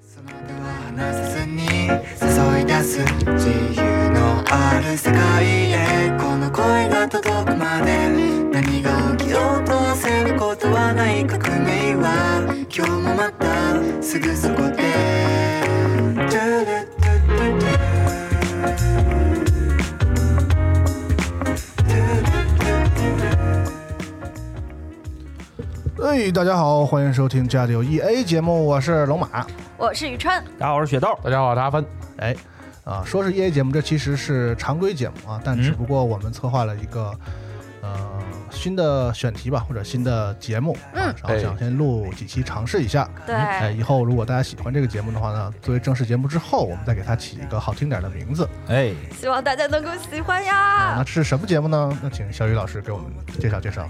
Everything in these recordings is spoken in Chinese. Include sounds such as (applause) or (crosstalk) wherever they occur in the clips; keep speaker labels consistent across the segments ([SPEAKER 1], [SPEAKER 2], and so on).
[SPEAKER 1] その手は離さずに注い出す自由のある世界へこの声が届くまで何が起きようと焦ることはない革命は今日もまたすぐそこでトゥルトゥトゥトゥトゥル
[SPEAKER 2] 哎，大家好，欢迎收听《家里有 EA》节 E 目，我是龙马。
[SPEAKER 3] 我是宇川，
[SPEAKER 4] 大家好，我是雪豆。
[SPEAKER 5] 大家好，我是阿芬。
[SPEAKER 2] 哎，啊，说是 EA 节目，这其实是常规节目啊，但
[SPEAKER 5] 嗯
[SPEAKER 2] 只不过我们策划了一个、呃新的选题吧，或者新的节目，
[SPEAKER 3] 嗯
[SPEAKER 2] 啊，然后
[SPEAKER 5] 哎
[SPEAKER 2] 想先录几期尝试一下。
[SPEAKER 3] 对，
[SPEAKER 2] 哎，以后如果大家喜欢这个节目的话呢，作为正式节目之后，我们再给它起一个好听点的名字。
[SPEAKER 4] 哎，
[SPEAKER 3] 希望大家能够喜欢
[SPEAKER 2] 啊，
[SPEAKER 3] 呀
[SPEAKER 2] 那。这是什么节目呢？那请小雨老师给我们介绍介绍。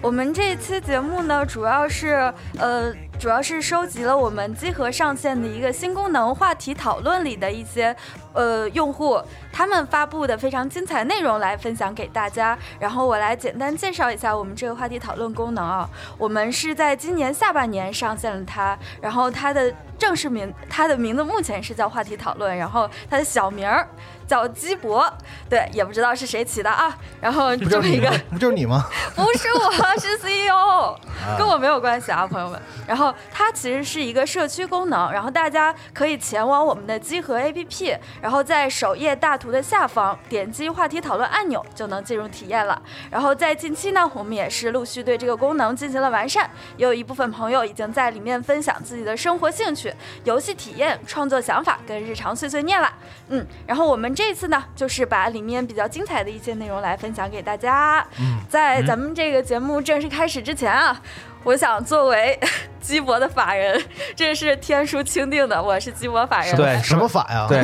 [SPEAKER 3] 我们这一期节目呢，主要是呃，主要是收集了我们集合上线的一个新功能话题讨论里的一些呃用户他们发布的非常精彩内容来分享给大家。然后我来简单介绍一下我们这个话题讨论功能啊，我们是在今年下半年上线了它，然后它的正式名，它的名字目前是叫话题讨论，然后它的小名儿叫鸡博，对，也不知道是谁起的啊。然后
[SPEAKER 2] 不
[SPEAKER 3] (laughs) 这
[SPEAKER 2] 就
[SPEAKER 3] 么
[SPEAKER 2] 是你
[SPEAKER 3] 一个
[SPEAKER 2] 吗。？不就是你
[SPEAKER 5] (laughs)
[SPEAKER 2] 吗？
[SPEAKER 3] (laughs) 不是我，是 CEO，跟我没有关系啊，朋友们。然后它其实是一个社区功能，然后大家可以前往我们的集合 APP，然后在首页大图的下方点击话题讨论按钮，就能进入体验了。然后在近期呢，我们也是陆续对这个功能进行了完善，也有一部分朋友已经在里面分享自己的生活兴趣、游戏体验、创作想法跟日常碎碎念啦。嗯，然后我们这次呢，就是把里面比较精彩的一些内容来分享给大家。
[SPEAKER 5] 嗯
[SPEAKER 3] 在咱们这个节目正式开始之前啊，我想作为鸡博的法人，这是天书钦定的，我是鸡博法人。
[SPEAKER 4] 对
[SPEAKER 2] 什么法呀？
[SPEAKER 4] 对，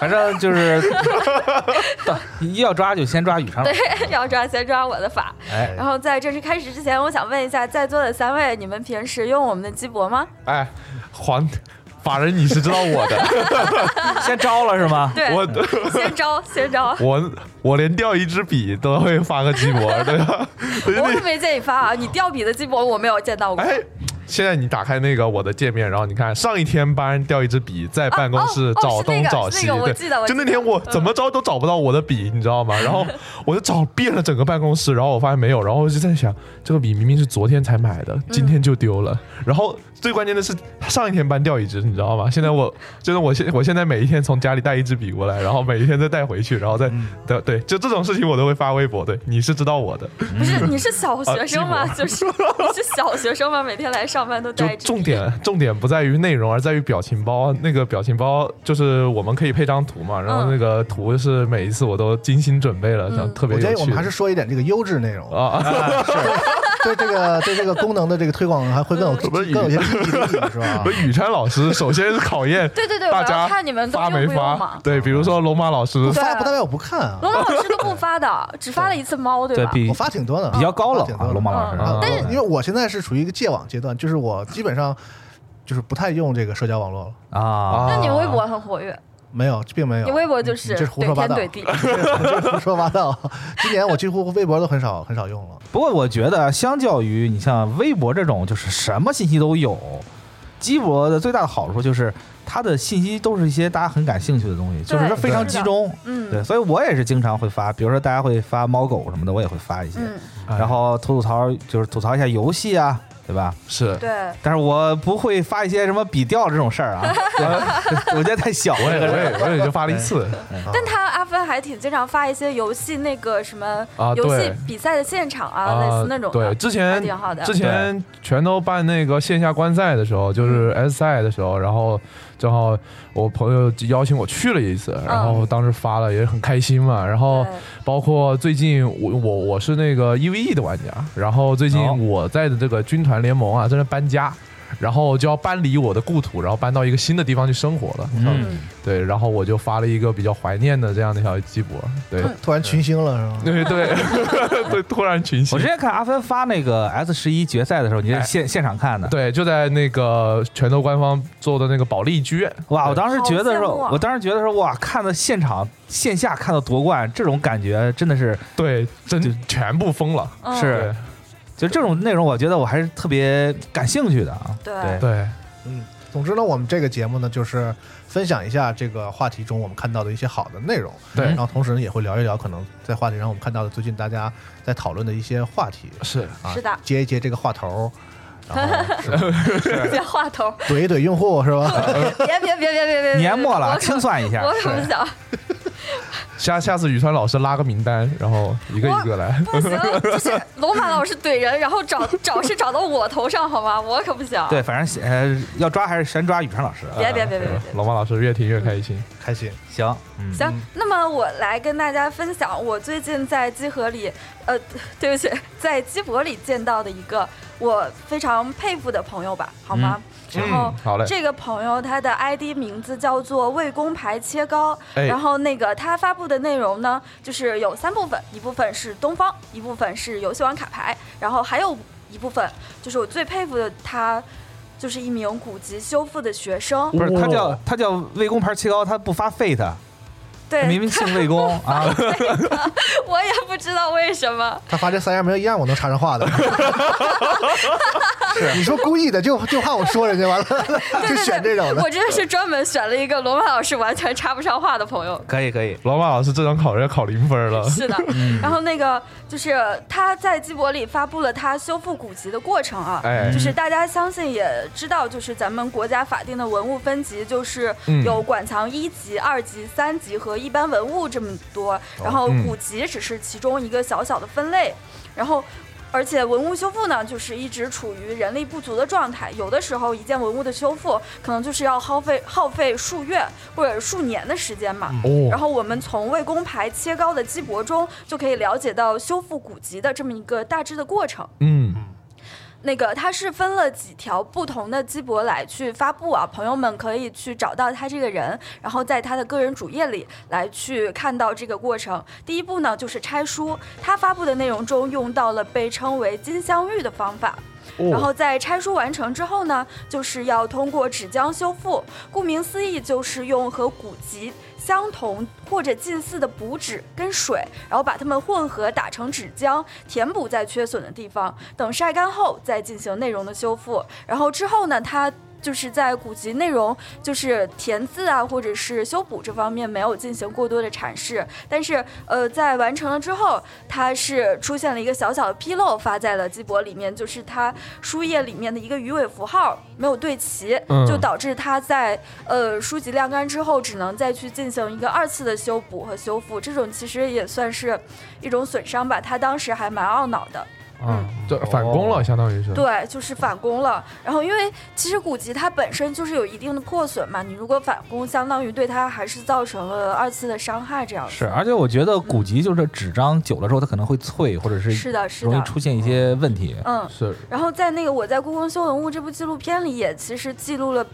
[SPEAKER 4] 反正
[SPEAKER 3] (laughs)
[SPEAKER 4] 就是到要抓就先抓宇昌。
[SPEAKER 3] 对， (laughs) 要抓先抓我的法。
[SPEAKER 4] 哎
[SPEAKER 3] 然后在正式开始之前，我想问一下在座的三位，你们平时用我们的鸡博吗？
[SPEAKER 5] 哎，还法人，你是知道我的，
[SPEAKER 4] 先招了是吗？
[SPEAKER 3] 对，
[SPEAKER 5] 我。
[SPEAKER 3] 先招先招
[SPEAKER 5] 我我连掉一支笔都会发个鸡脖，对
[SPEAKER 3] (laughs)
[SPEAKER 5] 吧？
[SPEAKER 3] 我可没建议发啊！你掉笔的鸡博我没有见到过。
[SPEAKER 5] 哎，现在你打开那个我的界面，然后你看上一天班掉一支笔，在办公
[SPEAKER 3] 啊
[SPEAKER 5] 室
[SPEAKER 3] 哦哦
[SPEAKER 5] 找
[SPEAKER 3] 是那
[SPEAKER 5] 东
[SPEAKER 3] 个
[SPEAKER 5] 找
[SPEAKER 3] 是
[SPEAKER 5] 西，
[SPEAKER 3] 那个我
[SPEAKER 5] 对，
[SPEAKER 3] 记得我
[SPEAKER 5] 就
[SPEAKER 3] 记
[SPEAKER 5] 那
[SPEAKER 3] 得
[SPEAKER 5] 天我怎么着都找不到我的笔，你知道吗？然
[SPEAKER 3] (laughs)
[SPEAKER 5] 后我就找遍了整个办公室，然后我发现没有，然后我就在想，这个笔明明是昨天才买
[SPEAKER 3] 嗯
[SPEAKER 5] 的，今天就丢了。然后最关键的是上一天班掉一支，你知道吗？现在我就是我现我现在每一天从家里带一支笔过来，然后每一天再带回去，然后再对对，就这种事情我都会发微博，对，你是知道我的。
[SPEAKER 3] 不是，你是小学生吗？
[SPEAKER 5] 啊
[SPEAKER 3] 就是你是小学生吗？每天来上班都
[SPEAKER 5] 就
[SPEAKER 3] 带着。
[SPEAKER 5] 重点
[SPEAKER 3] (laughs)
[SPEAKER 5] 重点不在于内容，而在于表情包。那个表情包就是我们可以配张图嘛，然
[SPEAKER 3] 嗯
[SPEAKER 5] 后那个图是每一次我都精心准备了，这样特别
[SPEAKER 2] 我
[SPEAKER 5] 有
[SPEAKER 2] 建
[SPEAKER 5] 趣。
[SPEAKER 2] 议我们还是说一点这个优质内容。
[SPEAKER 5] 啊， (laughs)
[SPEAKER 2] (laughs) 对这个对这个功能的这个推广还会更有
[SPEAKER 4] 嗯
[SPEAKER 5] 什么语
[SPEAKER 2] 更有些积极的意义是吧
[SPEAKER 5] 不，？宇川老师首先是考验
[SPEAKER 3] 对对对，我
[SPEAKER 5] 大
[SPEAKER 3] 要
[SPEAKER 5] 家
[SPEAKER 3] 看你们都
[SPEAKER 5] 发
[SPEAKER 3] 用
[SPEAKER 5] 没
[SPEAKER 3] 不用
[SPEAKER 5] 发
[SPEAKER 3] 嘛。。
[SPEAKER 5] 对，比如说龙马老师，
[SPEAKER 2] 不发
[SPEAKER 3] 对
[SPEAKER 2] 不代表我不看啊，
[SPEAKER 3] 龙马老师都不发的，只发了一次猫，对
[SPEAKER 4] 对
[SPEAKER 3] 吧？
[SPEAKER 4] 比
[SPEAKER 2] 我发挺多的，
[SPEAKER 4] 比较高
[SPEAKER 2] 我发
[SPEAKER 4] 冷
[SPEAKER 2] 挺
[SPEAKER 4] 啊，
[SPEAKER 2] 多的
[SPEAKER 4] 龙马老师
[SPEAKER 3] 嗯。
[SPEAKER 2] 啊
[SPEAKER 5] 但是
[SPEAKER 2] 因为我现在是处于一个戒网阶段，就是我基本上就是不太用这个社交网络了。
[SPEAKER 4] 啊，
[SPEAKER 3] 那你微博很活跃，
[SPEAKER 2] 没有，并没有。
[SPEAKER 3] 你微博就
[SPEAKER 2] 哎你
[SPEAKER 3] 是
[SPEAKER 2] 这胡说八
[SPEAKER 3] 对天
[SPEAKER 2] 道，(laughs)
[SPEAKER 3] 对地，
[SPEAKER 2] 这是胡说八道。今年我几乎微博都很少很少用了。
[SPEAKER 4] 不过我觉得，相较于你像微博这种，就是什么信息都有，鸡博的最大的好处就是它的信息都是一些大家很感兴趣的东西，就是非常集中。对，
[SPEAKER 3] 嗯
[SPEAKER 4] 所以我也是经常会发，比如说大家会发猫狗什么的，我也会发一些，
[SPEAKER 3] 嗯，
[SPEAKER 4] 然后吐吐槽就是吐槽一下游戏啊，对吧？
[SPEAKER 5] 是，
[SPEAKER 3] 对，
[SPEAKER 4] 但是我不会发一些什么笔调这种事儿
[SPEAKER 3] (laughs)
[SPEAKER 4] 啊，对我 (laughs) 觉得太小
[SPEAKER 5] 我
[SPEAKER 4] 了。
[SPEAKER 5] 也
[SPEAKER 4] 这个
[SPEAKER 5] 我
[SPEAKER 4] 人
[SPEAKER 5] 也我也就发了一次，
[SPEAKER 3] 但他阿芬还挺经常发一些游戏那个什么
[SPEAKER 5] 啊
[SPEAKER 3] 游戏
[SPEAKER 5] 对
[SPEAKER 3] 比赛的现场啊，类似那种
[SPEAKER 5] 对，
[SPEAKER 3] 的，
[SPEAKER 5] 之
[SPEAKER 3] 还
[SPEAKER 5] 前
[SPEAKER 3] 挺好的。
[SPEAKER 5] 之前全都办那个线下观赛的时候，就是呃 S 赛的时候，然后正好我朋友邀请我去了一次，然后当时发了也很开心嘛。然后
[SPEAKER 3] 嗯对
[SPEAKER 5] 包括最近我我我是那个 EVE 的玩家，然后最近
[SPEAKER 4] 哦
[SPEAKER 5] 我在的这个军团联盟啊正在搬家，然后就要搬离我的故土，然后搬到一个新的地方去生活了。
[SPEAKER 4] 嗯，
[SPEAKER 5] 对，然后我就发了一个比较怀念的这样的一条鸡脖，对。
[SPEAKER 2] 突然群星了是吗？
[SPEAKER 5] 对对
[SPEAKER 3] (laughs)
[SPEAKER 5] 对， (laughs) 突然群星
[SPEAKER 4] 我之。前看阿芬发那个 S 十一决赛的时候，你
[SPEAKER 5] 哎
[SPEAKER 4] 是现现场看的，
[SPEAKER 5] (laughs) 对，就在那个拳头官方做的那个保利剧院，
[SPEAKER 4] 哇！我当时觉得
[SPEAKER 3] 好羡慕
[SPEAKER 4] 说
[SPEAKER 3] 啊，
[SPEAKER 4] 我当时觉得说，哇，看到现场线下看到夺冠，这种感觉真的是
[SPEAKER 5] 对，真
[SPEAKER 4] 就
[SPEAKER 5] 全部疯了。
[SPEAKER 3] 嗯
[SPEAKER 4] 是，就这种内容，我觉得我还是特别感兴趣的啊。
[SPEAKER 3] 对
[SPEAKER 4] 对
[SPEAKER 5] 对，
[SPEAKER 2] 嗯，总之呢，我们这个节目呢，就是分享一下这个话题中我们看到的一些好的内容，
[SPEAKER 5] 对
[SPEAKER 2] 然后同时呢，也会聊一聊可能在话题上我们看到的最近大家在讨论的一些话题
[SPEAKER 5] 是
[SPEAKER 2] 啊，
[SPEAKER 3] 是的
[SPEAKER 2] 接一接这个话头儿，然后是 (laughs) 吧
[SPEAKER 3] 接话头，
[SPEAKER 2] 怼一怼用户是吧？
[SPEAKER 3] (laughs) 别别别别别别别，
[SPEAKER 4] 年末了，
[SPEAKER 3] 我可
[SPEAKER 4] 清算一下
[SPEAKER 3] 我，可
[SPEAKER 4] 是
[SPEAKER 3] 不想，
[SPEAKER 5] 下下次宇川老师拉个名单，然后一个一个来。
[SPEAKER 3] 不行，就是龙马老师怼人，然后找找是找到我头上好吗？我可不想。
[SPEAKER 4] 对，反正呃要抓还是先抓宇川老师。啊
[SPEAKER 3] 别别别别别别。
[SPEAKER 5] 哎老马老师越听越开心。
[SPEAKER 2] 开心，
[SPEAKER 4] 行，嗯，
[SPEAKER 3] 行，那么我来跟大家分享我最近在集合里，呃， (laughs) 对不起，在鸡博里见到的一个我非常佩服的朋友吧，好吗？然后、
[SPEAKER 5] 嗯好嘞
[SPEAKER 3] 这个朋友他的 ID 名字叫做魏公牌切糕，
[SPEAKER 5] 哎
[SPEAKER 3] 然后那个他发布的内容呢，就是有三部分，一部分是东方，一部分是游戏王卡牌，然后还有一部分就是我最佩服的他，就是一名古籍修复的学生，
[SPEAKER 4] 不是他叫他叫魏公牌切糕，他不发 fate，
[SPEAKER 3] 对，
[SPEAKER 5] 嗯
[SPEAKER 4] 明明姓魏公
[SPEAKER 3] (laughs)
[SPEAKER 4] 啊，
[SPEAKER 3] 我也不知道为什么。
[SPEAKER 2] 他发这三样没有一样我能插上话的。是，你说故意的，就就怕我说人家
[SPEAKER 3] (laughs)
[SPEAKER 2] 完了，就选这种的
[SPEAKER 3] 我。真的是专门选了一个罗马老师完全插不上话的朋友。
[SPEAKER 4] 可以可以，
[SPEAKER 5] 老马老师这张考试要考零分了。
[SPEAKER 3] 是的，
[SPEAKER 5] 嗯
[SPEAKER 3] 然后那个就是他在鸡博里发布了他修复古籍的过程啊，
[SPEAKER 5] 哎
[SPEAKER 3] 就是大家相信也知道，就是咱们国家法定的文物分级就是
[SPEAKER 5] 嗯
[SPEAKER 3] 有馆藏一级、二级、三级和一般文物这么多，然后
[SPEAKER 5] 嗯
[SPEAKER 3] 古籍只是其中一个小小的分类，然后。而且文物修复呢，就是一直处于人力不足的状态。有的时候，一件文物的修复可能就是要耗费耗费数月或者数年的时间嘛。然
[SPEAKER 5] 哦，
[SPEAKER 3] 后我们从魏公牌切糕的鸡脖中，就可以了解到修复古籍的这么一个大致的过程。
[SPEAKER 5] 嗯，
[SPEAKER 3] 那个它是分了几条不同的鸡脖来去发布啊，朋友们可以去找到他这个人，然后在他的个人主页里来去看到这个过程。第一步呢就是拆书，他发布的内容中用到了被称为金镶玉的方法。然后在拆书完成之后呢，就是要通过纸浆修复。顾名思义，就是用和古籍相同或者近似的补纸跟水，然后把它们混合打成纸浆，填补在缺损的地方。等晒干后再进行内容的修复。然后之后呢，它。就是在古籍内容，就是填字啊，或者是修补这方面没有进行过多的阐释，但是呃，在完成了之后，它是出现了一个小小的纰漏，发在了鸡脖里面，就是它书页里面的一个鱼尾符号没有对齐，
[SPEAKER 5] 嗯
[SPEAKER 3] 就导致它在呃书籍晾干之后，只能再去进行一个二次的修补和修复，这种其实也算是一种损伤吧。他当时还蛮懊恼的，
[SPEAKER 5] 啊，这反攻了，相当于是。
[SPEAKER 3] 嗯对，就是反攻了。然后因为其实古籍它本身就是有一定的破损嘛，你如果反攻，相当于对它还是造成了二次的伤害，这样子
[SPEAKER 4] 是，而且我觉得古籍就是纸张久了之后，它可能会脆，或者
[SPEAKER 3] 是
[SPEAKER 4] 是
[SPEAKER 3] 的，是
[SPEAKER 4] 容易
[SPEAKER 3] 的，
[SPEAKER 4] 出现一些问题。
[SPEAKER 3] 嗯。
[SPEAKER 5] 是，
[SPEAKER 3] 然后在那个《我在故宫修文物》这部纪录片里，也其实记录了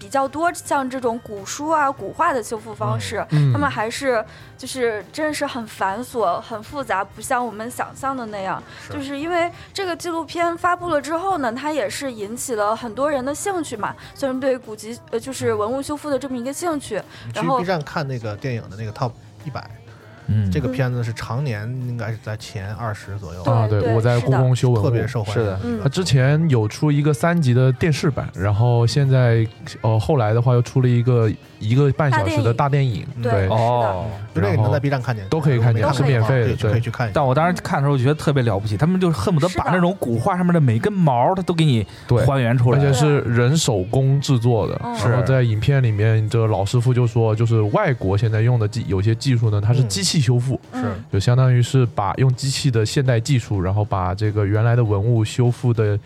[SPEAKER 3] 比较多像这种古书啊、古画的修复方式，
[SPEAKER 5] 嗯
[SPEAKER 3] 他们还是就是真的是很繁琐、很复杂，不像我们想象的那样。就是因为这个纪录片发布了之后呢，它也是引起了很多人的兴趣嘛，算是对古籍呃就是文物修复的这么一个兴趣。
[SPEAKER 2] 你去
[SPEAKER 3] 然后
[SPEAKER 2] B 站看那个电影的那个 Top 一百，
[SPEAKER 4] 嗯，
[SPEAKER 2] 这个片子是常年应该是在前二十左右，
[SPEAKER 5] 啊，
[SPEAKER 3] 对
[SPEAKER 5] 我在
[SPEAKER 3] 是
[SPEAKER 5] 故
[SPEAKER 3] 的
[SPEAKER 5] 宫修文物，
[SPEAKER 2] 特别受欢迎。
[SPEAKER 4] 是的
[SPEAKER 3] 嗯
[SPEAKER 5] 它之前有出一个三集的电视版，然后现在呃后来的话又出了一个一个半小时的大电影，
[SPEAKER 3] 对
[SPEAKER 5] 对
[SPEAKER 3] 嗯是的
[SPEAKER 4] 哦。
[SPEAKER 2] 就这个
[SPEAKER 5] 然
[SPEAKER 2] 能
[SPEAKER 5] 后
[SPEAKER 2] 在 B 站看见，
[SPEAKER 5] 都可以看见
[SPEAKER 2] 如果没
[SPEAKER 3] 是
[SPEAKER 2] 看
[SPEAKER 3] 免
[SPEAKER 2] 过的话
[SPEAKER 5] 费的
[SPEAKER 2] 可以去
[SPEAKER 5] 对
[SPEAKER 2] 可以去看一下
[SPEAKER 4] 但。我当时看的时候，我觉得特别了不起，他们就是恨不得
[SPEAKER 3] 嗯是的
[SPEAKER 4] 把那种古画上面的每根毛，它都给你
[SPEAKER 5] 对。
[SPEAKER 4] 还原出
[SPEAKER 5] 而
[SPEAKER 4] 来。
[SPEAKER 5] 且是人手工制作的，
[SPEAKER 3] 嗯
[SPEAKER 5] 然后在影片里面，这个老师傅就说，就是外国现在用的技有些技术呢，它是
[SPEAKER 2] 嗯
[SPEAKER 5] 机器修复，
[SPEAKER 3] 嗯。
[SPEAKER 5] 就相当于是把用机器的现代技术，然后把这个原来的文物修复的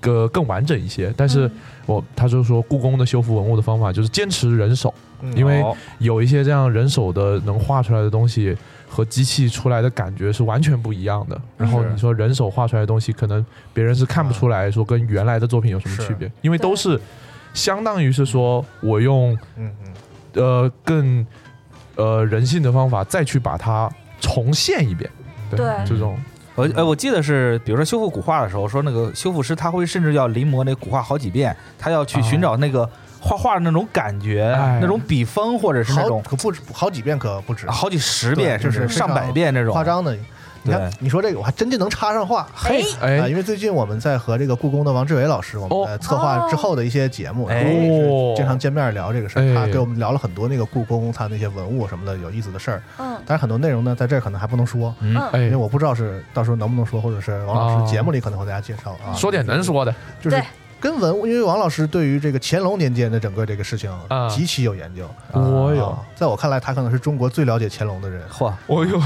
[SPEAKER 5] 个更完整一些。但是
[SPEAKER 3] 嗯
[SPEAKER 5] 我他就说，故宫的修复文物的方法就是坚持人手，
[SPEAKER 2] 嗯
[SPEAKER 5] 因为
[SPEAKER 4] 哦
[SPEAKER 5] 有一些这样人手的能画出来的东西和机器出来的感觉是完全不一样的。然后你说人手画出来的东西，可能别人是看不出来说跟原来的作品有什么区别，因为都是相当于是说我用
[SPEAKER 2] 嗯嗯，
[SPEAKER 5] 呃更呃人性的方法再去把它重现一遍。
[SPEAKER 3] 对
[SPEAKER 5] 这种
[SPEAKER 4] 我呃，我记得是，比如说修复古画的时候，说那个修复师他会甚至要临摹那古画好几遍，他要去寻
[SPEAKER 2] 哦
[SPEAKER 4] 找那个画画的那种感觉、
[SPEAKER 5] 哎
[SPEAKER 4] 那种笔锋，或者是那
[SPEAKER 2] 好
[SPEAKER 4] 种
[SPEAKER 2] 可不止好几遍可不止，
[SPEAKER 5] 啊
[SPEAKER 4] 好几十遍，
[SPEAKER 2] 对就是
[SPEAKER 4] 甚至上百遍那种
[SPEAKER 2] 夸。张的。你看
[SPEAKER 4] 对，
[SPEAKER 2] 你说这个我还真就能插上话。
[SPEAKER 3] 哎，
[SPEAKER 2] 啊，
[SPEAKER 5] 哎
[SPEAKER 2] 因为最近我们在和这个故宫的王志伟老师，我们在策划之后的一些节目，然后我们
[SPEAKER 5] 哦
[SPEAKER 2] 是经常见面聊这个事儿，
[SPEAKER 5] 哎
[SPEAKER 2] 他给我们聊了很多那个故宫他那些文物什么的有意思的事儿，
[SPEAKER 3] 嗯
[SPEAKER 2] 但是很多内容呢，在这儿可能还不能说，
[SPEAKER 4] 嗯
[SPEAKER 3] 嗯，
[SPEAKER 2] 因
[SPEAKER 5] 哎
[SPEAKER 2] 为，我不知道是到时候能不能说，或者是王老
[SPEAKER 5] 哦
[SPEAKER 2] 师节目里可能会给大家介绍啊。
[SPEAKER 5] 说点能说的，
[SPEAKER 2] 就是
[SPEAKER 3] 对
[SPEAKER 2] 跟文物，因为王老师对于这个乾隆年间的整个这个事情
[SPEAKER 5] 啊
[SPEAKER 2] 极其有研究。
[SPEAKER 5] 我有
[SPEAKER 2] 啊，在我看来，他可能是中国最了解乾隆的人， (laughs)
[SPEAKER 4] 嚯，
[SPEAKER 5] 我有，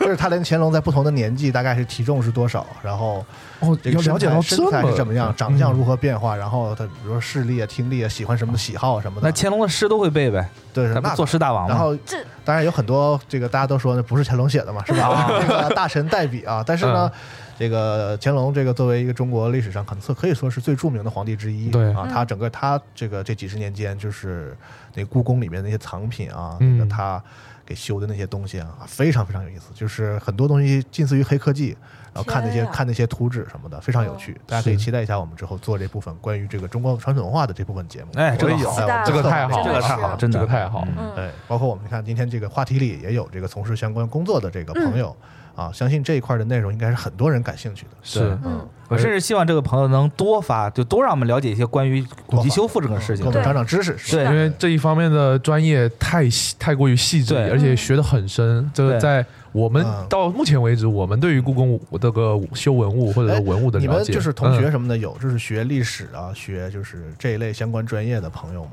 [SPEAKER 2] 就是他连乾隆在不同的年纪大概是体重是多少，然后
[SPEAKER 5] 哦，
[SPEAKER 2] 这
[SPEAKER 5] 要
[SPEAKER 2] 个身
[SPEAKER 5] 了解
[SPEAKER 2] 材
[SPEAKER 5] 到这
[SPEAKER 2] 身材
[SPEAKER 5] 么
[SPEAKER 2] 是怎么样，长相
[SPEAKER 5] 嗯
[SPEAKER 2] 如何变化，然后他比如说视力啊、听力啊，喜欢什么喜好什么
[SPEAKER 4] 那
[SPEAKER 2] 的，
[SPEAKER 4] 乾隆的诗都会背呗，
[SPEAKER 2] 对，
[SPEAKER 4] 他
[SPEAKER 2] 那
[SPEAKER 4] 不作诗大王
[SPEAKER 2] 然
[SPEAKER 4] 吗？
[SPEAKER 2] 后
[SPEAKER 3] 这
[SPEAKER 2] 当然有很多这个大家都说呢，不是乾隆写的嘛，是吧？ (laughs) 这个大臣代笔啊，但是呢，这个乾隆这个作为一个中国历史上可能可以说是最著名的皇帝之一，
[SPEAKER 5] 对
[SPEAKER 3] 嗯
[SPEAKER 2] 啊，他整个他这个这几十年间，就是那故宫里面那些藏品啊，
[SPEAKER 5] 嗯
[SPEAKER 2] 那个他给修的那些东西啊，非常非常有意思，就是很多东西近似于黑科技。然后看那些、
[SPEAKER 3] 天啊哦
[SPEAKER 2] 看那些图纸什么的，非常有趣，大家可以期待一下我们之后做这部分关于这个中国传统文化的这部分节目。
[SPEAKER 4] 哎这个好
[SPEAKER 2] 在我们
[SPEAKER 3] 期待了这个
[SPEAKER 5] 太好了
[SPEAKER 3] 这个太好了
[SPEAKER 4] 真的
[SPEAKER 5] 这个太好了，
[SPEAKER 3] 嗯
[SPEAKER 2] 对，哎包括我们看今天这个话题里也有这个从事相关工作的这
[SPEAKER 3] 嗯
[SPEAKER 2] 个朋友、啊，相信这一块的内容应该是很多人感兴趣的。
[SPEAKER 5] 是
[SPEAKER 3] 嗯，
[SPEAKER 4] 我甚至希望这个朋友能多发，就多让我们了解一些关于古籍修复这个事
[SPEAKER 2] 给
[SPEAKER 4] 情
[SPEAKER 2] 我。
[SPEAKER 3] 对
[SPEAKER 2] 们长长知识，是吧
[SPEAKER 4] 对
[SPEAKER 5] 因为这一方面的专业太细，太过于细致，
[SPEAKER 4] 对
[SPEAKER 5] 而且学得很深。这个
[SPEAKER 4] 对
[SPEAKER 5] 在我们
[SPEAKER 2] 嗯
[SPEAKER 5] 到目前为止，我们对于故宫这个修文物或者
[SPEAKER 2] 哎
[SPEAKER 5] 是文物的
[SPEAKER 2] 你
[SPEAKER 5] 了
[SPEAKER 2] 们
[SPEAKER 5] 解，
[SPEAKER 2] 就是同学
[SPEAKER 5] 嗯
[SPEAKER 2] 什么的，有就是学历史啊，学就是这一类相关专业的朋友吗？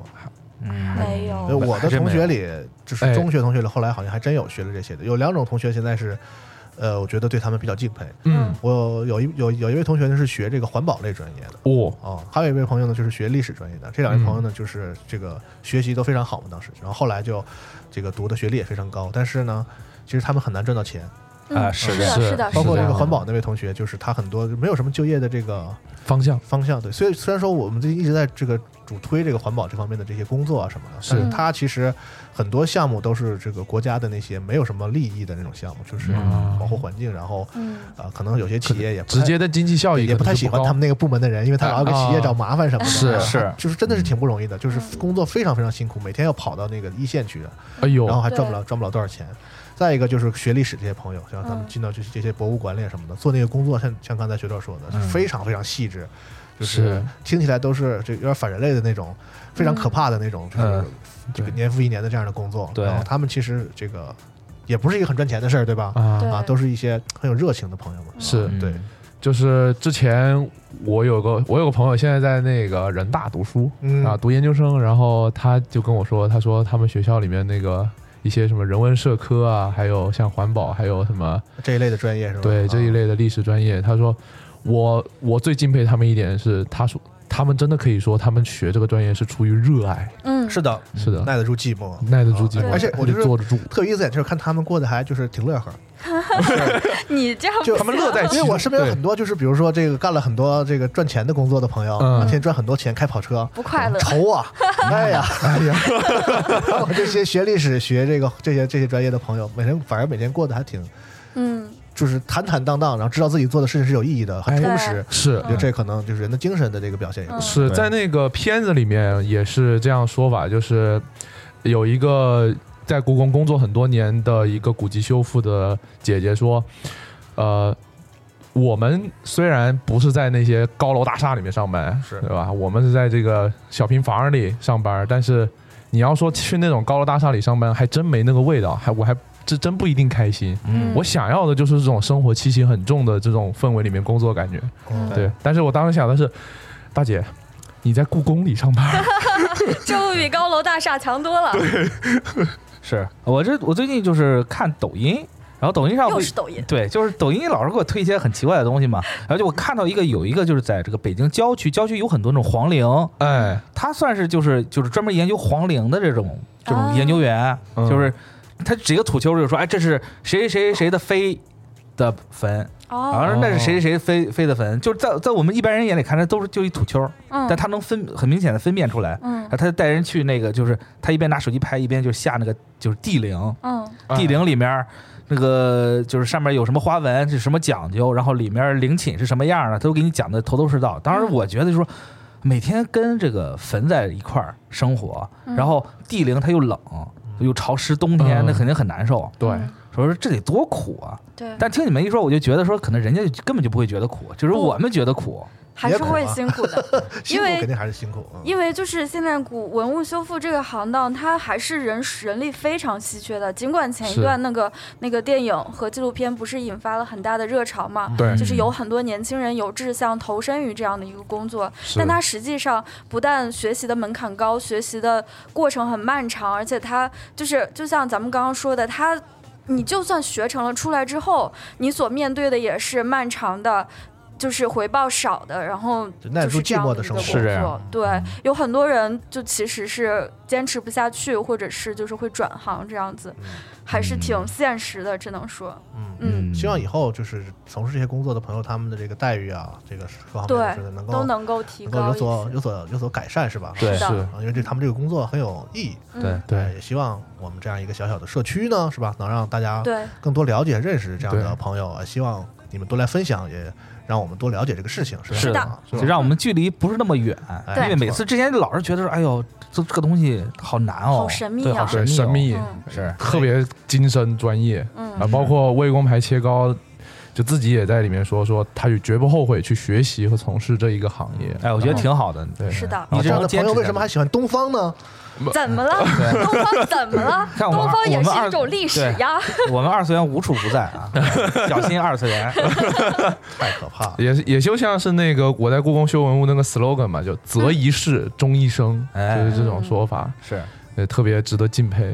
[SPEAKER 4] 嗯，
[SPEAKER 3] 没有
[SPEAKER 2] 呃我的
[SPEAKER 4] 还真
[SPEAKER 2] 同
[SPEAKER 4] 没
[SPEAKER 2] 学
[SPEAKER 4] 有哎
[SPEAKER 2] 里，就是中学同学里，后来好像还真有学了这些的。有两种同学现在是，呃，我觉得对他们比较敬佩。
[SPEAKER 5] 嗯，
[SPEAKER 2] 我有一有有一位同学呢是学这个环保类专业的，
[SPEAKER 5] 哦，
[SPEAKER 2] 哦，还有一位朋友呢，就是学历史专业的。这两位朋友呢，就是这个学习都非常好嘛，当时，然后后来就这个读的学历也非常高，但是呢，其实他们很难赚到钱，
[SPEAKER 4] 啊
[SPEAKER 3] 嗯，
[SPEAKER 4] 是
[SPEAKER 3] 是的，
[SPEAKER 4] 的
[SPEAKER 5] 哎是
[SPEAKER 3] 是的，
[SPEAKER 2] 包括
[SPEAKER 3] 是
[SPEAKER 2] 这
[SPEAKER 3] 的
[SPEAKER 2] 个环保那位同学，就是他很多没有什么就业的这个
[SPEAKER 5] 方向
[SPEAKER 2] 方向，对，所以虽然说我们最近一直在这个主推这个环保这方面的这些工作啊什么的，
[SPEAKER 5] 是
[SPEAKER 2] 但是他其实很多项目都是这个国家的那些没有什么利益的那种项目，就是
[SPEAKER 5] 嗯
[SPEAKER 2] 保护环境，然后
[SPEAKER 3] 嗯，
[SPEAKER 2] 呃，可能有些企业也不太
[SPEAKER 5] 直接的经济效益
[SPEAKER 2] 也不
[SPEAKER 5] 可能
[SPEAKER 2] 太
[SPEAKER 5] 就
[SPEAKER 2] 喜欢他们那个部门的人，因为他老要给企业找麻烦什么的。
[SPEAKER 5] 啊
[SPEAKER 2] 啊
[SPEAKER 5] 是
[SPEAKER 4] 是
[SPEAKER 2] 就是真的是挺不容易的，就是工作非常非常辛苦，每天要跑到那个一线去，
[SPEAKER 5] 高。哎呦
[SPEAKER 2] 然后，还
[SPEAKER 3] 对
[SPEAKER 2] 赚不了赚不了多少钱。再一个就是学历史这些朋友，像咱们
[SPEAKER 3] 嗯
[SPEAKER 2] 进到这这些博物馆里什么的，做那个工作，像像刚才学长说的，是非常非常细致，就是
[SPEAKER 5] 是
[SPEAKER 2] 听起来都是这有点反人类的那种，非常可怕的那种，就是
[SPEAKER 4] 嗯
[SPEAKER 2] 这个年复一年的这样的工作。
[SPEAKER 4] 对
[SPEAKER 2] 然后他们其实这个也不是一个很赚钱的事儿，对吧？
[SPEAKER 5] 啊，
[SPEAKER 2] 啊，
[SPEAKER 3] 对
[SPEAKER 2] 都是一些很有热情的朋友们。
[SPEAKER 5] 是
[SPEAKER 4] 嗯
[SPEAKER 2] 对，
[SPEAKER 5] 就是之前我有个我有个朋友现在在那个人大读书
[SPEAKER 2] 嗯
[SPEAKER 5] 啊，读研究生，然后他就跟我说，他说他们学校里面那个一些什么人文社科啊，还有像环保，还有什么。
[SPEAKER 2] 这一类的专业是吧？
[SPEAKER 5] 对这一
[SPEAKER 2] 嗯啊
[SPEAKER 5] 类的历史专业，他说我我最敬佩他们一点是，他说他们真的可以说，他们学这个专业是出于热爱，
[SPEAKER 3] 嗯，
[SPEAKER 2] 是的，
[SPEAKER 5] 是的，
[SPEAKER 2] 耐得住寂寞，
[SPEAKER 5] 耐得住寂寞，
[SPEAKER 2] 哦而且我觉
[SPEAKER 5] 就坐得
[SPEAKER 2] 得
[SPEAKER 5] 住，
[SPEAKER 2] 特有意思一点就是看他们过得还就是挺乐呵，
[SPEAKER 3] 你这样
[SPEAKER 2] 就
[SPEAKER 3] 不
[SPEAKER 2] 他们乐
[SPEAKER 5] 在其中
[SPEAKER 2] 因为我身边有
[SPEAKER 5] 对
[SPEAKER 2] 很多就是比如说这个干了很多这个赚钱的工作的朋友，
[SPEAKER 5] 嗯
[SPEAKER 2] 每天赚很多钱开跑车，
[SPEAKER 3] 不快乐，
[SPEAKER 2] 愁啊，哎呀，哎呀，我这些学历史、学这个这些这些专业的朋友，每天反而每天过得还挺
[SPEAKER 3] 嗯，
[SPEAKER 2] 就是坦坦荡荡，然后知道自己做的事情是有意义的，很
[SPEAKER 5] 哎
[SPEAKER 2] 充实。
[SPEAKER 5] 是
[SPEAKER 2] 我觉得这可能就是人的精神的这个表现也不错。
[SPEAKER 5] 是
[SPEAKER 2] 对
[SPEAKER 5] 在那个片子里面也是这样说法，就是有一个在故宫工作很多年的一个古籍修复的姐姐说，呃。我们虽然不是在那些高楼大厦里面上班，
[SPEAKER 4] 是
[SPEAKER 5] 对吧？我们是在这个小平房里上班，但是你要说去那种高楼大厦里上班，还真没那个味道，还我还这真不一定开心。
[SPEAKER 3] 嗯
[SPEAKER 5] 我想要的就是这种生活气息很重的这种氛围里面工作感觉。
[SPEAKER 3] 嗯
[SPEAKER 5] 对，但是我当时想的是，大姐，你在故宫里
[SPEAKER 3] (laughs)
[SPEAKER 5] 上班，
[SPEAKER 3] 这不比高楼大厦强多了，
[SPEAKER 4] 是我这我最近就是看抖音，然后抖音上
[SPEAKER 3] 又
[SPEAKER 4] 会
[SPEAKER 3] 是抖
[SPEAKER 4] (laughs)
[SPEAKER 3] 音，
[SPEAKER 4] 对，就是抖音老是给我推一些很奇怪的东西嘛，然后就我看到一个有一个就是在这个北京郊区，郊区有很多那种黄陵，
[SPEAKER 5] 哎，
[SPEAKER 4] 他算是就是就是专门研究黄陵的这种这种
[SPEAKER 3] 啊
[SPEAKER 4] 研究员，
[SPEAKER 5] 嗯
[SPEAKER 4] 就是他指个土丘就说，哎，这是谁谁谁谁的妃的坟，然
[SPEAKER 3] 哦，
[SPEAKER 4] 后那是谁谁谁妃妃的坟，就是在在我们一般人眼里看，这都是就一土丘，
[SPEAKER 3] 嗯
[SPEAKER 4] 但他能分很明显的分辨出来。
[SPEAKER 3] 嗯
[SPEAKER 4] 啊，他带人去那个，就是他一边拿手机拍，一边就下那个就是地陵，
[SPEAKER 3] 嗯
[SPEAKER 5] 哎
[SPEAKER 4] 地陵里面儿那个就是上面有什么花纹是什么讲究，然后里面陵寝是什么样的，他都给你讲的头头是道。当时我觉得就是说，每天跟这个坟在一块儿生活，然后地陵它又冷又潮湿，冬天
[SPEAKER 5] 嗯
[SPEAKER 4] 那肯定很难受。
[SPEAKER 5] 对，
[SPEAKER 3] 嗯
[SPEAKER 4] 所以说这得多苦啊！
[SPEAKER 3] 对，
[SPEAKER 4] 但听你们一说，我就觉得说可能人家就根本就不会觉得苦，就是我们觉得苦。
[SPEAKER 3] 还是会辛苦的，
[SPEAKER 2] 辛苦
[SPEAKER 3] 嗯因为
[SPEAKER 2] 肯定还是辛苦。嗯
[SPEAKER 3] 因为就是现在古文物修复这个行当，它还是人人力非常稀缺的。尽管前一
[SPEAKER 5] 是
[SPEAKER 3] 段那个那个电影和纪录片不是引发了很大的热潮嘛，
[SPEAKER 5] 对
[SPEAKER 3] 就是有很多年轻人有志向投身于这样的一个工作，但它实际上不但学习的门槛高，学习的过程很漫长，而且它就是就像咱们刚刚说的，它你就算学成了，出来之后你所面对的也是漫长的。就是回报少的，然后
[SPEAKER 2] 就耐得
[SPEAKER 3] 就是
[SPEAKER 2] 住
[SPEAKER 3] 这
[SPEAKER 2] 寂
[SPEAKER 3] 样
[SPEAKER 2] 寞
[SPEAKER 3] 的
[SPEAKER 2] 的
[SPEAKER 3] 一个
[SPEAKER 2] 生活
[SPEAKER 3] 工
[SPEAKER 5] 是这样
[SPEAKER 3] 作对，有很多人就其实是坚持不下去，或者是就是会转行这样子，
[SPEAKER 2] 嗯
[SPEAKER 3] 还
[SPEAKER 5] 嗯
[SPEAKER 3] 是挺现实的，只能说，嗯，
[SPEAKER 2] 希望以后就是从事这些工作的朋友，他们的这个待遇啊，这个各方面
[SPEAKER 3] 对
[SPEAKER 2] 是能，
[SPEAKER 3] 都
[SPEAKER 2] 够
[SPEAKER 3] 能够提
[SPEAKER 2] 能够有
[SPEAKER 3] 高一
[SPEAKER 2] 所
[SPEAKER 3] 些。
[SPEAKER 2] 有所有所改善，是吧？
[SPEAKER 4] 对
[SPEAKER 3] 是的
[SPEAKER 5] 是
[SPEAKER 2] 啊，因为这他们这个工作很有意义。
[SPEAKER 4] 对
[SPEAKER 2] 呃
[SPEAKER 5] 对，
[SPEAKER 2] 也希望我们这样一个小小的社区呢，是吧，能让大家
[SPEAKER 3] 对，
[SPEAKER 2] 更多了解、认识这样的
[SPEAKER 5] 对
[SPEAKER 2] 朋友。呃希望你们多来分享，也让我们多了解这个事情，是吧？
[SPEAKER 4] 是的
[SPEAKER 2] 啊是吧哎
[SPEAKER 4] 就让我们距离不是那么远，
[SPEAKER 2] 对
[SPEAKER 4] 因为每次之前老是觉得说，哎呦，这这个东西好难哦，
[SPEAKER 3] 好神秘啊
[SPEAKER 4] 对，好
[SPEAKER 5] 对，
[SPEAKER 4] 秘、哦，
[SPEAKER 5] 神秘，
[SPEAKER 3] 嗯
[SPEAKER 4] 是
[SPEAKER 5] 特别精深专业
[SPEAKER 3] 嗯
[SPEAKER 5] 啊，包括魏公牌切糕。就自己也在里面说说，他也绝不后悔去学习和从事这一个行业。
[SPEAKER 4] 哎，我觉得挺好的，
[SPEAKER 5] 对
[SPEAKER 3] 是的。
[SPEAKER 2] 你嗯这样的
[SPEAKER 4] 然后坚
[SPEAKER 2] 朋友为
[SPEAKER 4] 持下
[SPEAKER 2] 什么
[SPEAKER 4] 去
[SPEAKER 2] 还喜欢东方呢？
[SPEAKER 3] 怎么了？ (laughs) 东方怎么了？
[SPEAKER 4] 看我们
[SPEAKER 3] 东方也
[SPEAKER 4] 我
[SPEAKER 3] 是
[SPEAKER 4] 们二
[SPEAKER 3] 一种历史呀。
[SPEAKER 4] 我们二次元无处不在
[SPEAKER 2] (laughs)
[SPEAKER 4] 啊，小心二次元。
[SPEAKER 2] 太可怕了！
[SPEAKER 5] 也是也就像是那个我在故宫修文物那个 slogan 嘛，就“择一事，终一生”，
[SPEAKER 4] 哎
[SPEAKER 5] 就是这种说法，
[SPEAKER 4] 是，
[SPEAKER 3] 嗯
[SPEAKER 5] 也特别值得敬佩的。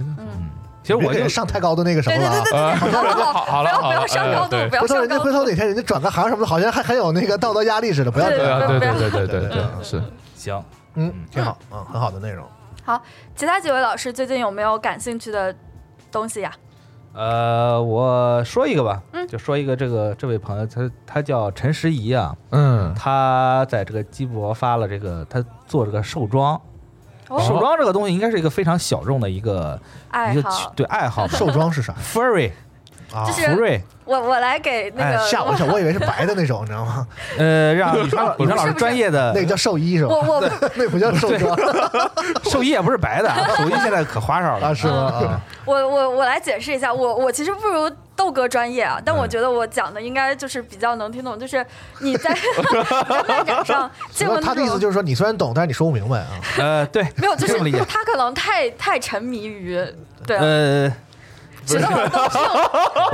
[SPEAKER 4] 其实我
[SPEAKER 2] 别
[SPEAKER 4] 就
[SPEAKER 2] 给上太高的那个什
[SPEAKER 3] 对
[SPEAKER 2] 么
[SPEAKER 3] 对
[SPEAKER 2] 了啊。
[SPEAKER 3] 对对对，好了好
[SPEAKER 5] 好了
[SPEAKER 3] 不要不
[SPEAKER 5] 好
[SPEAKER 2] 呃
[SPEAKER 3] 要
[SPEAKER 5] 了
[SPEAKER 3] 上高
[SPEAKER 5] 哎
[SPEAKER 3] 度，
[SPEAKER 5] 呀
[SPEAKER 3] 不要
[SPEAKER 2] 回头
[SPEAKER 3] 上
[SPEAKER 2] 人家
[SPEAKER 3] 高
[SPEAKER 2] 回头
[SPEAKER 3] 度。
[SPEAKER 2] 哪天人家转个行什么的，好像还还有那个道德压力似的，不要
[SPEAKER 3] 对
[SPEAKER 2] 这
[SPEAKER 5] 对
[SPEAKER 2] 样。
[SPEAKER 5] 啊，对
[SPEAKER 3] 不要
[SPEAKER 5] 对对对对对，是。
[SPEAKER 4] 行，
[SPEAKER 2] 嗯，挺好，嗯，很好的内容。
[SPEAKER 3] 好，其他几位老师最近有没有感兴趣的东西呀？
[SPEAKER 4] 呃，我说一个吧，
[SPEAKER 3] 嗯
[SPEAKER 4] 就说一个这个这位朋友，他他叫陈时怡啊，
[SPEAKER 5] 嗯，
[SPEAKER 4] 他在这个鸡博发了这个，他做这个寿装，
[SPEAKER 3] 哦
[SPEAKER 4] 寿装这个东西应该是一个非常小众的一个一
[SPEAKER 3] 爱
[SPEAKER 4] 个
[SPEAKER 3] 好，
[SPEAKER 4] 对爱好吧
[SPEAKER 2] 寿装是啥
[SPEAKER 4] furry
[SPEAKER 2] 啊
[SPEAKER 3] 就？是
[SPEAKER 4] 福瑞，
[SPEAKER 3] 我我来给那
[SPEAKER 2] 哎，
[SPEAKER 3] 个
[SPEAKER 2] 吓我一
[SPEAKER 3] (laughs)
[SPEAKER 2] 跳，我以为是白的那种，你知道吗？(laughs)
[SPEAKER 4] 呃，让李川老李川老师专业的
[SPEAKER 2] 那个叫寿衣是吧
[SPEAKER 3] 我？
[SPEAKER 2] (laughs)
[SPEAKER 3] 我
[SPEAKER 2] 那不叫啊寿装
[SPEAKER 4] 寿衣也不是白的啊，寿衣现在可花哨
[SPEAKER 2] 啊，
[SPEAKER 4] 了，
[SPEAKER 2] 是吗？
[SPEAKER 3] (laughs)
[SPEAKER 2] 啊，
[SPEAKER 3] 我我我来解释一下，我我其实不如豆哥专业啊，但
[SPEAKER 2] 嗯
[SPEAKER 3] 我觉得我讲的应该就是比较能听懂，就是你
[SPEAKER 2] (laughs)
[SPEAKER 3] 在在漫展上见过
[SPEAKER 2] 他
[SPEAKER 3] 那
[SPEAKER 2] 的意思就
[SPEAKER 3] 种。
[SPEAKER 2] 是说，你虽然懂，但是你说不明白
[SPEAKER 3] (laughs)
[SPEAKER 2] 啊。
[SPEAKER 4] 呃，对，
[SPEAKER 3] 没有，就
[SPEAKER 4] 这么理解
[SPEAKER 3] 是他可能太太沉迷于，对啊，
[SPEAKER 4] 呃，
[SPEAKER 3] 学到老师都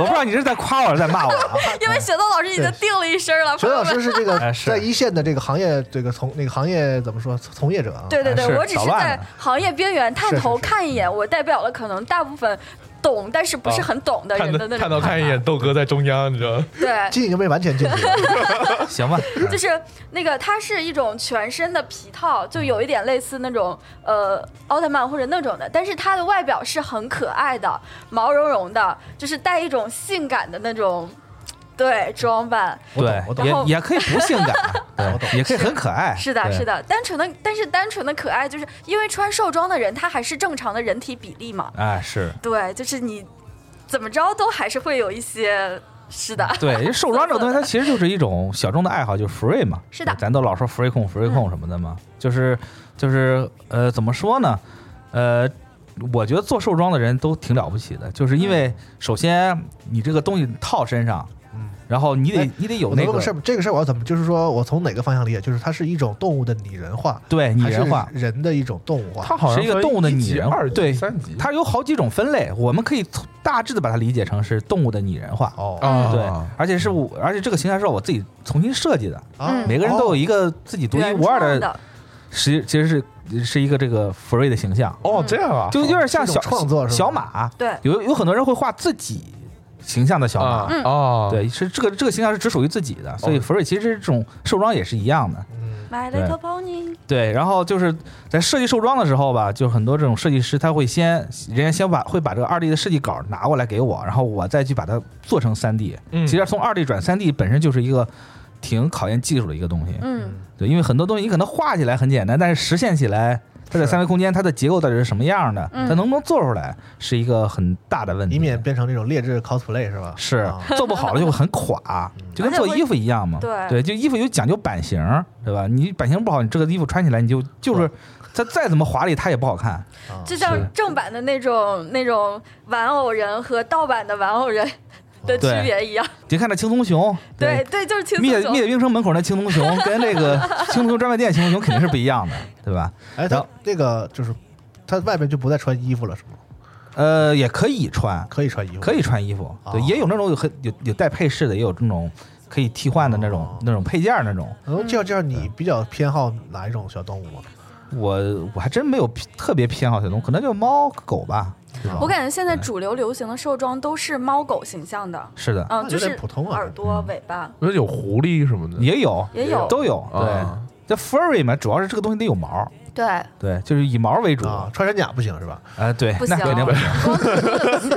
[SPEAKER 2] (laughs)
[SPEAKER 4] 我不知道你是在夸我还是在骂我
[SPEAKER 2] 哦
[SPEAKER 4] 啊？
[SPEAKER 3] 因为雪豆老师已经定了一身了，
[SPEAKER 2] 沈
[SPEAKER 3] 朋友
[SPEAKER 2] 老
[SPEAKER 3] 们
[SPEAKER 2] 师是这
[SPEAKER 3] (laughs)
[SPEAKER 2] 个
[SPEAKER 4] 哎是
[SPEAKER 2] 在一线的这个行业，这个从那个行业怎么说从业者啊？
[SPEAKER 3] 对对对，
[SPEAKER 4] 是
[SPEAKER 3] 我只
[SPEAKER 4] 捣
[SPEAKER 3] 是
[SPEAKER 4] 乱
[SPEAKER 3] 在
[SPEAKER 4] 了
[SPEAKER 3] 行业边缘探
[SPEAKER 2] 是是
[SPEAKER 3] 头
[SPEAKER 2] 是
[SPEAKER 3] 看一眼，我代表了可能大部分。懂但是不是很懂的
[SPEAKER 5] 看
[SPEAKER 3] 人
[SPEAKER 5] 到
[SPEAKER 3] 的那
[SPEAKER 5] 看
[SPEAKER 3] 种
[SPEAKER 5] 到
[SPEAKER 3] (laughs)
[SPEAKER 5] 看一眼豆哥在中央，你知道吗？
[SPEAKER 2] (laughs)
[SPEAKER 3] 对，
[SPEAKER 2] 筋已经被完全禁去了，
[SPEAKER 3] (laughs)
[SPEAKER 4] 行吧，
[SPEAKER 3] 就是是那个，它是一种全身的皮套，就有一点类似那种呃奥特曼或者那种的，但是它的外表是很可爱的，毛茸茸的，就是带一种性感的那种对装扮。
[SPEAKER 2] 我懂我，
[SPEAKER 4] 对
[SPEAKER 3] 然
[SPEAKER 4] 也
[SPEAKER 3] 后
[SPEAKER 4] 也可以不性感，
[SPEAKER 2] 我
[SPEAKER 4] 对，
[SPEAKER 2] 懂
[SPEAKER 4] 也可以很可爱，
[SPEAKER 3] 是的，
[SPEAKER 4] 对
[SPEAKER 3] 是，的，单纯的，但是单纯的可爱，就是因为穿兽装的人，他还是正常的人体比例嘛。
[SPEAKER 4] 哎，是
[SPEAKER 3] 对，就是你怎么着都还是会有一些，是的， (laughs)
[SPEAKER 4] 对，因为兽装这个东西，它其实就是一种小众的爱好，就是 free 嘛。
[SPEAKER 3] 是的嗯
[SPEAKER 4] 对咱都老说 free 控、free 控什么的嘛，就是就是呃，怎么说呢？呃，我觉得做兽装的人都挺了不起的，就是因
[SPEAKER 3] 嗯
[SPEAKER 4] 为首先你这个东西套身上，
[SPEAKER 2] 嗯
[SPEAKER 4] 然后你得
[SPEAKER 2] 哎
[SPEAKER 4] 你得有
[SPEAKER 2] 我能
[SPEAKER 4] 那
[SPEAKER 2] 问
[SPEAKER 4] 个
[SPEAKER 2] 个事儿吗，这个事儿我要怎么？就是说我从哪个方向理解？就是它是一种动物的拟人化，
[SPEAKER 4] 对拟人化
[SPEAKER 2] 还，是人的一种动物
[SPEAKER 3] (laughs)
[SPEAKER 2] 化。
[SPEAKER 5] 他好像
[SPEAKER 4] 是一个动物的拟人化
[SPEAKER 5] 二级
[SPEAKER 4] 对
[SPEAKER 5] 三级，
[SPEAKER 4] 它有好几种分类，我们可以从大致的把它理解成是动物的拟人化。
[SPEAKER 2] 哦
[SPEAKER 5] 啊，
[SPEAKER 4] 对，而且是我，而且这个形象是我自己重新设计的，
[SPEAKER 2] 啊
[SPEAKER 3] 嗯
[SPEAKER 4] 每个人都有一个自己独一
[SPEAKER 3] 原
[SPEAKER 4] 无二
[SPEAKER 3] 创
[SPEAKER 4] 的，实其实是是一个这个 free 的形象。
[SPEAKER 5] 哦这样啊，
[SPEAKER 4] 嗯就有点像
[SPEAKER 2] 这
[SPEAKER 4] 小
[SPEAKER 2] 种创作是吧
[SPEAKER 4] 小马，
[SPEAKER 3] 对
[SPEAKER 4] 有有很多人会画自己形象的小马，
[SPEAKER 5] 啊
[SPEAKER 3] 嗯
[SPEAKER 5] 哦，
[SPEAKER 4] 对，是这个这个形象是只属于自己的，所以福瑞其实这种兽装也是一样的，
[SPEAKER 2] 嗯
[SPEAKER 3] My
[SPEAKER 4] 对
[SPEAKER 3] Little Pony，
[SPEAKER 4] 对。然后就是在设计兽装的时候吧，就很多这种设计师他会先，人家先把会把这个二 D 的设计稿拿过来给我，然后我再去把它做成三 D。
[SPEAKER 5] 嗯
[SPEAKER 4] 其实从二 D 转三 D 本身就是一个挺考验技术的一个东西，
[SPEAKER 3] 嗯，
[SPEAKER 4] 对，因为很多东西你可能画起来很简单，但是实现起来，它在
[SPEAKER 2] 是
[SPEAKER 4] 三维空间它的结构到底是什么样的，
[SPEAKER 3] 嗯
[SPEAKER 4] 它能不能做出来，是一个很大的问题。
[SPEAKER 2] 以免变成那种劣质 cosplay 是吧？
[SPEAKER 4] 是、
[SPEAKER 2] 啊嗯
[SPEAKER 4] 做不好了就会很
[SPEAKER 2] (laughs)
[SPEAKER 4] 垮，就跟做衣服一样嘛。
[SPEAKER 3] 对
[SPEAKER 4] 对，就衣服有讲究版型，对吧？你版型不好，你这个衣服穿起来你就就是它再怎么华丽，它也不好看。
[SPEAKER 2] 啊
[SPEAKER 3] 就像正版的那种那种玩偶人和盗版的玩偶人的区
[SPEAKER 4] 对
[SPEAKER 3] 别一样。
[SPEAKER 4] 你看那青松熊，
[SPEAKER 3] 对对，就是轻
[SPEAKER 4] 蜜
[SPEAKER 3] 松
[SPEAKER 4] 雪蜜
[SPEAKER 3] 熊。
[SPEAKER 4] 雪冰城门口那青松熊，跟这个青松熊专卖店青松熊肯定是不一样的，对吧？
[SPEAKER 2] 哎，
[SPEAKER 4] 然
[SPEAKER 2] 他
[SPEAKER 4] 后
[SPEAKER 2] 那个就是他外边就不再穿衣服了，是吗？
[SPEAKER 4] 呃，也可以穿，
[SPEAKER 2] 可以穿衣服，
[SPEAKER 4] 可以穿衣服，
[SPEAKER 5] 啊
[SPEAKER 4] 对，
[SPEAKER 2] 哦
[SPEAKER 4] 也有那种有很有有带配饰的，也有这种可以替换的那种
[SPEAKER 5] 啊
[SPEAKER 2] 哦
[SPEAKER 4] 那种配件儿那种。
[SPEAKER 2] 嗯。能介绍介绍你比较偏好哪一种小动物啊吗？
[SPEAKER 4] 我我还真没有偏特别偏好小动物，可能就猫狗吧。
[SPEAKER 2] 是吧
[SPEAKER 3] 我感觉现在主流流行的兽装都是猫狗形象的，
[SPEAKER 4] 是的，
[SPEAKER 3] 嗯，
[SPEAKER 2] 那有
[SPEAKER 3] 就
[SPEAKER 2] 点
[SPEAKER 3] 是
[SPEAKER 2] 普通啊
[SPEAKER 3] 耳朵、尾巴
[SPEAKER 5] 不是有狐狸什么的，
[SPEAKER 4] 也有
[SPEAKER 3] 也有。
[SPEAKER 4] 都有，对
[SPEAKER 5] 啊。
[SPEAKER 4] 这 furry 嘛，主要是这个东西得有毛，
[SPEAKER 3] 对，
[SPEAKER 4] 对，就是以毛为主
[SPEAKER 2] 啊，穿山甲不行是吧？
[SPEAKER 4] 呃，对
[SPEAKER 3] 不，
[SPEAKER 4] 那
[SPEAKER 3] 行
[SPEAKER 4] 肯定
[SPEAKER 3] (laughs)
[SPEAKER 4] 不行。 (laughs)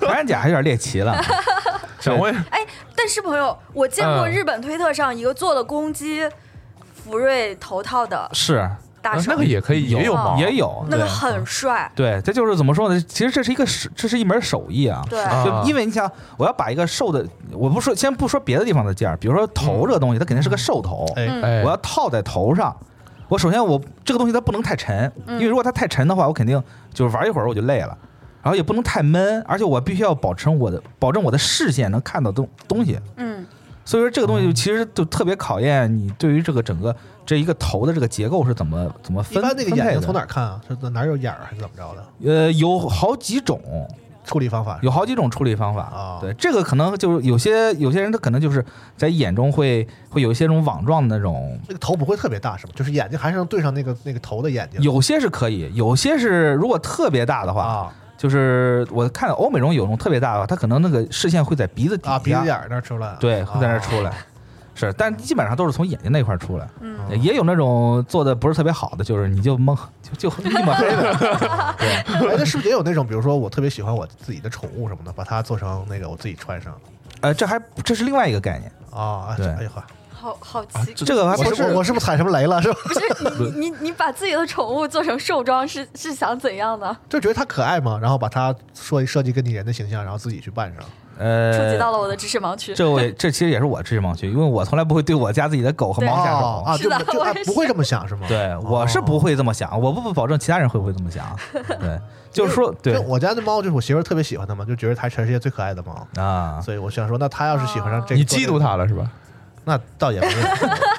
[SPEAKER 4] 穿山甲还有点猎奇了，
[SPEAKER 5] 想问
[SPEAKER 3] 哎，但是朋友，我见过
[SPEAKER 5] 嗯
[SPEAKER 3] 日本推特上一个做了公鸡福瑞头套的
[SPEAKER 4] 是
[SPEAKER 3] 大
[SPEAKER 5] 啊
[SPEAKER 3] 神，
[SPEAKER 5] 那个也可以，也有毛，
[SPEAKER 4] 也有，
[SPEAKER 3] 那个
[SPEAKER 4] 对
[SPEAKER 3] 很帅，
[SPEAKER 4] 对，这就是怎么说呢？其实这是一个手，这是一门手艺啊。
[SPEAKER 3] 对
[SPEAKER 5] 啊
[SPEAKER 4] 就因为你想，我要把一个瘦的，我不说，先不说别的地方的件儿，比如说头这个东西，它肯定是个兽头，
[SPEAKER 2] 哎，
[SPEAKER 5] 哎，
[SPEAKER 4] 我要套在头上。我首先我这个东西它不能太沉，因为如果它太沉的话，我肯定就是玩一会儿我就累了。然后也不能太闷，而且我必须要保证我的保证我的视线能看到东东西。
[SPEAKER 3] 嗯，
[SPEAKER 4] 所以说这个东西就其实就特别考验你对于这个整个这一个头的这个结构是怎么怎么
[SPEAKER 2] 一
[SPEAKER 4] 分
[SPEAKER 2] 般那个眼睛从哪
[SPEAKER 4] 儿？
[SPEAKER 2] 儿看啊？是哪儿有眼儿还是怎么着的？
[SPEAKER 4] 呃，有好几种，
[SPEAKER 2] 处理方法是吧
[SPEAKER 4] 有好几种处理方法
[SPEAKER 2] 啊
[SPEAKER 4] 对，这个可能就是有些有些人他可能就是在眼中会会有一些种网状的那种，
[SPEAKER 2] 那个头不会特别大是吗？就是眼睛还是能对上那个那个头的眼睛。
[SPEAKER 4] 有些是可以，有些是如果特别大的话，
[SPEAKER 2] 啊
[SPEAKER 4] 就是我看欧美中有那种特别大的话，他可能那个视线会在鼻子底下，
[SPEAKER 2] 啊，鼻子眼儿那儿出来啊，
[SPEAKER 4] 对，会在那儿出
[SPEAKER 2] 来。
[SPEAKER 4] 来。是，但基本上都是从眼睛那块儿出来，
[SPEAKER 3] 嗯
[SPEAKER 4] 也有那种做的不是特别好的，就是你就蒙就就一
[SPEAKER 3] (laughs)
[SPEAKER 4] 抹黑的，
[SPEAKER 2] (laughs)
[SPEAKER 4] 对，
[SPEAKER 2] 哎，那是不是也有那种，比如说我特别喜欢我自己的宠物什么的，把它做成那个我自己穿上
[SPEAKER 4] 呃，这还这是另外一个概念，
[SPEAKER 2] 啊？
[SPEAKER 4] 对
[SPEAKER 2] 哎呦呵，
[SPEAKER 3] 好好奇
[SPEAKER 4] 这个还
[SPEAKER 2] 我
[SPEAKER 4] 不
[SPEAKER 2] 是我我是不是踩什么雷 (laughs) 了？是吧？
[SPEAKER 3] 不是你你你你把自己的宠物做成兽装是是想怎样呢？
[SPEAKER 2] 就觉得它可爱嘛，然后把它说设计跟你人的形象，然后自己去扮上。
[SPEAKER 4] 呃，
[SPEAKER 3] 触及到了我的知识盲区。
[SPEAKER 4] (laughs) 这我也这其实也是我致盲区，因为我从来不会对我家自己的狗和猫下
[SPEAKER 2] 哦
[SPEAKER 4] 手。啊
[SPEAKER 2] 啊，
[SPEAKER 3] 是
[SPEAKER 2] 就
[SPEAKER 3] 的
[SPEAKER 2] 就
[SPEAKER 3] 我
[SPEAKER 2] 啊
[SPEAKER 3] 也
[SPEAKER 2] 不会这么想是吗？哦
[SPEAKER 4] 对，我是不会这么想，我不不保证其他人会不会这么想。对，就是说，对
[SPEAKER 2] 就我家的猫就是我媳妇儿特别喜欢它嘛，就觉得它是全世界最可爱的猫，
[SPEAKER 4] 啊，
[SPEAKER 2] 所以我想说，那她要是喜
[SPEAKER 3] 哦
[SPEAKER 2] 欢上这个，
[SPEAKER 5] 你嫉妒，他了是
[SPEAKER 4] (laughs)
[SPEAKER 5] 吧？
[SPEAKER 2] 那倒也不是。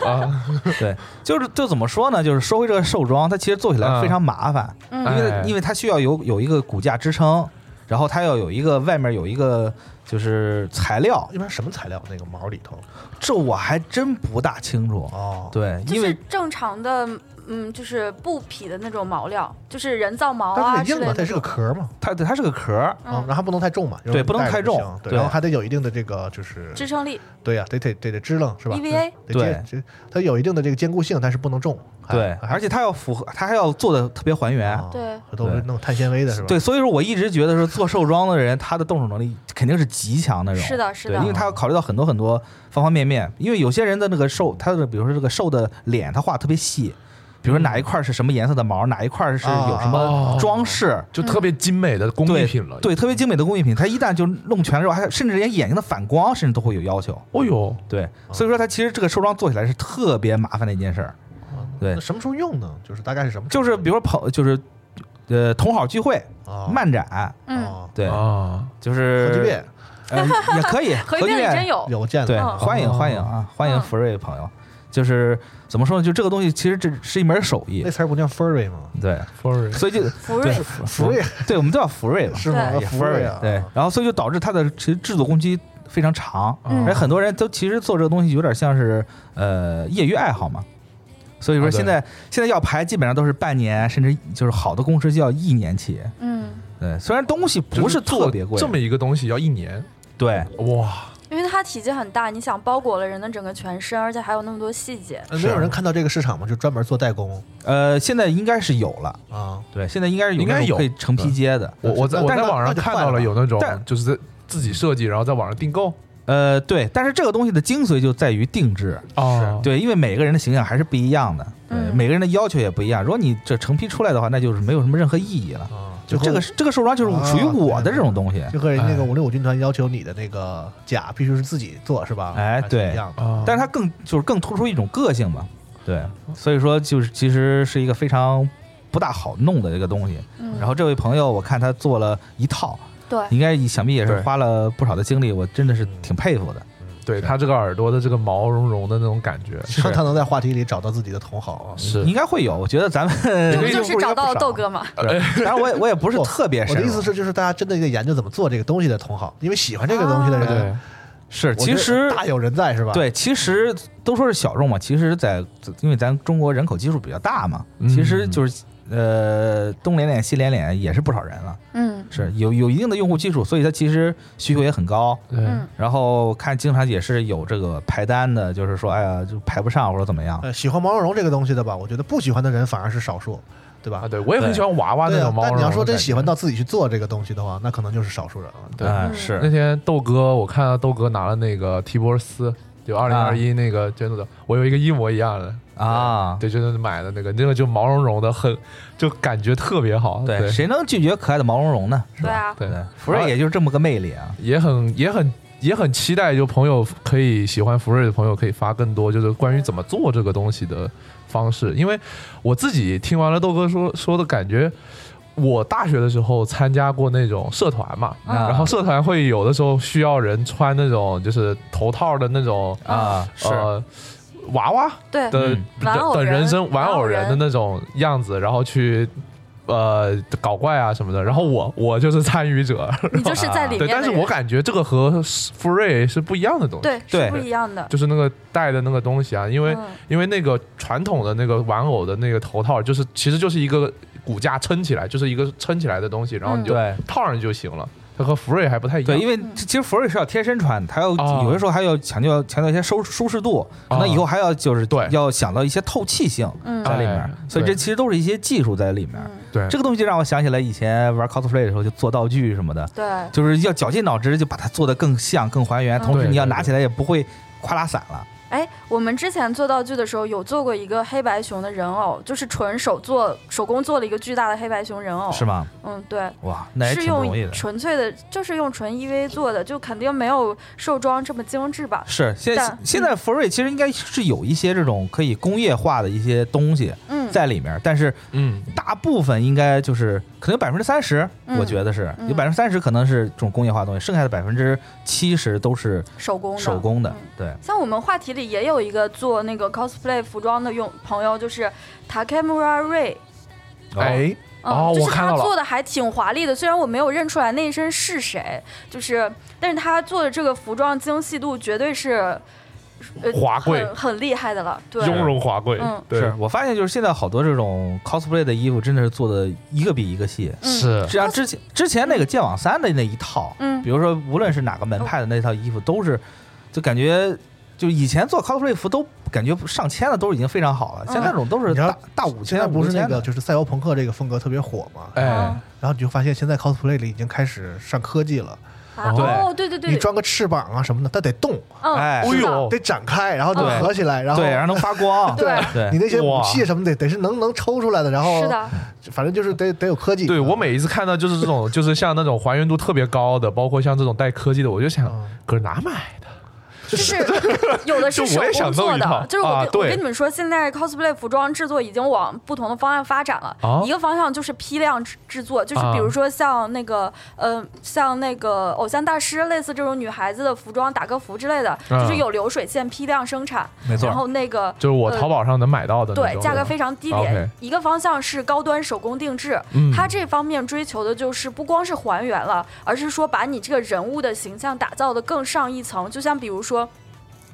[SPEAKER 5] 啊，
[SPEAKER 4] 对，就是就怎么说呢？就是说回这个兽装，它其实做起来非常麻烦，
[SPEAKER 3] 嗯
[SPEAKER 4] 因为
[SPEAKER 5] 哎
[SPEAKER 4] 因为它需要有有一个骨架支撑，然后它要有一个外面有一个就是材料，
[SPEAKER 2] (laughs) 一般什么材料？那个毛里头
[SPEAKER 4] 这我还真不大清楚。
[SPEAKER 2] 哦，
[SPEAKER 4] 对，
[SPEAKER 3] 就
[SPEAKER 4] 因
[SPEAKER 3] 是
[SPEAKER 4] 为
[SPEAKER 3] 正常的，嗯，就是布匹的那种毛料，就是人造毛
[SPEAKER 2] 但是
[SPEAKER 3] 啊
[SPEAKER 2] 得
[SPEAKER 3] 之
[SPEAKER 2] 硬
[SPEAKER 3] 类
[SPEAKER 2] 嘛，它
[SPEAKER 3] 的。嗯
[SPEAKER 2] 是个壳儿嘛，
[SPEAKER 4] 它它是个壳儿，
[SPEAKER 2] 啊，然后还不能太重嘛，
[SPEAKER 4] 对不能
[SPEAKER 2] 带着
[SPEAKER 4] 太重
[SPEAKER 2] 行对，
[SPEAKER 4] 对
[SPEAKER 2] 然后还得有一定的这个就是
[SPEAKER 3] 支撑力，
[SPEAKER 2] 对呀，得得得得支棱是吧
[SPEAKER 3] EVA
[SPEAKER 2] 得坚，这它有一定的这个坚固性，但是不能重，还
[SPEAKER 4] 对，
[SPEAKER 2] 还
[SPEAKER 4] 而且它要符合，它还要做的特别还原。
[SPEAKER 2] 啊
[SPEAKER 3] 对
[SPEAKER 2] 都是
[SPEAKER 4] 对
[SPEAKER 2] 弄碳纤维的是吧？
[SPEAKER 4] 对，，所以说我一直觉得说做寿装的人，他的动手能力肯定是极强那种。
[SPEAKER 3] 是的是
[SPEAKER 4] 对
[SPEAKER 3] 的
[SPEAKER 4] 因为他要考虑到很多很多方方面面，因为有些人的那个瘦，他的比如说这个瘦的脸，他画得特别细，比
[SPEAKER 2] 嗯
[SPEAKER 4] 如说哪一块是什么颜色的毛，哪一块是
[SPEAKER 2] 啊
[SPEAKER 4] 有什么
[SPEAKER 5] 哦
[SPEAKER 4] 装饰。
[SPEAKER 5] 就特别精美的工
[SPEAKER 4] 对
[SPEAKER 5] 艺品了。
[SPEAKER 4] 对，特别精美的工艺品，他一旦就弄全了之后，还甚至连眼睛的反光，甚至都会有要求。
[SPEAKER 5] 哦呦，
[SPEAKER 4] 对，所以说他其实这个寿装做起来是特别麻烦的一件事儿。
[SPEAKER 2] 啊
[SPEAKER 4] 对
[SPEAKER 2] 那，什么时候用呢？就是大概是什么时候
[SPEAKER 4] 就
[SPEAKER 2] 用？
[SPEAKER 4] 是比如说朋，就是呃同好聚会、
[SPEAKER 2] 啊
[SPEAKER 4] 漫展，
[SPEAKER 3] 嗯，
[SPEAKER 2] 啊，
[SPEAKER 4] 对，
[SPEAKER 5] 啊，
[SPEAKER 4] 就是
[SPEAKER 2] 核聚变
[SPEAKER 4] 呃也
[SPEAKER 3] (laughs)
[SPEAKER 4] 可以，
[SPEAKER 3] 合
[SPEAKER 4] 核
[SPEAKER 3] 约
[SPEAKER 4] 聚
[SPEAKER 3] 里真
[SPEAKER 4] 变
[SPEAKER 3] 有，
[SPEAKER 2] 有见
[SPEAKER 4] 对，
[SPEAKER 3] 嗯
[SPEAKER 2] 了，
[SPEAKER 4] 欢迎欢迎啊，欢迎
[SPEAKER 3] 嗯
[SPEAKER 4] 福瑞朋友。就是怎么说呢？就这个东西其实这是一门手艺
[SPEAKER 2] 那，词儿不叫 furry 吗？
[SPEAKER 4] 对，所以就
[SPEAKER 3] 福瑞
[SPEAKER 4] 对
[SPEAKER 2] 福瑞
[SPEAKER 4] 对，我们都叫福
[SPEAKER 2] (laughs)
[SPEAKER 4] 瑞嘛，
[SPEAKER 2] 是吗？
[SPEAKER 4] 也
[SPEAKER 2] 福瑞啊，
[SPEAKER 4] 对，然后所以就导致它的其实制作工期非常长，
[SPEAKER 3] 嗯
[SPEAKER 4] 而很多人都其实做这个东西有点像是呃业余爱好嘛。所以说
[SPEAKER 5] 啊对
[SPEAKER 4] 现在、现在要排基本上都是半年，甚至就是好的公司就要一年起。
[SPEAKER 3] 嗯，
[SPEAKER 4] 对，虽然东西不
[SPEAKER 5] 就是做
[SPEAKER 4] 特别贵，
[SPEAKER 5] 这么一个东西要一年，
[SPEAKER 4] 对
[SPEAKER 5] 哇，
[SPEAKER 3] 因为它体积很大，你想包裹了人的整个全身，而且还有那么多细节，
[SPEAKER 2] 呃没有人看到这个市场吗？就专门做代工
[SPEAKER 4] 呃，现在应该是有了，
[SPEAKER 2] 啊，
[SPEAKER 4] 对，现在应该是有
[SPEAKER 5] 应该
[SPEAKER 4] 那种
[SPEAKER 5] 有
[SPEAKER 4] 可以成批接的。
[SPEAKER 5] 我我在
[SPEAKER 2] 那
[SPEAKER 5] 我在
[SPEAKER 2] 那
[SPEAKER 5] 网上
[SPEAKER 2] 那就
[SPEAKER 5] 看
[SPEAKER 2] 坏
[SPEAKER 5] 到
[SPEAKER 2] 了
[SPEAKER 5] 了有那种
[SPEAKER 4] 但
[SPEAKER 5] 就是在自己设计，然后在网上订购
[SPEAKER 4] 呃，对，但是这个东西的精髓就在于定制，
[SPEAKER 5] 啊对
[SPEAKER 4] 对，因为每个人的形象还是不一样的，对，
[SPEAKER 3] 嗯
[SPEAKER 4] 每个人的要求也不一样。如果你这成批出来的话，那就是没有什么任何意义了。
[SPEAKER 2] 啊，
[SPEAKER 4] 就
[SPEAKER 2] 和
[SPEAKER 4] 这个是这个寿装就是
[SPEAKER 2] 啊
[SPEAKER 4] 属于我的
[SPEAKER 2] 对
[SPEAKER 4] 这种东西，
[SPEAKER 2] 就和人家那个
[SPEAKER 5] 哎
[SPEAKER 2] 五六五军团要求你的那个甲必须是自己做是吧？还
[SPEAKER 4] 哎
[SPEAKER 2] 是
[SPEAKER 4] 对
[SPEAKER 2] 一样的。
[SPEAKER 5] 啊，
[SPEAKER 4] 但是它更就是更突出一种个性嘛，
[SPEAKER 5] 哦
[SPEAKER 4] 对，所以说就是其实是一个非常不大好弄的一个东西。
[SPEAKER 3] 嗯哎
[SPEAKER 4] 然后这位朋友，我看他做了一套，
[SPEAKER 3] 对，
[SPEAKER 4] 应该想必也是
[SPEAKER 5] 对
[SPEAKER 4] 花了不少的精力，我真的是挺佩服的。
[SPEAKER 5] 对它这个耳朵的这个毛茸茸的那种感觉，
[SPEAKER 2] 希望他能在话题里找到自己的同好啊。
[SPEAKER 5] 是
[SPEAKER 4] 应该会有，我觉得咱们
[SPEAKER 3] 这不
[SPEAKER 4] (laughs)
[SPEAKER 5] 这
[SPEAKER 3] 就
[SPEAKER 5] 个
[SPEAKER 3] 是
[SPEAKER 5] 用户
[SPEAKER 3] 找
[SPEAKER 5] 也
[SPEAKER 3] 到
[SPEAKER 5] 不
[SPEAKER 3] 了
[SPEAKER 5] 少
[SPEAKER 3] 豆哥嘛？
[SPEAKER 4] 当然我也我也不是
[SPEAKER 2] 不
[SPEAKER 4] 特别
[SPEAKER 2] 我
[SPEAKER 4] 深
[SPEAKER 2] 的
[SPEAKER 4] 入，
[SPEAKER 2] 意思是，就是大家真的得研究怎么做这个东西的同好，因为喜欢这个东西的人，
[SPEAKER 5] 对，
[SPEAKER 4] 是
[SPEAKER 2] 我觉
[SPEAKER 4] 啊其
[SPEAKER 2] 得
[SPEAKER 4] 实
[SPEAKER 2] 大有人在是吧？，
[SPEAKER 4] 对，其实都说是小众嘛，其实在，因为咱中国人口基数比较大嘛，
[SPEAKER 5] 嗯
[SPEAKER 4] 其实就是呃东连连西连连也是不少人了，
[SPEAKER 3] 嗯
[SPEAKER 4] 是有有一定的用户基础，所以它其实需求也很高。
[SPEAKER 5] 对
[SPEAKER 3] 嗯，
[SPEAKER 4] 然后看经常也是有这个排单的，就是说哎呀就排不上或者怎么样，
[SPEAKER 2] 呃，喜欢毛茸茸这个东西的吧，我觉得不喜欢的人反而是少数，对吧
[SPEAKER 5] 啊？对，我也很
[SPEAKER 4] 对
[SPEAKER 5] 喜欢娃娃
[SPEAKER 2] 对
[SPEAKER 5] 那
[SPEAKER 2] 啊
[SPEAKER 5] 种，毛茸茸
[SPEAKER 2] 但你
[SPEAKER 5] 的感觉。
[SPEAKER 2] 要说真喜欢到自己去做这个东西的话，那可能就是少数人了。
[SPEAKER 5] 对
[SPEAKER 4] 哎
[SPEAKER 3] 嗯
[SPEAKER 5] 那
[SPEAKER 4] 是
[SPEAKER 5] 天豆哥，我看到豆哥拿了那个提博斯，就二零二
[SPEAKER 2] 啊
[SPEAKER 5] 一那个捐赠的，我有一个一模一样的，
[SPEAKER 4] 啊，
[SPEAKER 5] 对，就是买的那个，那个就毛茸茸的，很就感觉特别好，对
[SPEAKER 4] 对，谁能拒绝可爱的毛茸茸呢？是
[SPEAKER 3] 对
[SPEAKER 4] 吧？
[SPEAKER 3] 啊，
[SPEAKER 5] 对
[SPEAKER 4] 对，福瑞也就是这么个魅力啊。
[SPEAKER 5] 也很也很也很期待，就朋友可以喜欢福瑞的朋友可以发更多，就是关于怎么做这个东西的方式。因为我自己听完了豆哥说说的感觉，我大学的时候参加过那种社团嘛，
[SPEAKER 3] 嗯
[SPEAKER 4] 啊
[SPEAKER 5] 然后社团会有的时候需要人穿那种就是头套的那种
[SPEAKER 4] 啊，
[SPEAKER 5] 呃娃娃
[SPEAKER 3] 对，
[SPEAKER 5] 的
[SPEAKER 4] 嗯
[SPEAKER 3] 玩偶
[SPEAKER 5] 的
[SPEAKER 3] 人
[SPEAKER 5] 人生玩
[SPEAKER 3] 玩偶
[SPEAKER 5] 偶
[SPEAKER 3] 人
[SPEAKER 5] 人的那种样子，然后去。呃，搞怪啊什么的，然后我我就是参与者，
[SPEAKER 3] 你就是在里面的
[SPEAKER 5] 对，但
[SPEAKER 3] 人，
[SPEAKER 5] 是我感觉这个和福瑞是不一样的东西，啊
[SPEAKER 3] 对
[SPEAKER 4] 对
[SPEAKER 3] 是不一样的，
[SPEAKER 5] 就是那个戴的那个东西啊，因为、
[SPEAKER 3] 嗯
[SPEAKER 5] 因为那个传统的那个玩偶的那个头套，就是其实就是一个骨架撑起来，就是一个撑起来的东西，然后你
[SPEAKER 3] 嗯
[SPEAKER 5] 就
[SPEAKER 4] 对
[SPEAKER 5] 套上去就行了。它和福瑞还不太一样，
[SPEAKER 4] 对，因为其实福瑞是要贴身穿，它要
[SPEAKER 5] 嗯哦
[SPEAKER 4] 有些时候还要强调强调一些舒舒适度，可能以后还要就是
[SPEAKER 5] 对
[SPEAKER 4] 要想到一些透气性
[SPEAKER 3] 嗯
[SPEAKER 4] 在里面
[SPEAKER 5] 哎，
[SPEAKER 4] 所以这
[SPEAKER 5] 对嗯
[SPEAKER 4] 其实都是一些技术在里面。
[SPEAKER 5] 对
[SPEAKER 4] 这个东西就让我想起来以前玩 cosplay 的时候，就做道具什么的，
[SPEAKER 3] 对，
[SPEAKER 4] 就是要绞尽脑汁就把它做得更像、更还原，同
[SPEAKER 5] 嗯
[SPEAKER 4] 时
[SPEAKER 5] 对
[SPEAKER 4] 你要
[SPEAKER 5] 对
[SPEAKER 4] 拿
[SPEAKER 5] 对
[SPEAKER 4] 起来也不会夸拉散了。
[SPEAKER 3] 哎，我们之前做道具的时候，有做过一个黑白熊的人偶，就是纯手做手工做了一个巨大的黑白熊人
[SPEAKER 5] 哦
[SPEAKER 3] 偶。
[SPEAKER 4] 是？吗？
[SPEAKER 3] 嗯，对，
[SPEAKER 4] 哇，那也
[SPEAKER 3] 是
[SPEAKER 4] 挺不容易
[SPEAKER 3] 用
[SPEAKER 4] 的。
[SPEAKER 3] 纯粹的，就是用纯 EVA 做的，就肯定没有寿装这么精致吧？
[SPEAKER 4] 是，现在
[SPEAKER 5] 嗯
[SPEAKER 3] 但
[SPEAKER 4] 现在福瑞其实应该是有一些这种可以工业化的一些东西
[SPEAKER 3] 嗯，
[SPEAKER 4] 在里面，但是
[SPEAKER 5] 嗯，
[SPEAKER 4] 大部分应该就是可能百分之三十，
[SPEAKER 3] 嗯
[SPEAKER 4] 我觉得是
[SPEAKER 3] 嗯
[SPEAKER 4] 有百分之三十可能是这种工业化的东西，剩下的百分之七十都是
[SPEAKER 3] 手工的。
[SPEAKER 4] 手工的
[SPEAKER 3] 嗯。
[SPEAKER 4] 对，
[SPEAKER 3] 像我们话题里也有一个做那个 cosplay 服装的用朋友，就是 Takemura Ray，
[SPEAKER 4] 哦
[SPEAKER 5] 哎，
[SPEAKER 3] 嗯，
[SPEAKER 4] 哦
[SPEAKER 3] 就
[SPEAKER 4] 我
[SPEAKER 3] 是
[SPEAKER 4] 看
[SPEAKER 3] 他
[SPEAKER 4] 到了
[SPEAKER 3] 做的还挺华丽的，虽然我没有认出来那一身是谁，就是，但是他做的这个服装精细度绝对是，呃，
[SPEAKER 5] 华贵
[SPEAKER 3] 很很厉害的了，对，
[SPEAKER 5] 雍容华贵
[SPEAKER 3] 嗯，
[SPEAKER 5] 对
[SPEAKER 4] 是，我发现就是现在好多这种 cosplay 的衣服，真的是做的一个比一个细。
[SPEAKER 3] 嗯
[SPEAKER 5] 是
[SPEAKER 4] 只要之前之前那个剑网三的那一套，
[SPEAKER 3] 嗯
[SPEAKER 4] 比如说无论是哪个门派的那套衣服，都是就感觉就以前做 cosplay 服都感觉上千的都已经非常好了，像那种都是
[SPEAKER 2] 哦你知道
[SPEAKER 4] 大大五
[SPEAKER 2] 现
[SPEAKER 4] 千，
[SPEAKER 2] 在不是
[SPEAKER 4] 五六
[SPEAKER 2] 那
[SPEAKER 4] 千的
[SPEAKER 2] 个，就是赛欧朋克这个风格特别火嘛，
[SPEAKER 5] 哎
[SPEAKER 3] 嗯，
[SPEAKER 2] 然后你就发现现在 cosplay 里已经开始上科技了，
[SPEAKER 3] 啊
[SPEAKER 5] 对
[SPEAKER 3] 哦，对对对，
[SPEAKER 2] 你装个翅膀啊什么的，它得动，
[SPEAKER 3] 嗯，
[SPEAKER 4] 哎
[SPEAKER 3] 是的
[SPEAKER 5] 哎呦
[SPEAKER 2] 得展开，然后能
[SPEAKER 4] 对
[SPEAKER 3] 嗯
[SPEAKER 2] 合起来，然后
[SPEAKER 4] 哎对，然后能发光，
[SPEAKER 3] 对
[SPEAKER 2] 你
[SPEAKER 4] 对，
[SPEAKER 2] 那些武
[SPEAKER 5] 哇
[SPEAKER 2] 器什么得得是能能抽出来的，
[SPEAKER 5] 哎
[SPEAKER 2] 然后
[SPEAKER 3] 是的，
[SPEAKER 2] 反正就是得得有科技。
[SPEAKER 5] 对
[SPEAKER 2] 嗯
[SPEAKER 5] 我每一次看到就是这种，就是像那种还原度特别高的，包括像这种带科技的，我就想
[SPEAKER 2] 嗯，
[SPEAKER 5] 搁哪买的？
[SPEAKER 3] 就是有的是
[SPEAKER 5] 就
[SPEAKER 3] 手
[SPEAKER 5] 我也
[SPEAKER 3] 工
[SPEAKER 5] 想
[SPEAKER 3] 做
[SPEAKER 5] 弄一套
[SPEAKER 3] 的，就是我跟、
[SPEAKER 5] 啊
[SPEAKER 3] 我
[SPEAKER 5] 对
[SPEAKER 3] 跟你们说，现在 cosplay 服装制作已经往不同的方向发展了。
[SPEAKER 5] 啊
[SPEAKER 3] 一个方向就是批量制制作，就是
[SPEAKER 5] 啊
[SPEAKER 3] 比如说像那个、呃，像那个偶像大师类似这种女孩子的服装、打歌服之类的，
[SPEAKER 5] 嗯
[SPEAKER 3] 就是有流水线批量生产，
[SPEAKER 4] 没错
[SPEAKER 3] 然后那个呃
[SPEAKER 5] 就是我淘宝上能买到的那
[SPEAKER 3] 对，
[SPEAKER 5] 种，
[SPEAKER 3] 价格非常低廉
[SPEAKER 5] OK。
[SPEAKER 3] 一个方向是高端手工定制，
[SPEAKER 5] 嗯
[SPEAKER 3] 它这方面追求的就是不光是还原了，而是说把你这个人物的形象打造的更上一层。就像比如说，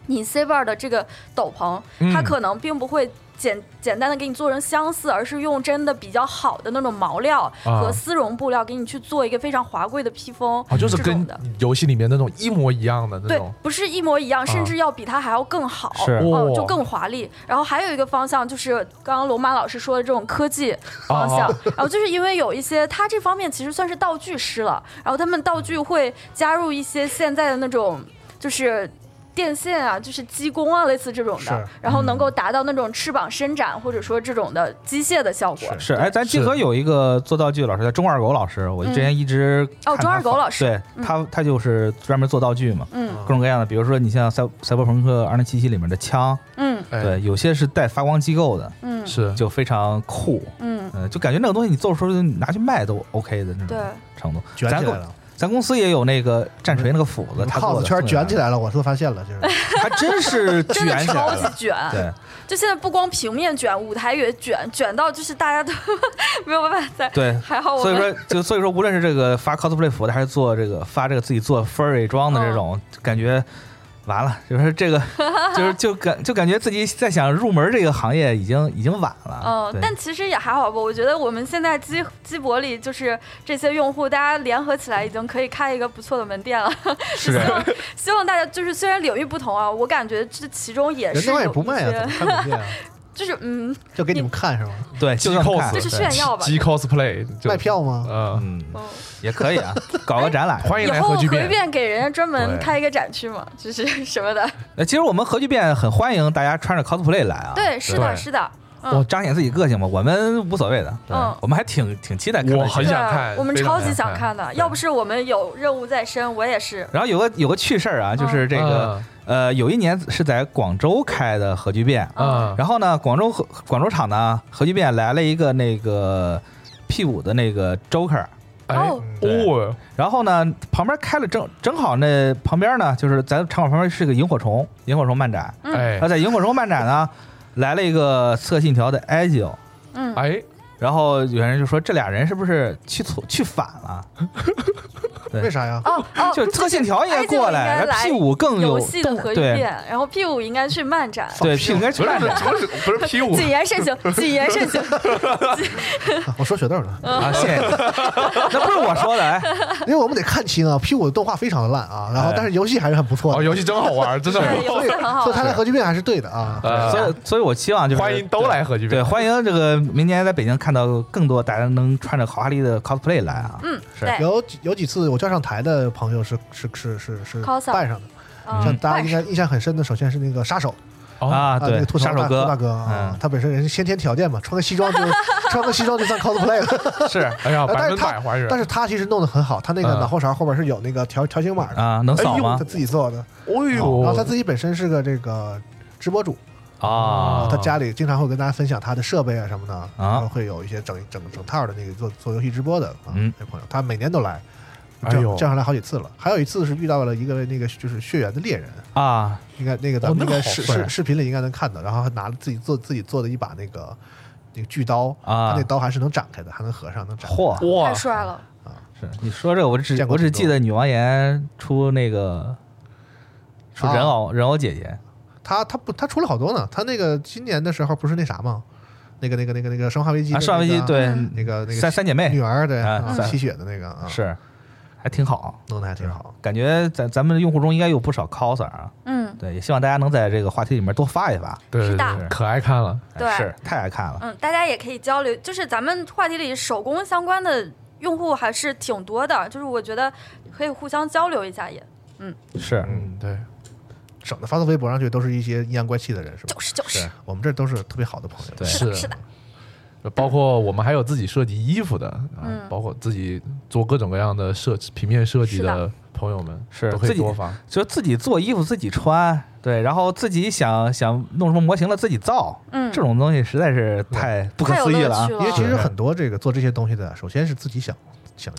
[SPEAKER 3] 你 Saber 的这个斗篷，它
[SPEAKER 5] 嗯
[SPEAKER 3] 可能并不会。简简单的给你做成相似，而是用真的比较好的那种毛料
[SPEAKER 5] 啊
[SPEAKER 3] 和丝绒布料给你去做一个非常华贵的披风，
[SPEAKER 5] 哦，就是
[SPEAKER 3] 这种
[SPEAKER 5] 跟
[SPEAKER 3] 的
[SPEAKER 5] 游戏里面那种一模一样的那
[SPEAKER 3] 对
[SPEAKER 5] 种，
[SPEAKER 3] 不是一模一样，甚
[SPEAKER 5] 啊
[SPEAKER 3] 至要比它还要更好，
[SPEAKER 4] 是
[SPEAKER 3] 嗯，就
[SPEAKER 5] 哇
[SPEAKER 3] 更华丽。然后还有一个方向就是刚刚龙马老师说的这种科技方向，
[SPEAKER 5] 哦
[SPEAKER 3] 然后就是因为有一些他这方面其实算是道具师了，然后他们道具会加入一些现在的那种就是。电线啊，就是机工啊，类似这种的
[SPEAKER 2] 是，
[SPEAKER 3] 然后能够达到那种翅膀伸展，或者说这种的机械的效果。
[SPEAKER 4] 是，哎，咱集合有一个做道具的老师叫钟二狗老师，我之前一直
[SPEAKER 3] 哦
[SPEAKER 4] 看
[SPEAKER 3] 钟
[SPEAKER 4] 他
[SPEAKER 3] 二狗
[SPEAKER 4] 访
[SPEAKER 3] 老师
[SPEAKER 4] 对他他就是专门做道具嘛，
[SPEAKER 3] 嗯
[SPEAKER 4] 各种各样的，比如说你像赛赛博朋克二零七七里面的枪，
[SPEAKER 3] 嗯
[SPEAKER 5] 哎
[SPEAKER 4] 对，有些是带发光机构的，
[SPEAKER 3] 嗯
[SPEAKER 5] 是
[SPEAKER 4] 就非常酷，
[SPEAKER 3] 嗯，
[SPEAKER 4] 嗯，就感觉那种东西你做出来你拿去卖都 OK 的那
[SPEAKER 3] 对
[SPEAKER 4] 种，程度。
[SPEAKER 2] 卷
[SPEAKER 4] 咱
[SPEAKER 2] 起
[SPEAKER 4] 公
[SPEAKER 2] 来了，
[SPEAKER 4] 咱公司也有那个战锤那个斧
[SPEAKER 2] 我
[SPEAKER 4] 子，
[SPEAKER 2] 们
[SPEAKER 4] 他
[SPEAKER 2] 胖
[SPEAKER 4] 做
[SPEAKER 2] 子
[SPEAKER 4] 的
[SPEAKER 2] 圈卷起，来了，我都发现了，
[SPEAKER 3] 哎
[SPEAKER 2] 就是
[SPEAKER 4] 还真是
[SPEAKER 3] (laughs) 真的
[SPEAKER 4] 卷起
[SPEAKER 3] 超
[SPEAKER 4] 来
[SPEAKER 3] 级
[SPEAKER 4] 了。
[SPEAKER 3] 卷。
[SPEAKER 4] 对，
[SPEAKER 3] 就现在不光平面卷，舞台也卷，卷到就是大家都 (laughs) 没有办法在。(laughs)
[SPEAKER 4] 对
[SPEAKER 3] 还好我
[SPEAKER 4] 所以
[SPEAKER 3] 们
[SPEAKER 4] 说就所以说，无论是这个发 cosplay 服的，还是做这个发这个自己做 furry 装
[SPEAKER 3] 嗯
[SPEAKER 4] 的这种，感觉完了，就是
[SPEAKER 3] (laughs)
[SPEAKER 4] 这个就是就感就感觉自己在想入门这个行业已经已经晚了。
[SPEAKER 3] 嗯
[SPEAKER 4] 啊对，
[SPEAKER 3] 但其实也还好吧。我觉得我们现在基基博里就是这些用户，大家联合起来已经可以开一个不错的门店了。 (laughs)
[SPEAKER 4] 是
[SPEAKER 5] 啊
[SPEAKER 3] 希望希望大家就是虽然领域不同啊，我感觉这其中也
[SPEAKER 2] 人
[SPEAKER 3] 是
[SPEAKER 2] 家
[SPEAKER 3] 有
[SPEAKER 2] 也
[SPEAKER 3] 一
[SPEAKER 2] 不卖啊，怎
[SPEAKER 3] 些
[SPEAKER 2] 么开门店啊？
[SPEAKER 3] 就是嗯，
[SPEAKER 2] 就给你们看是吗？
[SPEAKER 4] 对，就这么看，
[SPEAKER 5] 这
[SPEAKER 3] 是
[SPEAKER 4] 哎对
[SPEAKER 3] 炫耀吧。
[SPEAKER 5] 鸡 cosplay 就
[SPEAKER 2] 卖票吗？
[SPEAKER 5] 呃，
[SPEAKER 4] 嗯，
[SPEAKER 3] 嗯
[SPEAKER 4] 也可以啊，搞个
[SPEAKER 3] (laughs)
[SPEAKER 4] 展览。
[SPEAKER 5] 欢
[SPEAKER 3] 以
[SPEAKER 5] 迎来
[SPEAKER 3] 后
[SPEAKER 5] 核聚
[SPEAKER 3] 核
[SPEAKER 5] 变
[SPEAKER 3] 聚。变给人家专门
[SPEAKER 5] 对
[SPEAKER 3] 开一个展区嘛，就是什么的。
[SPEAKER 4] 呃，其实我们核聚变很欢迎大家穿着 cosplay 来啊。
[SPEAKER 3] 对，是的，是的。嗯
[SPEAKER 4] 我彰显自己个性嘛，我们无所谓的。
[SPEAKER 3] 嗯
[SPEAKER 4] 我们还挺挺期待看
[SPEAKER 5] 我
[SPEAKER 4] 到
[SPEAKER 5] 很
[SPEAKER 4] 这些。
[SPEAKER 5] 想
[SPEAKER 3] 对啊
[SPEAKER 5] 看
[SPEAKER 3] 我们
[SPEAKER 5] 非常
[SPEAKER 3] 超级
[SPEAKER 5] 想
[SPEAKER 3] 想看
[SPEAKER 5] 看
[SPEAKER 3] 的。要不是我们有任务在身，我也是。
[SPEAKER 4] 然后有个有个趣事儿啊，
[SPEAKER 3] 嗯
[SPEAKER 4] 就是这
[SPEAKER 5] 嗯
[SPEAKER 4] 个、呃，有一年是在广州开的核聚变，
[SPEAKER 5] 嗯，嗯
[SPEAKER 4] 然后呢，广州核广州场呢核聚变来了一个那个 P 五的那个 Joker，
[SPEAKER 5] 哎
[SPEAKER 3] 哦
[SPEAKER 5] 哦，
[SPEAKER 4] 然后呢旁边开了正正好那旁边呢就是咱场馆旁边是个萤火虫，萤火虫漫展，
[SPEAKER 3] 嗯
[SPEAKER 5] 哎
[SPEAKER 4] 然后在萤火虫漫展呢来了一个刺客信条的艾吉欧。
[SPEAKER 3] 嗯，
[SPEAKER 5] 哎，
[SPEAKER 4] 然后有人就说这俩人是不是去错去反了？对
[SPEAKER 2] 为啥呀？ (laughs)
[SPEAKER 3] 哦哦，
[SPEAKER 4] 就是特信条应该过来，
[SPEAKER 3] 哎这个应该
[SPEAKER 4] 然后
[SPEAKER 3] 来
[SPEAKER 4] P 五更
[SPEAKER 3] 游
[SPEAKER 4] 有
[SPEAKER 3] 戏的核聚变，
[SPEAKER 4] 对
[SPEAKER 3] 然后 P 五应该去漫展。
[SPEAKER 4] 对 P 五应该去
[SPEAKER 5] 不是
[SPEAKER 4] 漫
[SPEAKER 5] 不是
[SPEAKER 4] 展
[SPEAKER 5] 不是不是 P 五，
[SPEAKER 3] 谨言慎行，谨言慎行。
[SPEAKER 2] 啊我说雪豆呢，
[SPEAKER 4] 啊！谢谢
[SPEAKER 2] (laughs)
[SPEAKER 4] 你，那不是我说的，哎，
[SPEAKER 2] 因为我们得看清啊。P 五的动画非常的烂啊，然后
[SPEAKER 4] 哎
[SPEAKER 2] 但是游戏还是很不错
[SPEAKER 5] 哦，
[SPEAKER 2] 的，
[SPEAKER 5] 游戏真好玩，真的
[SPEAKER 3] 对，游戏很好
[SPEAKER 2] 所以
[SPEAKER 3] 玩。
[SPEAKER 2] 他来核聚变还是对的啊。
[SPEAKER 5] 呃
[SPEAKER 4] 所以所以我期望就是
[SPEAKER 5] 欢迎都来核聚
[SPEAKER 4] 对，对
[SPEAKER 5] 变。
[SPEAKER 4] 欢迎这个明年在北京看到更多大家能穿着豪华丽的 cosplay 来啊！
[SPEAKER 3] 嗯，
[SPEAKER 4] 是
[SPEAKER 3] 对，
[SPEAKER 2] 有几有几次我叫上台的朋友是是是是是
[SPEAKER 3] Coser
[SPEAKER 2] 带上的，
[SPEAKER 3] 嗯
[SPEAKER 2] 像大家应该印象很深的，首先是那个杀手
[SPEAKER 5] 哦
[SPEAKER 4] 啊，
[SPEAKER 2] 嗯那
[SPEAKER 4] 对
[SPEAKER 2] 个，秃头
[SPEAKER 4] 杀手
[SPEAKER 2] 大大
[SPEAKER 4] 哥
[SPEAKER 2] 哥啊
[SPEAKER 4] 嗯，
[SPEAKER 2] 他本身人是先天条件嘛，穿个西装就穿个西装就算 cosplay 了。
[SPEAKER 4] 哦是
[SPEAKER 5] 哎呀，
[SPEAKER 2] 但
[SPEAKER 5] 百
[SPEAKER 2] 是
[SPEAKER 5] 分
[SPEAKER 2] 他
[SPEAKER 5] 百还原。
[SPEAKER 2] (laughs) 但是他其实弄得很好，他那个
[SPEAKER 5] 嗯
[SPEAKER 2] 脑后勺后边是有那个条条形码的，
[SPEAKER 4] 啊，能
[SPEAKER 2] 哎
[SPEAKER 4] 扫
[SPEAKER 2] 呦
[SPEAKER 4] 吗
[SPEAKER 2] 他？自己做的。
[SPEAKER 5] 哎呦，
[SPEAKER 2] 然后他自己本身是个这个直播主
[SPEAKER 4] 啊
[SPEAKER 2] 他家里经常会跟大家分享他的设备啊什么的，然后会有一些整整整套的那个做做游戏直播的啊，
[SPEAKER 4] 嗯
[SPEAKER 2] 那朋友，他每年都来。
[SPEAKER 5] 哎
[SPEAKER 2] 叫
[SPEAKER 5] 呦
[SPEAKER 2] 叫上来好几次了，还有一次是遇到了一个那个就是血缘的猎人，
[SPEAKER 4] 啊，
[SPEAKER 2] 应该那个咱
[SPEAKER 5] 哦
[SPEAKER 2] 们
[SPEAKER 5] 那
[SPEAKER 2] 应
[SPEAKER 5] 么
[SPEAKER 2] 该
[SPEAKER 5] 好
[SPEAKER 2] 视
[SPEAKER 5] 帅
[SPEAKER 2] 视视频里应该能看到，然后还拿了自己做自己做的一把那个那个锯刀
[SPEAKER 4] 啊
[SPEAKER 2] 它那刀还是能展开的，还能合上，能展开。
[SPEAKER 4] 嚯，
[SPEAKER 5] 哇
[SPEAKER 3] 太，帅了，
[SPEAKER 4] 是你说这个，我只
[SPEAKER 2] 见过
[SPEAKER 4] 我只
[SPEAKER 2] 挺多
[SPEAKER 4] 记得女王岩出那个出人
[SPEAKER 2] 啊
[SPEAKER 4] 偶、人偶姐姐
[SPEAKER 2] 他他不他出了好多呢，他那个今年的时候不是那啥吗？那个那个那个那个《生化危机》那
[SPEAKER 4] 啊，
[SPEAKER 2] 个
[SPEAKER 4] 上飞机对、
[SPEAKER 3] 嗯
[SPEAKER 2] 那个那个
[SPEAKER 4] 三三姐妹
[SPEAKER 2] 女儿对
[SPEAKER 4] 啊
[SPEAKER 2] 啊
[SPEAKER 4] 三
[SPEAKER 2] 吸血的那个啊，
[SPEAKER 4] 是还挺好，
[SPEAKER 2] 弄得还挺好。
[SPEAKER 4] 感觉咱咱们用户中应该有不少 coser 啊，
[SPEAKER 3] 嗯
[SPEAKER 4] 对，也希望大家能在这个话题里面多发一发，
[SPEAKER 5] 对
[SPEAKER 3] 是
[SPEAKER 5] 对
[SPEAKER 3] 的
[SPEAKER 5] 对，可爱看了，
[SPEAKER 3] 对
[SPEAKER 4] 是太爱看了，
[SPEAKER 3] 嗯，大家也可以交流，就是咱们话题里手工相关的用户还是挺多的，就是我觉得可以互相交流一下也，
[SPEAKER 4] 是
[SPEAKER 5] 嗯，对，
[SPEAKER 2] 省得发到微博上去都是一些阴阳怪气的人，是吧
[SPEAKER 3] 就？是就是，
[SPEAKER 2] 我们这都是特别好的朋友。
[SPEAKER 4] 对
[SPEAKER 3] 是的，是的，
[SPEAKER 5] 包括我们还有自己设计衣服的，啊
[SPEAKER 3] 嗯
[SPEAKER 5] 包括自己做各种各样的设平面设计
[SPEAKER 3] 是
[SPEAKER 5] 的
[SPEAKER 3] 的
[SPEAKER 5] 朋友们，
[SPEAKER 4] 是
[SPEAKER 5] 都可
[SPEAKER 4] 自
[SPEAKER 5] 以
[SPEAKER 4] 己
[SPEAKER 5] 多发。
[SPEAKER 4] 就自己做衣服自己穿，对，然后自己想想弄什么模型了自己造，
[SPEAKER 3] 嗯
[SPEAKER 4] 这种东西实在是太不可
[SPEAKER 3] 太有
[SPEAKER 4] 思议了
[SPEAKER 3] 乐
[SPEAKER 4] 啊
[SPEAKER 3] 趣！了，
[SPEAKER 2] 因为其实很多这个做这些东西的，首先是自己想想，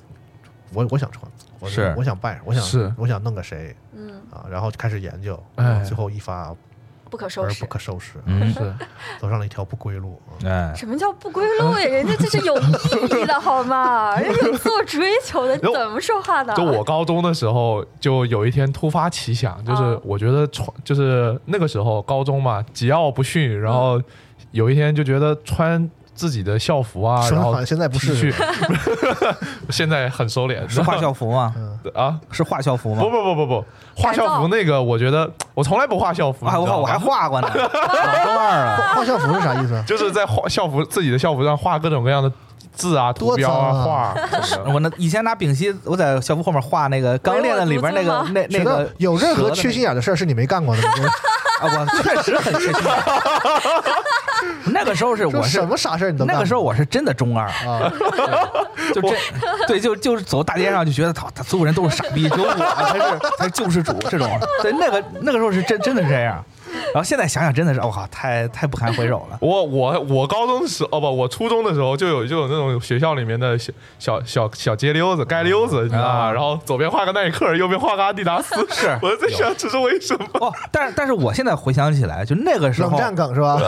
[SPEAKER 2] 我我想穿，我
[SPEAKER 4] 是
[SPEAKER 2] 我想办，我想
[SPEAKER 5] 是
[SPEAKER 2] 我想弄个谁
[SPEAKER 3] 嗯，
[SPEAKER 2] 啊，然后就开始研究，
[SPEAKER 5] 哎
[SPEAKER 2] 然后最后一发
[SPEAKER 3] 不可收
[SPEAKER 2] 而
[SPEAKER 3] 拾
[SPEAKER 2] 不。可收拾，
[SPEAKER 3] (laughs)
[SPEAKER 4] 嗯，
[SPEAKER 5] 是，
[SPEAKER 2] 走上了一条不归路。啊
[SPEAKER 4] 哎，
[SPEAKER 3] 什么叫不归路
[SPEAKER 5] (laughs)
[SPEAKER 3] 呀？人家这是有意义的好吗？人家有做追求的，
[SPEAKER 5] 然后
[SPEAKER 3] 怎么说话呢？
[SPEAKER 5] 就我高中的时候，就有一天突发奇想，就是
[SPEAKER 3] 啊
[SPEAKER 5] 我觉得穿，就是那个时候高中嘛，桀骜不驯，
[SPEAKER 3] 嗯
[SPEAKER 5] 然后有一天就觉得穿自己的校服啊，
[SPEAKER 2] 说得
[SPEAKER 5] 然
[SPEAKER 2] 好
[SPEAKER 5] 后
[SPEAKER 2] 像现在不
[SPEAKER 5] T
[SPEAKER 2] 是
[SPEAKER 5] 恤， (laughs) 现在很收敛，
[SPEAKER 4] 是画校服吗？
[SPEAKER 5] (laughs) 啊。
[SPEAKER 4] 是画校服吗
[SPEAKER 5] 不？不不不不，画校服那个，我觉得我从来不画校服，
[SPEAKER 4] 啊，
[SPEAKER 5] 你
[SPEAKER 4] 我
[SPEAKER 5] 知道
[SPEAKER 4] 画我还
[SPEAKER 5] 吗 (laughs)
[SPEAKER 4] 画过呢，老哥们儿
[SPEAKER 2] (laughs)
[SPEAKER 4] 了。
[SPEAKER 2] 画校服是啥意思啊？
[SPEAKER 5] 就是在画校服自己的校服上画各种各样的字啊、图
[SPEAKER 2] 多
[SPEAKER 5] 标
[SPEAKER 2] 脏啊
[SPEAKER 5] 画什么的。
[SPEAKER 4] 我那以前拿丙烯，我在校服后面画那个《钢炼》的里边那
[SPEAKER 3] 唯我
[SPEAKER 4] 个
[SPEAKER 3] 独尊
[SPEAKER 4] 那那
[SPEAKER 2] 觉
[SPEAKER 4] 个
[SPEAKER 2] 得有任何缺心
[SPEAKER 4] 心
[SPEAKER 2] 眼的事儿是你没干过的，你
[SPEAKER 4] (laughs) 啊，我确实很缺心眼。 (laughs) 那个时候是
[SPEAKER 2] 这
[SPEAKER 4] 我是
[SPEAKER 2] 什么傻事儿你都干
[SPEAKER 4] 那
[SPEAKER 2] 过
[SPEAKER 4] 个时候我是真的中二，
[SPEAKER 2] 啊，
[SPEAKER 4] (laughs) 就真 (laughs) 对就就是走大街上就觉得操，他所有人都是傻逼，只有我才是才是救世主这种。对，那个那个时候是真真的是这样，然后现在想想真的是我靠，太太不堪回首
[SPEAKER 5] (laughs)
[SPEAKER 4] 了。
[SPEAKER 5] 我我我高中的时候哦不，我初中的时候就有就有那种学校里面的小小小小街溜子、街溜子，你知道吗？
[SPEAKER 4] 啊
[SPEAKER 5] 然后左边画个耐克，右边画个阿迪达斯。
[SPEAKER 4] 是
[SPEAKER 5] 我在想这是为什么？
[SPEAKER 4] 哦，但是但是我现在回想起来，就那个时候
[SPEAKER 2] 冷战梗是吧？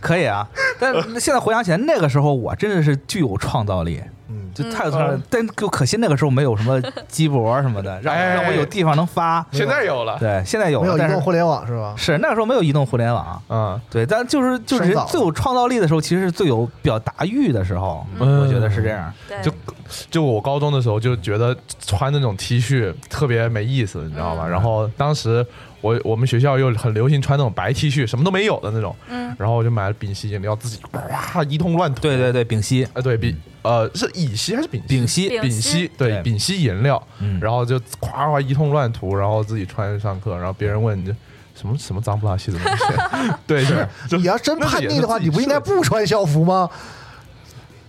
[SPEAKER 4] 可以啊，但现在回想起来，那个时候我真的是具有创造力，
[SPEAKER 2] 嗯，
[SPEAKER 4] 就太有创造力。但就可惜那个时候没有什么鸡脖什么的，让我
[SPEAKER 5] 哎
[SPEAKER 4] 让我有地方能发。
[SPEAKER 5] 现在有了，
[SPEAKER 4] 对，现在有
[SPEAKER 2] 没
[SPEAKER 4] 了
[SPEAKER 2] 有，移
[SPEAKER 4] 但
[SPEAKER 2] 动
[SPEAKER 4] 是
[SPEAKER 2] 互联网是吧？
[SPEAKER 4] 是那个时候没有移动互联网。
[SPEAKER 5] 嗯，
[SPEAKER 4] 对，但就是就是人
[SPEAKER 2] 生早
[SPEAKER 4] 最有创造力的时候，其实是最有表达欲的时候，
[SPEAKER 5] 嗯
[SPEAKER 4] 我觉得是这样。
[SPEAKER 3] 对
[SPEAKER 5] 就就我高中的时候就觉得穿那种 T 恤特别没意思，你知道吗？
[SPEAKER 2] 嗯
[SPEAKER 5] 然后当时我我们学校又很流行穿那种白 T 恤，什么都没有的那种。
[SPEAKER 3] 嗯
[SPEAKER 5] 然后我就买了丙烯饮料，自己哇一通乱涂。
[SPEAKER 4] 对对对，丙烯，
[SPEAKER 5] 呃，对丙呃是乙烯还是丙烯？
[SPEAKER 4] 丙烯，
[SPEAKER 3] 丙
[SPEAKER 5] 丙
[SPEAKER 3] 烯
[SPEAKER 5] 烯对
[SPEAKER 4] 对
[SPEAKER 5] 丙烯颜料，
[SPEAKER 4] 嗯
[SPEAKER 5] 然后就夸夸一通乱涂，然后自己穿上课，然后别人问你这什么什么脏不拉稀
[SPEAKER 2] (laughs)
[SPEAKER 5] 的东西，对，是就
[SPEAKER 2] 你要真
[SPEAKER 5] 那
[SPEAKER 2] 叛
[SPEAKER 5] 也
[SPEAKER 2] 逆
[SPEAKER 5] 是
[SPEAKER 2] 的话，
[SPEAKER 5] 自己
[SPEAKER 2] 你不应该
[SPEAKER 5] 设计
[SPEAKER 2] 不穿校服吗？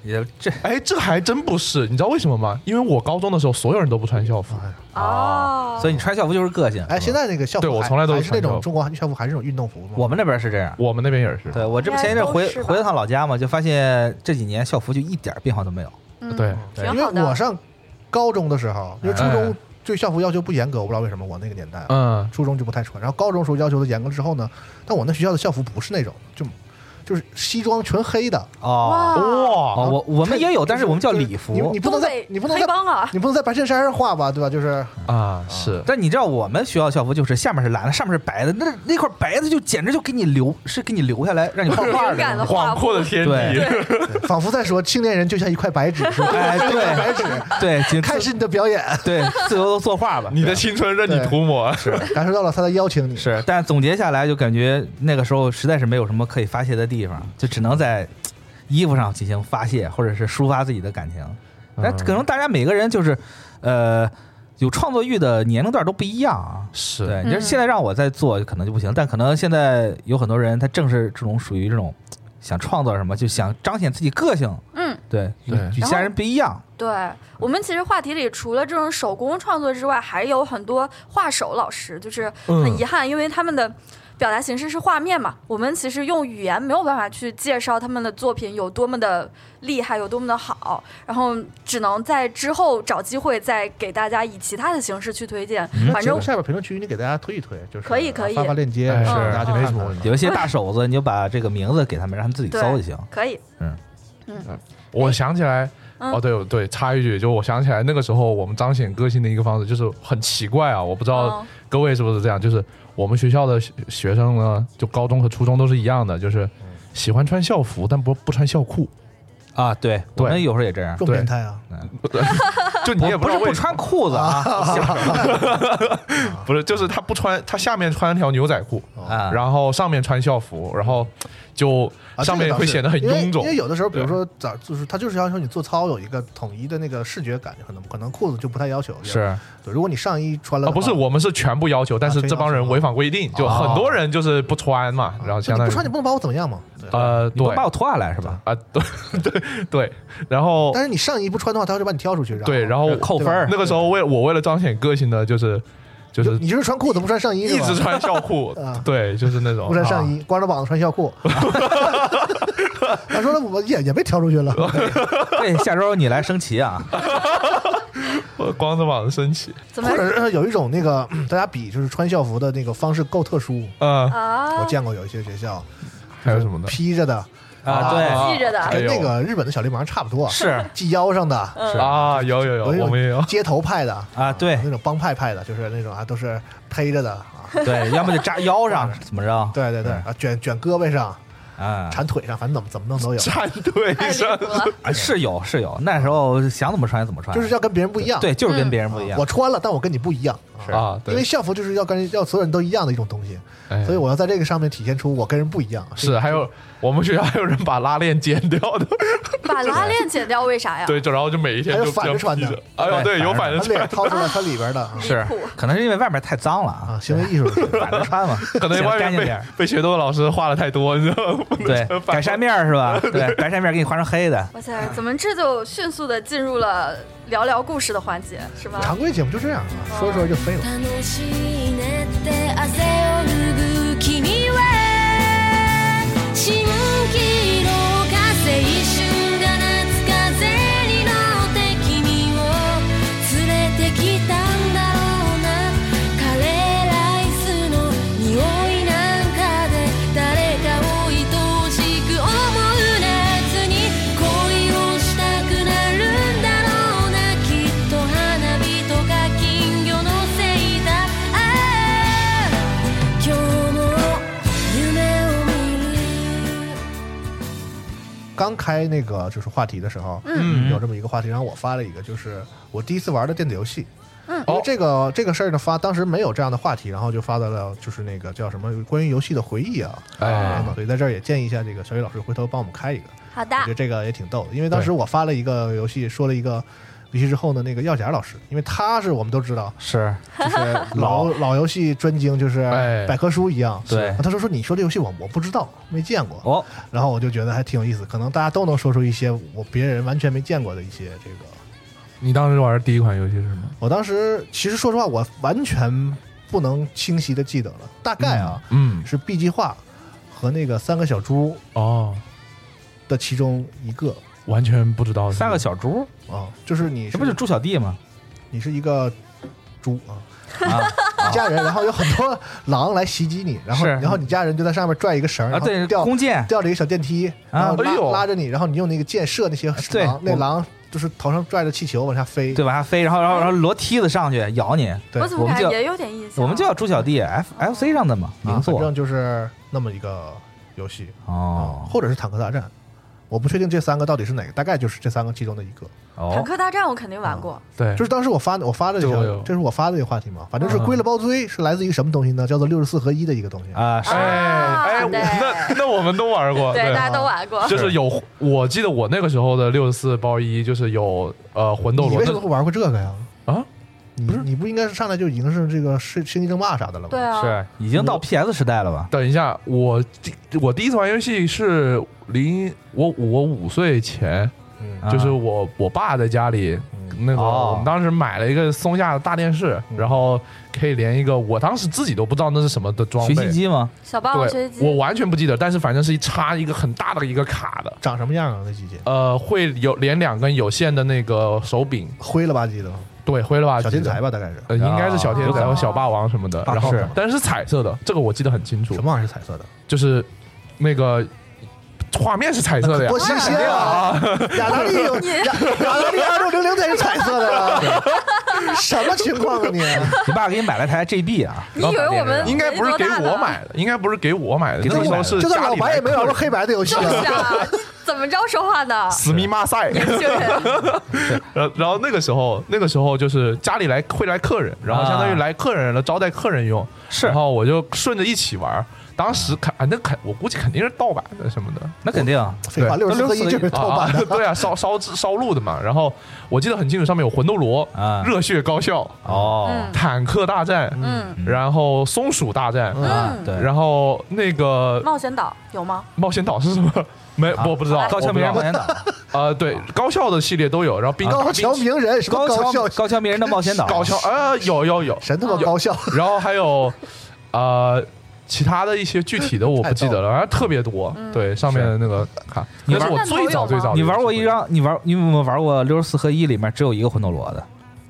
[SPEAKER 4] 也这
[SPEAKER 5] 哎，这还真不是，你知道为什么吗？因为我高中的时候，所有人都不穿校服，
[SPEAKER 3] 哦，
[SPEAKER 4] 所以你穿校服就是个性。
[SPEAKER 2] 哎，现在那个校服
[SPEAKER 5] 对我
[SPEAKER 2] 还
[SPEAKER 5] 从来都
[SPEAKER 2] 还
[SPEAKER 5] 是
[SPEAKER 2] 是
[SPEAKER 5] 穿
[SPEAKER 2] 那
[SPEAKER 5] 校
[SPEAKER 2] 种
[SPEAKER 5] 服
[SPEAKER 2] 中国校服，还是那种运动服吗？
[SPEAKER 4] 我们那边是这样。
[SPEAKER 5] 我们那边也是，
[SPEAKER 4] 对我这不前一阵回
[SPEAKER 3] 应该都是吧
[SPEAKER 4] 回了趟老家嘛，就发现这几年校服就一点变化都没有。
[SPEAKER 3] 嗯
[SPEAKER 5] 对，
[SPEAKER 4] 对
[SPEAKER 3] 挺
[SPEAKER 2] 因为
[SPEAKER 3] 好的
[SPEAKER 2] 我上高中的时候，因为初
[SPEAKER 5] 哎
[SPEAKER 2] 中对校服要求不严格，我不知道为什么我那个年代啊，
[SPEAKER 5] 嗯，
[SPEAKER 2] 初中就不太穿，然后高中时候要求的严格之后呢，但我那学校的校服不是那种，就就是西装全黑的，
[SPEAKER 4] 哦，
[SPEAKER 5] 啊
[SPEAKER 3] 哇，
[SPEAKER 4] 哦，我我们也有，但是我们叫礼
[SPEAKER 2] 你
[SPEAKER 4] 服
[SPEAKER 2] 你。不能
[SPEAKER 3] 东北
[SPEAKER 2] 在你不能
[SPEAKER 3] 黑
[SPEAKER 2] 在 (laughs)
[SPEAKER 3] 帮啊
[SPEAKER 2] 你不能在白衬衫上画吧，对吧？
[SPEAKER 4] (laughs)
[SPEAKER 2] 就是
[SPEAKER 5] 啊是，
[SPEAKER 4] 哦但你知道我们学校校服就是下面是蓝的，上面是白的，那那块白的就简直就给你留，是给你留下来让你画画
[SPEAKER 3] 勇敢的
[SPEAKER 4] 的。
[SPEAKER 5] 广
[SPEAKER 3] 画
[SPEAKER 5] 阔的天地，
[SPEAKER 2] 对仿佛在说青年人就像一块白纸，是吧？
[SPEAKER 4] 哎
[SPEAKER 2] 就像一块
[SPEAKER 4] 对
[SPEAKER 2] 白纸，
[SPEAKER 3] (laughs)
[SPEAKER 4] (laughs) 对，仅
[SPEAKER 2] 开始你的表演，
[SPEAKER 4] 对自由作画吧。
[SPEAKER 5] 你的青春任你
[SPEAKER 2] 对
[SPEAKER 5] 涂抹，
[SPEAKER 2] 感受到了他的邀请你，
[SPEAKER 4] 是，但总结下来就感觉那个时候实在是没有什么可以发泄的地方，就只能在衣服上进行发泄，或者是抒发自己的感情。那可能大家每个人就是，呃，有创作欲的年龄段都不一样啊。
[SPEAKER 5] 是
[SPEAKER 4] 对，
[SPEAKER 3] 嗯
[SPEAKER 4] 你就是现在让我再做，可能就不行。但可能现在有很多人，他正是这种属于这种想创作什么，就想彰显自己个性。
[SPEAKER 3] 嗯，
[SPEAKER 4] 对，与
[SPEAKER 5] 对
[SPEAKER 4] 与其他人不一样。
[SPEAKER 3] 对我们其实话题里除了这种手工创作之外，还有很多画手老师，就是很遗憾，因为他们的表达形式是画面嘛，我们其实用语言没有办法去介绍他们的作品有多么的厉害，有多么的好，然后只能在之后找机会再给大家以其他的形式去推荐。
[SPEAKER 2] 嗯
[SPEAKER 3] 反正
[SPEAKER 2] 下边评论区你给大家推一推，就是
[SPEAKER 3] 可以可以
[SPEAKER 2] 发发链接，
[SPEAKER 5] 哎
[SPEAKER 2] 让
[SPEAKER 5] 是
[SPEAKER 2] 大家去看
[SPEAKER 5] 没
[SPEAKER 2] 看
[SPEAKER 5] 错
[SPEAKER 2] 啊。
[SPEAKER 4] 有一些大手子，你就把这个名字给他们，让他们自己
[SPEAKER 3] 对
[SPEAKER 4] 搜就行。
[SPEAKER 3] 可以，
[SPEAKER 5] 我想起来，
[SPEAKER 3] 嗯
[SPEAKER 5] 哦，对我对，插一句，就我想起来那个时候我们彰显个性的一个方式，就是很奇怪啊，我不知道
[SPEAKER 3] 嗯
[SPEAKER 5] 各位是不是这样，就是我们学校的学学生呢，就高中和初中都是一样的，就是喜欢穿校服，但不不穿校裤，
[SPEAKER 4] 啊，对，我
[SPEAKER 5] 对
[SPEAKER 4] 们有时候也这样。
[SPEAKER 2] 重变态啊！
[SPEAKER 5] 就你也
[SPEAKER 4] 我不
[SPEAKER 5] 知
[SPEAKER 4] 是
[SPEAKER 5] 道
[SPEAKER 4] 不
[SPEAKER 5] 为什么
[SPEAKER 4] 穿裤子啊， (laughs)
[SPEAKER 5] 不是，就是他不穿，他下面穿条牛仔裤，
[SPEAKER 4] 啊，
[SPEAKER 5] 然后上面穿校服，然后就
[SPEAKER 2] 啊
[SPEAKER 5] 上
[SPEAKER 2] 这个
[SPEAKER 5] 面
[SPEAKER 2] 倒
[SPEAKER 5] 会
[SPEAKER 2] 是
[SPEAKER 5] 显得很
[SPEAKER 2] 因为
[SPEAKER 5] 臃肿
[SPEAKER 2] 因为。有的时候，比如说早就是他就是要求你做操有一个统一的那个视觉感，可能可能裤子就不太要求。
[SPEAKER 4] 是
[SPEAKER 2] 对，如果你上衣穿了
[SPEAKER 5] 啊，
[SPEAKER 2] 的话，
[SPEAKER 5] 不是，我们是全部要求，但是
[SPEAKER 2] 全
[SPEAKER 5] 这帮人
[SPEAKER 2] 要求
[SPEAKER 5] 违反规定，就很多人就是不穿嘛，然后
[SPEAKER 2] 就
[SPEAKER 5] 相
[SPEAKER 2] 你
[SPEAKER 5] 当于
[SPEAKER 2] 不穿你不能把我怎么样嘛。对
[SPEAKER 5] 呃，
[SPEAKER 4] 你不
[SPEAKER 5] 对
[SPEAKER 4] 把我拖下来是吧？
[SPEAKER 5] 啊，对 (laughs) 对对，然后
[SPEAKER 2] 但是你上衣不穿的话，他就把你挑出去。
[SPEAKER 5] 对，然后
[SPEAKER 4] 哦扣分儿
[SPEAKER 5] 那个时候为我为了彰显个性呢，就是就
[SPEAKER 2] 就是你就是穿裤子不穿上衣是
[SPEAKER 5] 一
[SPEAKER 2] 吧，
[SPEAKER 5] 直穿校裤
[SPEAKER 2] (laughs) 啊，
[SPEAKER 5] 对，就是那种
[SPEAKER 2] 不穿上
[SPEAKER 5] 啊
[SPEAKER 2] 衣，光着膀子穿校 (laughs) 裤。他说了，我也也被挑出去 (laughs) 了。
[SPEAKER 4] (laughs) 对，下周你来升旗 (laughs) 啊，
[SPEAKER 5] 呃光着膀子升旗，
[SPEAKER 3] 怎么
[SPEAKER 2] 或者是有一种那个嗯大家比就是穿校服的那个方式够特殊，
[SPEAKER 5] 嗯，
[SPEAKER 2] (laughs)
[SPEAKER 3] 啊
[SPEAKER 2] 我？见过有一些学校
[SPEAKER 5] 还有什么呢？
[SPEAKER 2] 披着的，
[SPEAKER 4] 啊，对，
[SPEAKER 3] 记着的
[SPEAKER 5] 哎
[SPEAKER 2] 跟
[SPEAKER 5] 呦
[SPEAKER 2] 那个日本的小流氓差不多，
[SPEAKER 4] 是
[SPEAKER 2] (laughs) 系腰上的，
[SPEAKER 5] 啊，有有
[SPEAKER 2] 有一
[SPEAKER 5] 有，我们也有 (laughs)
[SPEAKER 2] 种，街头派的
[SPEAKER 4] 啊，对
[SPEAKER 2] 那种帮派派的，就是那种啊都是披着的啊，
[SPEAKER 4] 对，要么就扎腰上，怎么着？
[SPEAKER 2] 对对对啊，卷卷胳膊上，
[SPEAKER 4] 啊，
[SPEAKER 2] 缠腿上，反正怎么怎么弄都有，
[SPEAKER 5] 站队
[SPEAKER 3] 太离
[SPEAKER 5] 上
[SPEAKER 3] 谱了，
[SPEAKER 4] 啊是有是有，那时候想怎么穿怎么穿，
[SPEAKER 2] 就是要跟别人不一样。
[SPEAKER 4] 对，就是跟
[SPEAKER 3] 嗯
[SPEAKER 4] 别人不一样。
[SPEAKER 2] 我穿了，但我跟你不一样。
[SPEAKER 5] 是啊对
[SPEAKER 2] 因为校服就是要跟要所有人都一样的一种东西，
[SPEAKER 5] 哎
[SPEAKER 2] 所以我要在这个上面体现出我跟人不一样。
[SPEAKER 5] 是还有我们学校还有人把拉链剪掉的，
[SPEAKER 3] 把拉链剪掉，为啥呀？
[SPEAKER 5] 对，就然后就每一天
[SPEAKER 2] 还有
[SPEAKER 5] 就
[SPEAKER 2] 反着
[SPEAKER 5] 这样
[SPEAKER 2] 穿的
[SPEAKER 5] 披哎呦，对，
[SPEAKER 4] 对
[SPEAKER 5] 有
[SPEAKER 4] 反
[SPEAKER 5] 反
[SPEAKER 4] 着
[SPEAKER 5] 着
[SPEAKER 2] 把
[SPEAKER 5] 穿
[SPEAKER 2] 脸，掏出来，它里边的啊
[SPEAKER 4] 是
[SPEAKER 3] 谱，
[SPEAKER 4] 可能是因为外面太脏了啊
[SPEAKER 2] 啊，，行为艺术是吧
[SPEAKER 4] 反着穿 (laughs) 嘛，
[SPEAKER 5] 可能
[SPEAKER 4] 显得
[SPEAKER 5] 外
[SPEAKER 4] 干
[SPEAKER 5] 面
[SPEAKER 4] 净点儿
[SPEAKER 5] 被。被学斗老师画的太多，你知道吗？
[SPEAKER 4] (laughs) 对，
[SPEAKER 5] 善
[SPEAKER 4] 改扇面儿是吧？ (laughs) 对，白扇面儿给你画成黑的。
[SPEAKER 3] 哇塞，怎么这就迅速的进入了聊聊故事的环节，是吗？
[SPEAKER 2] 常规节目就这样啊，说着说着就飞了。
[SPEAKER 6] 楽しいねって汗を拭う君は新規の風一瞬が夏風に乗って君を連れてきたんだろうなカレーライスの匂いなんかで誰かを愛おしく思う夏に恋をしたくなるんだろうなきっと花火とか金魚のせいだああ今日の夢を見る
[SPEAKER 2] 刚开那个就是话题的时候，
[SPEAKER 3] 嗯
[SPEAKER 2] 有这么一个话题，然后我发了一个，就是我第一次玩的电子游戏。
[SPEAKER 3] 嗯
[SPEAKER 2] 因为这个这个事儿呢，发当时没有这样的话题，然后就发到了就是那个叫什么关于游戏的回忆啊，
[SPEAKER 5] 哎
[SPEAKER 2] 所以在这儿也建议一下这个小雨老师，回头帮我们开一个。
[SPEAKER 3] 好的
[SPEAKER 2] 我觉得这个也挺逗的，因为当时
[SPEAKER 5] 对
[SPEAKER 2] 我发了一个游戏，说了一个游戏之后呢，那个药贾老师，因为他是我们都知道，
[SPEAKER 4] (laughs) 是，
[SPEAKER 2] 就是老老游戏专精，就是
[SPEAKER 5] 哎
[SPEAKER 2] 百科书一样。
[SPEAKER 4] 对
[SPEAKER 2] 然后他说说你说这游戏我我不知道，没见过。
[SPEAKER 4] (laughs) (laughs) 哦，
[SPEAKER 2] 然后我就觉得还挺有意思，可能大家都能说出一些我别人完全没见过的一些这个。
[SPEAKER 5] 你当时玩的第一款游戏是什么？
[SPEAKER 2] 我当时其实说实话，我完全不能清晰的记得了，大概啊、
[SPEAKER 5] 嗯，
[SPEAKER 2] 是 B 计划和那个三个小猪
[SPEAKER 5] 哦，
[SPEAKER 2] 的其中一个
[SPEAKER 5] 完全不知道
[SPEAKER 4] 三个小猪，
[SPEAKER 2] 啊，就是你
[SPEAKER 4] 这
[SPEAKER 2] 是
[SPEAKER 4] 不就猪小弟吗？
[SPEAKER 2] 你是一个猪
[SPEAKER 4] (laughs)
[SPEAKER 2] 啊，
[SPEAKER 4] 啊
[SPEAKER 2] 一家人，然后有很多狼来袭击你，然后
[SPEAKER 4] 是
[SPEAKER 2] 然后你家人就在上面拽一个绳儿，
[SPEAKER 4] 啊，
[SPEAKER 2] 然后
[SPEAKER 4] (laughs) 对，
[SPEAKER 2] 掉
[SPEAKER 4] 弓箭，
[SPEAKER 2] 掉了一个小电梯，然后
[SPEAKER 5] 哎
[SPEAKER 2] 拉、
[SPEAKER 5] 呦
[SPEAKER 2] 拉着你，然后你用那个箭射那些
[SPEAKER 4] 对
[SPEAKER 2] 狼，那
[SPEAKER 4] 我
[SPEAKER 2] 狼就是头上拽着气球往下飞，
[SPEAKER 4] 对，往下飞，然后然后然后罗梯子上去咬你。
[SPEAKER 2] 对
[SPEAKER 3] 我怎么
[SPEAKER 4] 我们
[SPEAKER 3] 感
[SPEAKER 4] 就
[SPEAKER 3] 觉也有点意思啊？
[SPEAKER 4] 我们就叫猪小弟，F F C 上的嘛，
[SPEAKER 2] 啊，
[SPEAKER 4] 名
[SPEAKER 2] 反
[SPEAKER 4] 作
[SPEAKER 2] 正就是那么一个游戏啊
[SPEAKER 4] 哦，
[SPEAKER 2] 或者是坦克大战，我不确定这三个到底是哪个，大概就是这三个其中的一个。
[SPEAKER 3] 坦
[SPEAKER 4] 哦，
[SPEAKER 3] 克大战，我肯定玩过。
[SPEAKER 5] 对，
[SPEAKER 2] 就是当时我发我发的这
[SPEAKER 5] 这个我
[SPEAKER 2] 个
[SPEAKER 5] 有，嗯
[SPEAKER 2] 这是我发的一个话题嘛，反正是归了包堆，是来自于什么东西呢？叫做六十四合一的一个东西。
[SPEAKER 4] 啊，
[SPEAKER 3] 嗯
[SPEAKER 4] 是
[SPEAKER 5] 哎哎，我
[SPEAKER 3] 对
[SPEAKER 5] 那那我们都玩过，
[SPEAKER 3] 对，大家都玩过。
[SPEAKER 5] 就是有，我记得我那个时候的六十四包一就是有呃魂斗
[SPEAKER 2] 你
[SPEAKER 5] 罗
[SPEAKER 2] 为什么会玩过这个呀？
[SPEAKER 5] 啊，
[SPEAKER 2] 你
[SPEAKER 5] 不是
[SPEAKER 2] 你不应该是上来就已经是这个是星际争霸啥的了吗？
[SPEAKER 3] 对啊，
[SPEAKER 4] 是已经到 P S 时代了吧？
[SPEAKER 5] 等一下，我第我第一次玩游戏是零我我五岁前，
[SPEAKER 2] 嗯
[SPEAKER 4] 啊
[SPEAKER 5] 就是我我爸在家里
[SPEAKER 2] 嗯
[SPEAKER 5] 那个
[SPEAKER 4] 哦
[SPEAKER 5] 我们当时买了一个松下的大电视，然后可以连一个，我当时自己都不知道那是什么的装
[SPEAKER 4] 学
[SPEAKER 5] 备。
[SPEAKER 4] 习机吗？
[SPEAKER 3] 小霸王哦学
[SPEAKER 5] 对
[SPEAKER 3] 习，
[SPEAKER 5] 我
[SPEAKER 3] 机，
[SPEAKER 5] 完全不记得，但是反正是一插一个很大的一个卡的，
[SPEAKER 2] 长什么样啊？那机器
[SPEAKER 5] 呃，会有连两根有线的那个手柄，
[SPEAKER 2] 灰了吧唧的吗，
[SPEAKER 5] 对，灰了吧唧的
[SPEAKER 2] 小天才吧，大概是
[SPEAKER 5] 呃，应该是小天才和小霸王什么的，
[SPEAKER 2] 啊
[SPEAKER 5] 然后
[SPEAKER 2] 是
[SPEAKER 5] 但是是彩色的，这个我记得很清楚
[SPEAKER 2] 什，么玩意儿是彩色的？
[SPEAKER 5] 就是那个画面是彩色的呀
[SPEAKER 2] 多，新鲜啊！雅达利有雅雅达利二六零零才是彩色的呀，什么情况啊你？
[SPEAKER 4] (laughs) 你爸给你买了台 GB 啊？
[SPEAKER 3] 你以为我们
[SPEAKER 5] 应该不是给我
[SPEAKER 3] 啊
[SPEAKER 5] 买的，应该不是给我买的，那时候是
[SPEAKER 2] 这算老白也没玩过
[SPEAKER 5] 过
[SPEAKER 2] 黑白的游戏
[SPEAKER 3] 就是
[SPEAKER 2] 啊。
[SPEAKER 3] 啊，你怎么着说话 (laughs) 呢？
[SPEAKER 5] 死密骂赛，
[SPEAKER 3] 年轻人，
[SPEAKER 5] (laughs) 然后然后那个时候那个时候就是家里来会来客人，然后相当于
[SPEAKER 4] 啊
[SPEAKER 5] 来客人了招待客人用，
[SPEAKER 4] 是
[SPEAKER 5] 然后我就顺着一起玩。当时看啊，那肯我估计肯定是盗版的什么的，
[SPEAKER 4] 那肯定
[SPEAKER 2] 废话，
[SPEAKER 5] 对
[SPEAKER 2] 六十四个亿就是盗版
[SPEAKER 5] 啊
[SPEAKER 2] 的
[SPEAKER 5] 啊。对啊，烧烧制烧录的嘛。然后我记得很清楚，上面有魂斗罗、
[SPEAKER 4] 啊
[SPEAKER 5] 热血高校、
[SPEAKER 4] 哦
[SPEAKER 3] 嗯
[SPEAKER 5] 坦克大战，
[SPEAKER 3] 嗯，
[SPEAKER 5] 然后松鼠大战，
[SPEAKER 4] 啊，对，
[SPEAKER 5] 然后那个
[SPEAKER 3] 冒险岛有吗？
[SPEAKER 5] 冒险岛是什么？没，我不知道。
[SPEAKER 4] 高
[SPEAKER 5] 我
[SPEAKER 4] 桥
[SPEAKER 5] 不知
[SPEAKER 4] 名人
[SPEAKER 5] 道
[SPEAKER 4] 冒险岛，
[SPEAKER 5] 呃，对，高校的系列都有，然后冰
[SPEAKER 1] 啊
[SPEAKER 2] 高
[SPEAKER 5] 高
[SPEAKER 2] 桥名人什么
[SPEAKER 1] (laughs)
[SPEAKER 4] 高
[SPEAKER 2] 高
[SPEAKER 4] 桥
[SPEAKER 2] 校？
[SPEAKER 4] 高桥名人的冒险岛，
[SPEAKER 5] 高校啊，有有有，
[SPEAKER 2] 神他妈高校！
[SPEAKER 5] 然后还有呃。其他的一些具体的我不记得了，反正特别多。
[SPEAKER 3] 嗯
[SPEAKER 5] 对，上面的那个卡，
[SPEAKER 4] 你
[SPEAKER 5] 那是
[SPEAKER 4] 玩
[SPEAKER 5] 我
[SPEAKER 3] 那
[SPEAKER 5] 最
[SPEAKER 3] 头
[SPEAKER 5] 早
[SPEAKER 3] 有
[SPEAKER 5] 最
[SPEAKER 3] 吗
[SPEAKER 5] 早的
[SPEAKER 4] 你
[SPEAKER 5] 游
[SPEAKER 4] 玩
[SPEAKER 5] 戏
[SPEAKER 4] 过一
[SPEAKER 5] 会
[SPEAKER 4] 张？你玩你有没有玩过六十四合一？里面只有一个魂斗罗的。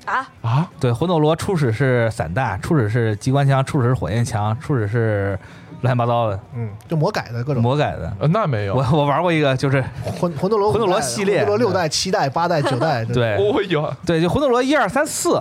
[SPEAKER 3] 啊，
[SPEAKER 5] 啊？
[SPEAKER 4] 对，魂斗罗初始是散弹，初始是机关枪，初始是火焰枪，初始是乱七八糟的
[SPEAKER 2] 嗯，就魔改的各种
[SPEAKER 4] 魔改的。
[SPEAKER 5] 呃，那没有，
[SPEAKER 4] 我
[SPEAKER 5] (laughs)
[SPEAKER 4] 我玩过一个，就是
[SPEAKER 2] 魂魂斗罗五代、
[SPEAKER 4] 魂斗罗系列
[SPEAKER 2] 魂斗罗六代、七代、八代、九代。对
[SPEAKER 4] 对
[SPEAKER 5] 我有，
[SPEAKER 4] 对，就魂斗罗一二三四，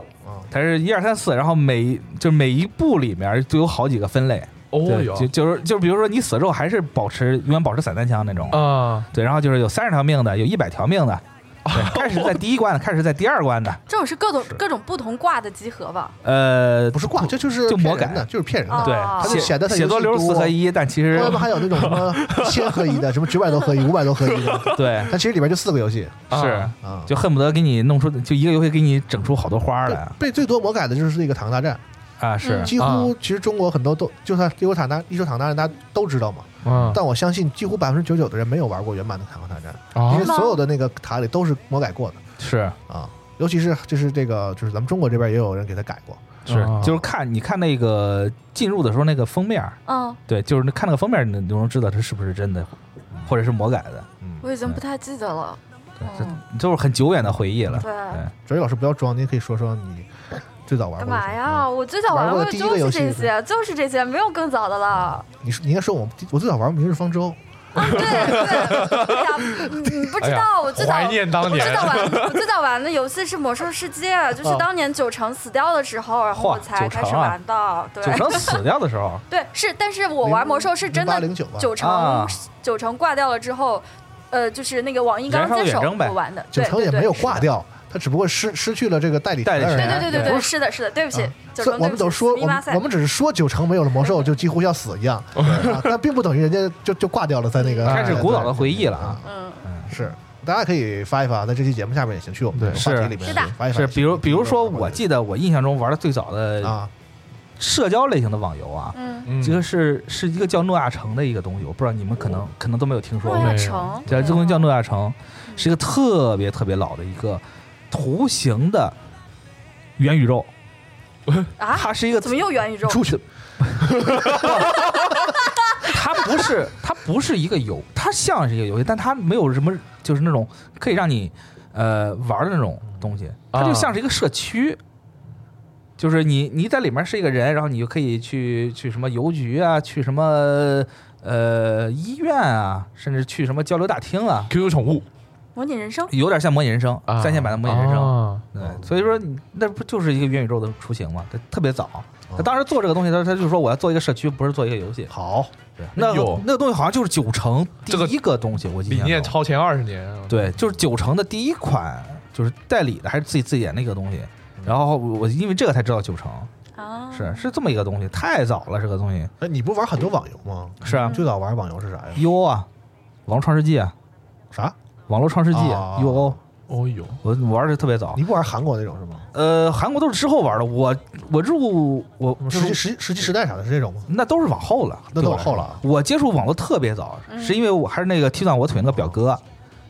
[SPEAKER 4] 它是一二三四，然后每就是每一部里面就有好几个分类。
[SPEAKER 5] 哦
[SPEAKER 4] 对，
[SPEAKER 5] 有
[SPEAKER 4] 就就是就是比如说你死了之后还是保持永远保持散弹枪那种。
[SPEAKER 5] 啊，
[SPEAKER 4] 对，然后就是有三十条命的，有一百条命的。对，开始是在第一关的，开始是在第二关的。
[SPEAKER 3] 这种是各种各种不同挂的集合吧？
[SPEAKER 4] 呃，
[SPEAKER 2] 不是挂，这就是
[SPEAKER 4] 就魔改
[SPEAKER 2] 骗人的，就是骗人
[SPEAKER 3] 啊
[SPEAKER 2] 的。
[SPEAKER 4] 对
[SPEAKER 3] 它，就
[SPEAKER 4] 写
[SPEAKER 2] 显得它
[SPEAKER 4] 写作
[SPEAKER 2] 游戏多
[SPEAKER 4] 流四合一，但其实
[SPEAKER 2] 他们还有那种什么千合一的，什么九百多合一、五百多合一的，
[SPEAKER 4] (laughs) 对
[SPEAKER 2] 但其实里边就四个游戏
[SPEAKER 4] 是
[SPEAKER 5] 啊
[SPEAKER 2] 啊。
[SPEAKER 4] 就恨不得给你弄出就一个游戏给你整出好多花儿
[SPEAKER 2] 被
[SPEAKER 4] 来
[SPEAKER 2] 被最多魔改的就是那个《坦克大战
[SPEAKER 4] 啊！是》，
[SPEAKER 2] 几乎其实中国很多都就算一说坦克大一说坦克大战，大家都知道嘛。
[SPEAKER 5] 啊
[SPEAKER 2] 但我相信几乎百分之九十九的人没有玩过原版的《坦克大战》，因为
[SPEAKER 5] 啊！
[SPEAKER 2] 所有的那个塔里都是魔改过的
[SPEAKER 4] 是
[SPEAKER 2] 啊。尤其是就是这个就是咱们中国这边也有人给他改过，
[SPEAKER 4] 是
[SPEAKER 5] 啊，
[SPEAKER 4] 就是看你看那个进入的时候那个封面儿，
[SPEAKER 3] 嗯，
[SPEAKER 4] 对，就是看那个封面儿，你你就能知道它是不是真的，
[SPEAKER 5] 嗯
[SPEAKER 4] 或者是魔改的。
[SPEAKER 3] 我已经不太记得了。
[SPEAKER 4] 对，
[SPEAKER 3] 嗯，
[SPEAKER 4] 这就是很久远的回忆
[SPEAKER 2] 哎
[SPEAKER 4] 了。
[SPEAKER 3] 对
[SPEAKER 4] 对，
[SPEAKER 2] 哲宇老师不要装，您可以说说你最早玩
[SPEAKER 3] 干
[SPEAKER 2] 过的
[SPEAKER 3] 嘛
[SPEAKER 2] 什么
[SPEAKER 3] 呀？我最早
[SPEAKER 2] 嗯玩
[SPEAKER 3] 玩
[SPEAKER 2] 过
[SPEAKER 3] 过
[SPEAKER 2] 的
[SPEAKER 3] 的
[SPEAKER 2] 第一个游
[SPEAKER 3] 就是
[SPEAKER 2] 戏
[SPEAKER 3] 这
[SPEAKER 2] 是
[SPEAKER 3] 些，就是这些，没有更早的了。啊
[SPEAKER 2] 你说你应该说我们我最早玩《明日方舟》，
[SPEAKER 3] 对对，哎呀，嗯不知道，我最早
[SPEAKER 5] 怀念当年
[SPEAKER 3] 我最
[SPEAKER 2] (laughs)
[SPEAKER 3] 早玩，我最早玩的游戏是《魔兽世界》，
[SPEAKER 2] 哦
[SPEAKER 3] 就是当年九成死掉的时候，然后
[SPEAKER 4] 嚯
[SPEAKER 3] 我才开
[SPEAKER 2] 啊
[SPEAKER 3] 始玩的。对
[SPEAKER 4] 九成死掉的时
[SPEAKER 5] (laughs)
[SPEAKER 4] 候
[SPEAKER 3] 对是，但是我玩魔兽是真的
[SPEAKER 2] 0809吧
[SPEAKER 3] 九
[SPEAKER 4] 啊
[SPEAKER 3] 成九成挂掉了之后，呃，就是那个网易刚
[SPEAKER 4] 燃烧
[SPEAKER 3] 接手
[SPEAKER 4] 远征呗
[SPEAKER 3] 我玩的，
[SPEAKER 2] 九
[SPEAKER 3] 对
[SPEAKER 2] 成
[SPEAKER 3] 对
[SPEAKER 2] 也
[SPEAKER 3] 对
[SPEAKER 2] 没有挂掉，他只不过失失去了这个代理
[SPEAKER 4] 代理
[SPEAKER 2] 而已啊
[SPEAKER 3] 对
[SPEAKER 4] 权
[SPEAKER 3] 对对对
[SPEAKER 4] 对
[SPEAKER 3] 对，是的，是的，对不起，九
[SPEAKER 2] 所以
[SPEAKER 3] 成
[SPEAKER 2] 嗯我们都说，
[SPEAKER 3] 对
[SPEAKER 2] 我
[SPEAKER 3] 不起死密
[SPEAKER 2] 们
[SPEAKER 3] 码赛
[SPEAKER 2] 我们只是说九成没有了魔兽就几乎要死一
[SPEAKER 4] (laughs)
[SPEAKER 2] 样，啊但并不等于人家就就挂掉了，在那个
[SPEAKER 5] 哎
[SPEAKER 4] 开始古老
[SPEAKER 2] 对
[SPEAKER 4] 的回忆了啊
[SPEAKER 2] 啊。
[SPEAKER 3] 嗯，
[SPEAKER 2] 是，大家可以发一发，在这期节目下面也行，去我们的
[SPEAKER 5] 对哎
[SPEAKER 2] 话题
[SPEAKER 4] 是
[SPEAKER 2] 里面
[SPEAKER 3] 是的
[SPEAKER 2] 发一发
[SPEAKER 4] 是，
[SPEAKER 2] 也行。
[SPEAKER 4] 比如比如说，
[SPEAKER 2] 嗯
[SPEAKER 4] 我记得我印象中玩的最早的
[SPEAKER 2] 啊，
[SPEAKER 4] 社交类型的网游啊，
[SPEAKER 3] 嗯，
[SPEAKER 5] 嗯
[SPEAKER 4] 这个是是一个叫诺亚城的一个东西，我不知道你们可能可能都没有听说
[SPEAKER 3] 诺
[SPEAKER 4] 过。
[SPEAKER 3] 亚
[SPEAKER 5] 没有
[SPEAKER 3] 城，
[SPEAKER 4] 对，这东西叫诺亚城，是一个特别特别老的一个图形的元宇宙，
[SPEAKER 3] 啊，
[SPEAKER 4] 它是一个
[SPEAKER 3] 怎么又元宇宙？
[SPEAKER 4] (laughs) 去。它不是，它不是一个游，它像是一个游戏，但它没有什么，就是那种可以让你呃玩的那种东西，
[SPEAKER 5] 啊
[SPEAKER 4] 它就像是一个社区，就是你你在里面是一个人，然后你就可以去去什么邮局啊，去什么呃医院啊，甚至去什么交流大厅啊，
[SPEAKER 5] QQ 宠物
[SPEAKER 3] 模拟人生，
[SPEAKER 4] 有点像模拟人生，
[SPEAKER 5] 啊
[SPEAKER 4] 在线版的模拟人生。
[SPEAKER 5] 啊
[SPEAKER 4] 对，所以说你那不就是一个元宇宙的雏形嘛？它特别早，
[SPEAKER 5] 哦
[SPEAKER 4] 他当时做这个东西，他他就说我要做一个社区，不是做一个游戏。
[SPEAKER 2] 好，
[SPEAKER 4] 那
[SPEAKER 5] 有
[SPEAKER 4] 个那个东西好像就是九成第
[SPEAKER 5] 哎这个
[SPEAKER 4] 一个东西，我记得
[SPEAKER 5] 理念超前二十年啊，
[SPEAKER 4] 对，就是九成的第一款就是代理的还是自己自己研的一个东西。
[SPEAKER 5] 嗯
[SPEAKER 4] 然后我因为这个才知道九成
[SPEAKER 3] 啊，
[SPEAKER 4] 是是这么一个东西，太早了这个东西
[SPEAKER 2] 哎，你不玩很多网游吗？
[SPEAKER 3] 嗯
[SPEAKER 5] 嗯
[SPEAKER 4] 是啊
[SPEAKER 2] 最早玩网游是啥呀？
[SPEAKER 4] ，U 啊，网络创世纪啊，
[SPEAKER 2] 啥？
[SPEAKER 4] 网络创世纪
[SPEAKER 2] 哦
[SPEAKER 4] U O，
[SPEAKER 5] 哦哟，
[SPEAKER 4] 我我玩的特别早
[SPEAKER 2] 你。不玩韩国那种是吗？
[SPEAKER 4] 呃，韩国都是之后玩的，我我入我
[SPEAKER 2] 实际实际实际时代啥的是这种吗？
[SPEAKER 4] 那都是往后了，
[SPEAKER 2] 那都
[SPEAKER 4] 对我
[SPEAKER 2] 往后了啊
[SPEAKER 3] 嗯
[SPEAKER 4] 来说我接触网络特别早，是因为我还是那个踢断我腿那个表哥，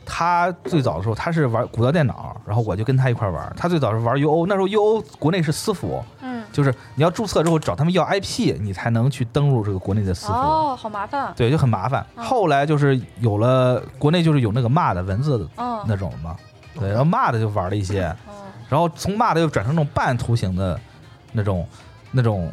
[SPEAKER 4] 他最早的时候他是玩鼓捣电脑，然后我就跟他一块玩。他最早是玩 UO，那时候 UO 国内是私服，
[SPEAKER 3] 嗯，
[SPEAKER 4] 就是你要注册之后找他们要 IP，你才能去登录这个国内的私服。
[SPEAKER 3] 哦，好麻烦啊，
[SPEAKER 4] 对，就很麻烦。
[SPEAKER 3] 嗯
[SPEAKER 4] 后来就是有了国内就是有那个骂的文字的
[SPEAKER 3] 嗯，
[SPEAKER 4] 那种嘛，对，然后骂的就玩了一些，
[SPEAKER 3] 哦
[SPEAKER 4] 然后从骂的又转成那种半图形的呃那种那种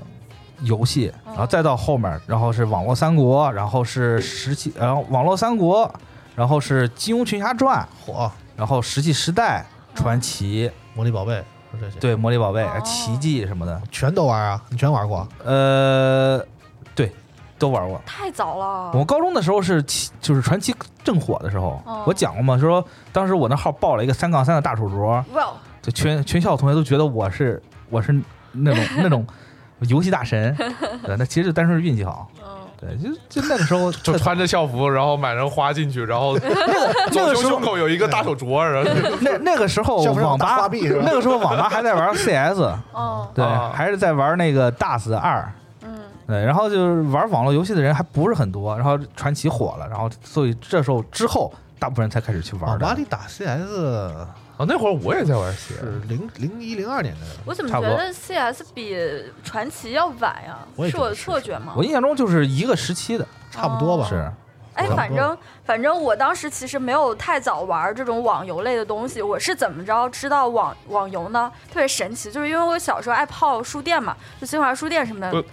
[SPEAKER 4] 游戏，然后再到后面，然后是网络三国，然后是石器，然后网络三国，然后是金庸群侠传，
[SPEAKER 2] 火啊
[SPEAKER 4] 然后石器时代传奇，
[SPEAKER 2] 魔力宝贝这些，
[SPEAKER 4] 对，魔力宝贝
[SPEAKER 3] 哦、
[SPEAKER 4] 啊奇迹什么的，
[SPEAKER 2] 全都玩啊，你全玩过啊？
[SPEAKER 4] 呃，对，都玩过。
[SPEAKER 3] 太早了，
[SPEAKER 4] 我高中的时候是奇，就是传奇正火的时候，
[SPEAKER 3] 哦
[SPEAKER 4] 我讲过嘛，说当时我那号报了一个三杠三的大手镯，
[SPEAKER 3] 哇，
[SPEAKER 4] 就全全校同学都觉得我是我是那种那种游戏
[SPEAKER 3] (laughs)
[SPEAKER 4] 大神，对，那其实就单纯是运气好，
[SPEAKER 3] 嗯，
[SPEAKER 4] 对，就就那个时候
[SPEAKER 5] 就穿着校服，然后买人花进去，然后左胸胸口有一个大手镯，然后
[SPEAKER 4] 那那个时候
[SPEAKER 2] 校服上有
[SPEAKER 4] 网
[SPEAKER 2] 大
[SPEAKER 4] 吧
[SPEAKER 2] 花臂是吧
[SPEAKER 4] 那个时候网吧还
[SPEAKER 2] (laughs)
[SPEAKER 4] 在玩 CS，
[SPEAKER 3] 哦，
[SPEAKER 4] 对，
[SPEAKER 5] 啊
[SPEAKER 4] 还是在玩那个 DAS 二。
[SPEAKER 3] 嗯，
[SPEAKER 4] 对，然后就是玩网络游戏的人还不是很多，然后传奇火了，然后所以这时候之后，大部分人才开始去玩
[SPEAKER 2] 网吧
[SPEAKER 4] 的。
[SPEAKER 2] 里哦打 CS
[SPEAKER 5] 啊那会儿我也在玩 CS，
[SPEAKER 2] 是零零一零二年的，
[SPEAKER 3] 我怎么
[SPEAKER 4] 差
[SPEAKER 3] 觉
[SPEAKER 4] 不多
[SPEAKER 3] 得 CS 比传奇要晚呀？
[SPEAKER 2] 我也
[SPEAKER 3] 是
[SPEAKER 2] 觉得
[SPEAKER 3] 我的
[SPEAKER 2] 是
[SPEAKER 3] 错觉吗
[SPEAKER 4] 我？印象中就是一个时期的，
[SPEAKER 2] 差不多吧？
[SPEAKER 4] 哦是
[SPEAKER 3] 哎，
[SPEAKER 2] 差不
[SPEAKER 3] 反
[SPEAKER 2] 多
[SPEAKER 3] 正反正我当时其实没有太早玩这种网游类的东西。我是怎么着知道网网游呢？特别神奇，就是因为我小时候爱泡书店嘛，就新华书店什么的，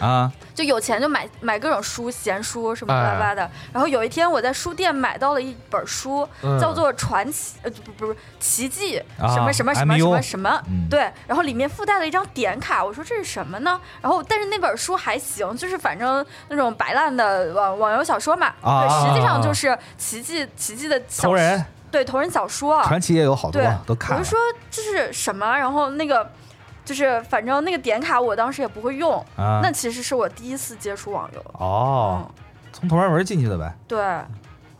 [SPEAKER 4] 啊，
[SPEAKER 3] 就有钱就买买各种书、闲书什么巴拉巴拉
[SPEAKER 4] 哎
[SPEAKER 3] 的。然后有一天我在书店买到了一本书，
[SPEAKER 5] 嗯
[SPEAKER 3] 叫做《传奇》呃不不是《奇迹》
[SPEAKER 4] 啊
[SPEAKER 3] 什么什么什么
[SPEAKER 4] MU
[SPEAKER 3] 什么什么
[SPEAKER 4] 嗯，
[SPEAKER 3] 对。然后里面附带了一张点卡，我说这是什么呢？然后但是那本书还行，就是反正那种摆烂的网网游小说嘛，
[SPEAKER 4] 啊啊啊
[SPEAKER 3] 对，实际上就是奇迹奇迹的小
[SPEAKER 4] 同人
[SPEAKER 3] 对同人小说，
[SPEAKER 4] 传奇也有好多
[SPEAKER 3] 对，
[SPEAKER 4] 都
[SPEAKER 3] 我
[SPEAKER 4] 看了
[SPEAKER 3] 就说这是什么？然后那个就是反正那个点卡我当时也不会用，
[SPEAKER 4] 啊
[SPEAKER 3] 那其实是我第一次接触网游。嗯
[SPEAKER 4] 哦，从同人文进去的呗。
[SPEAKER 3] 对，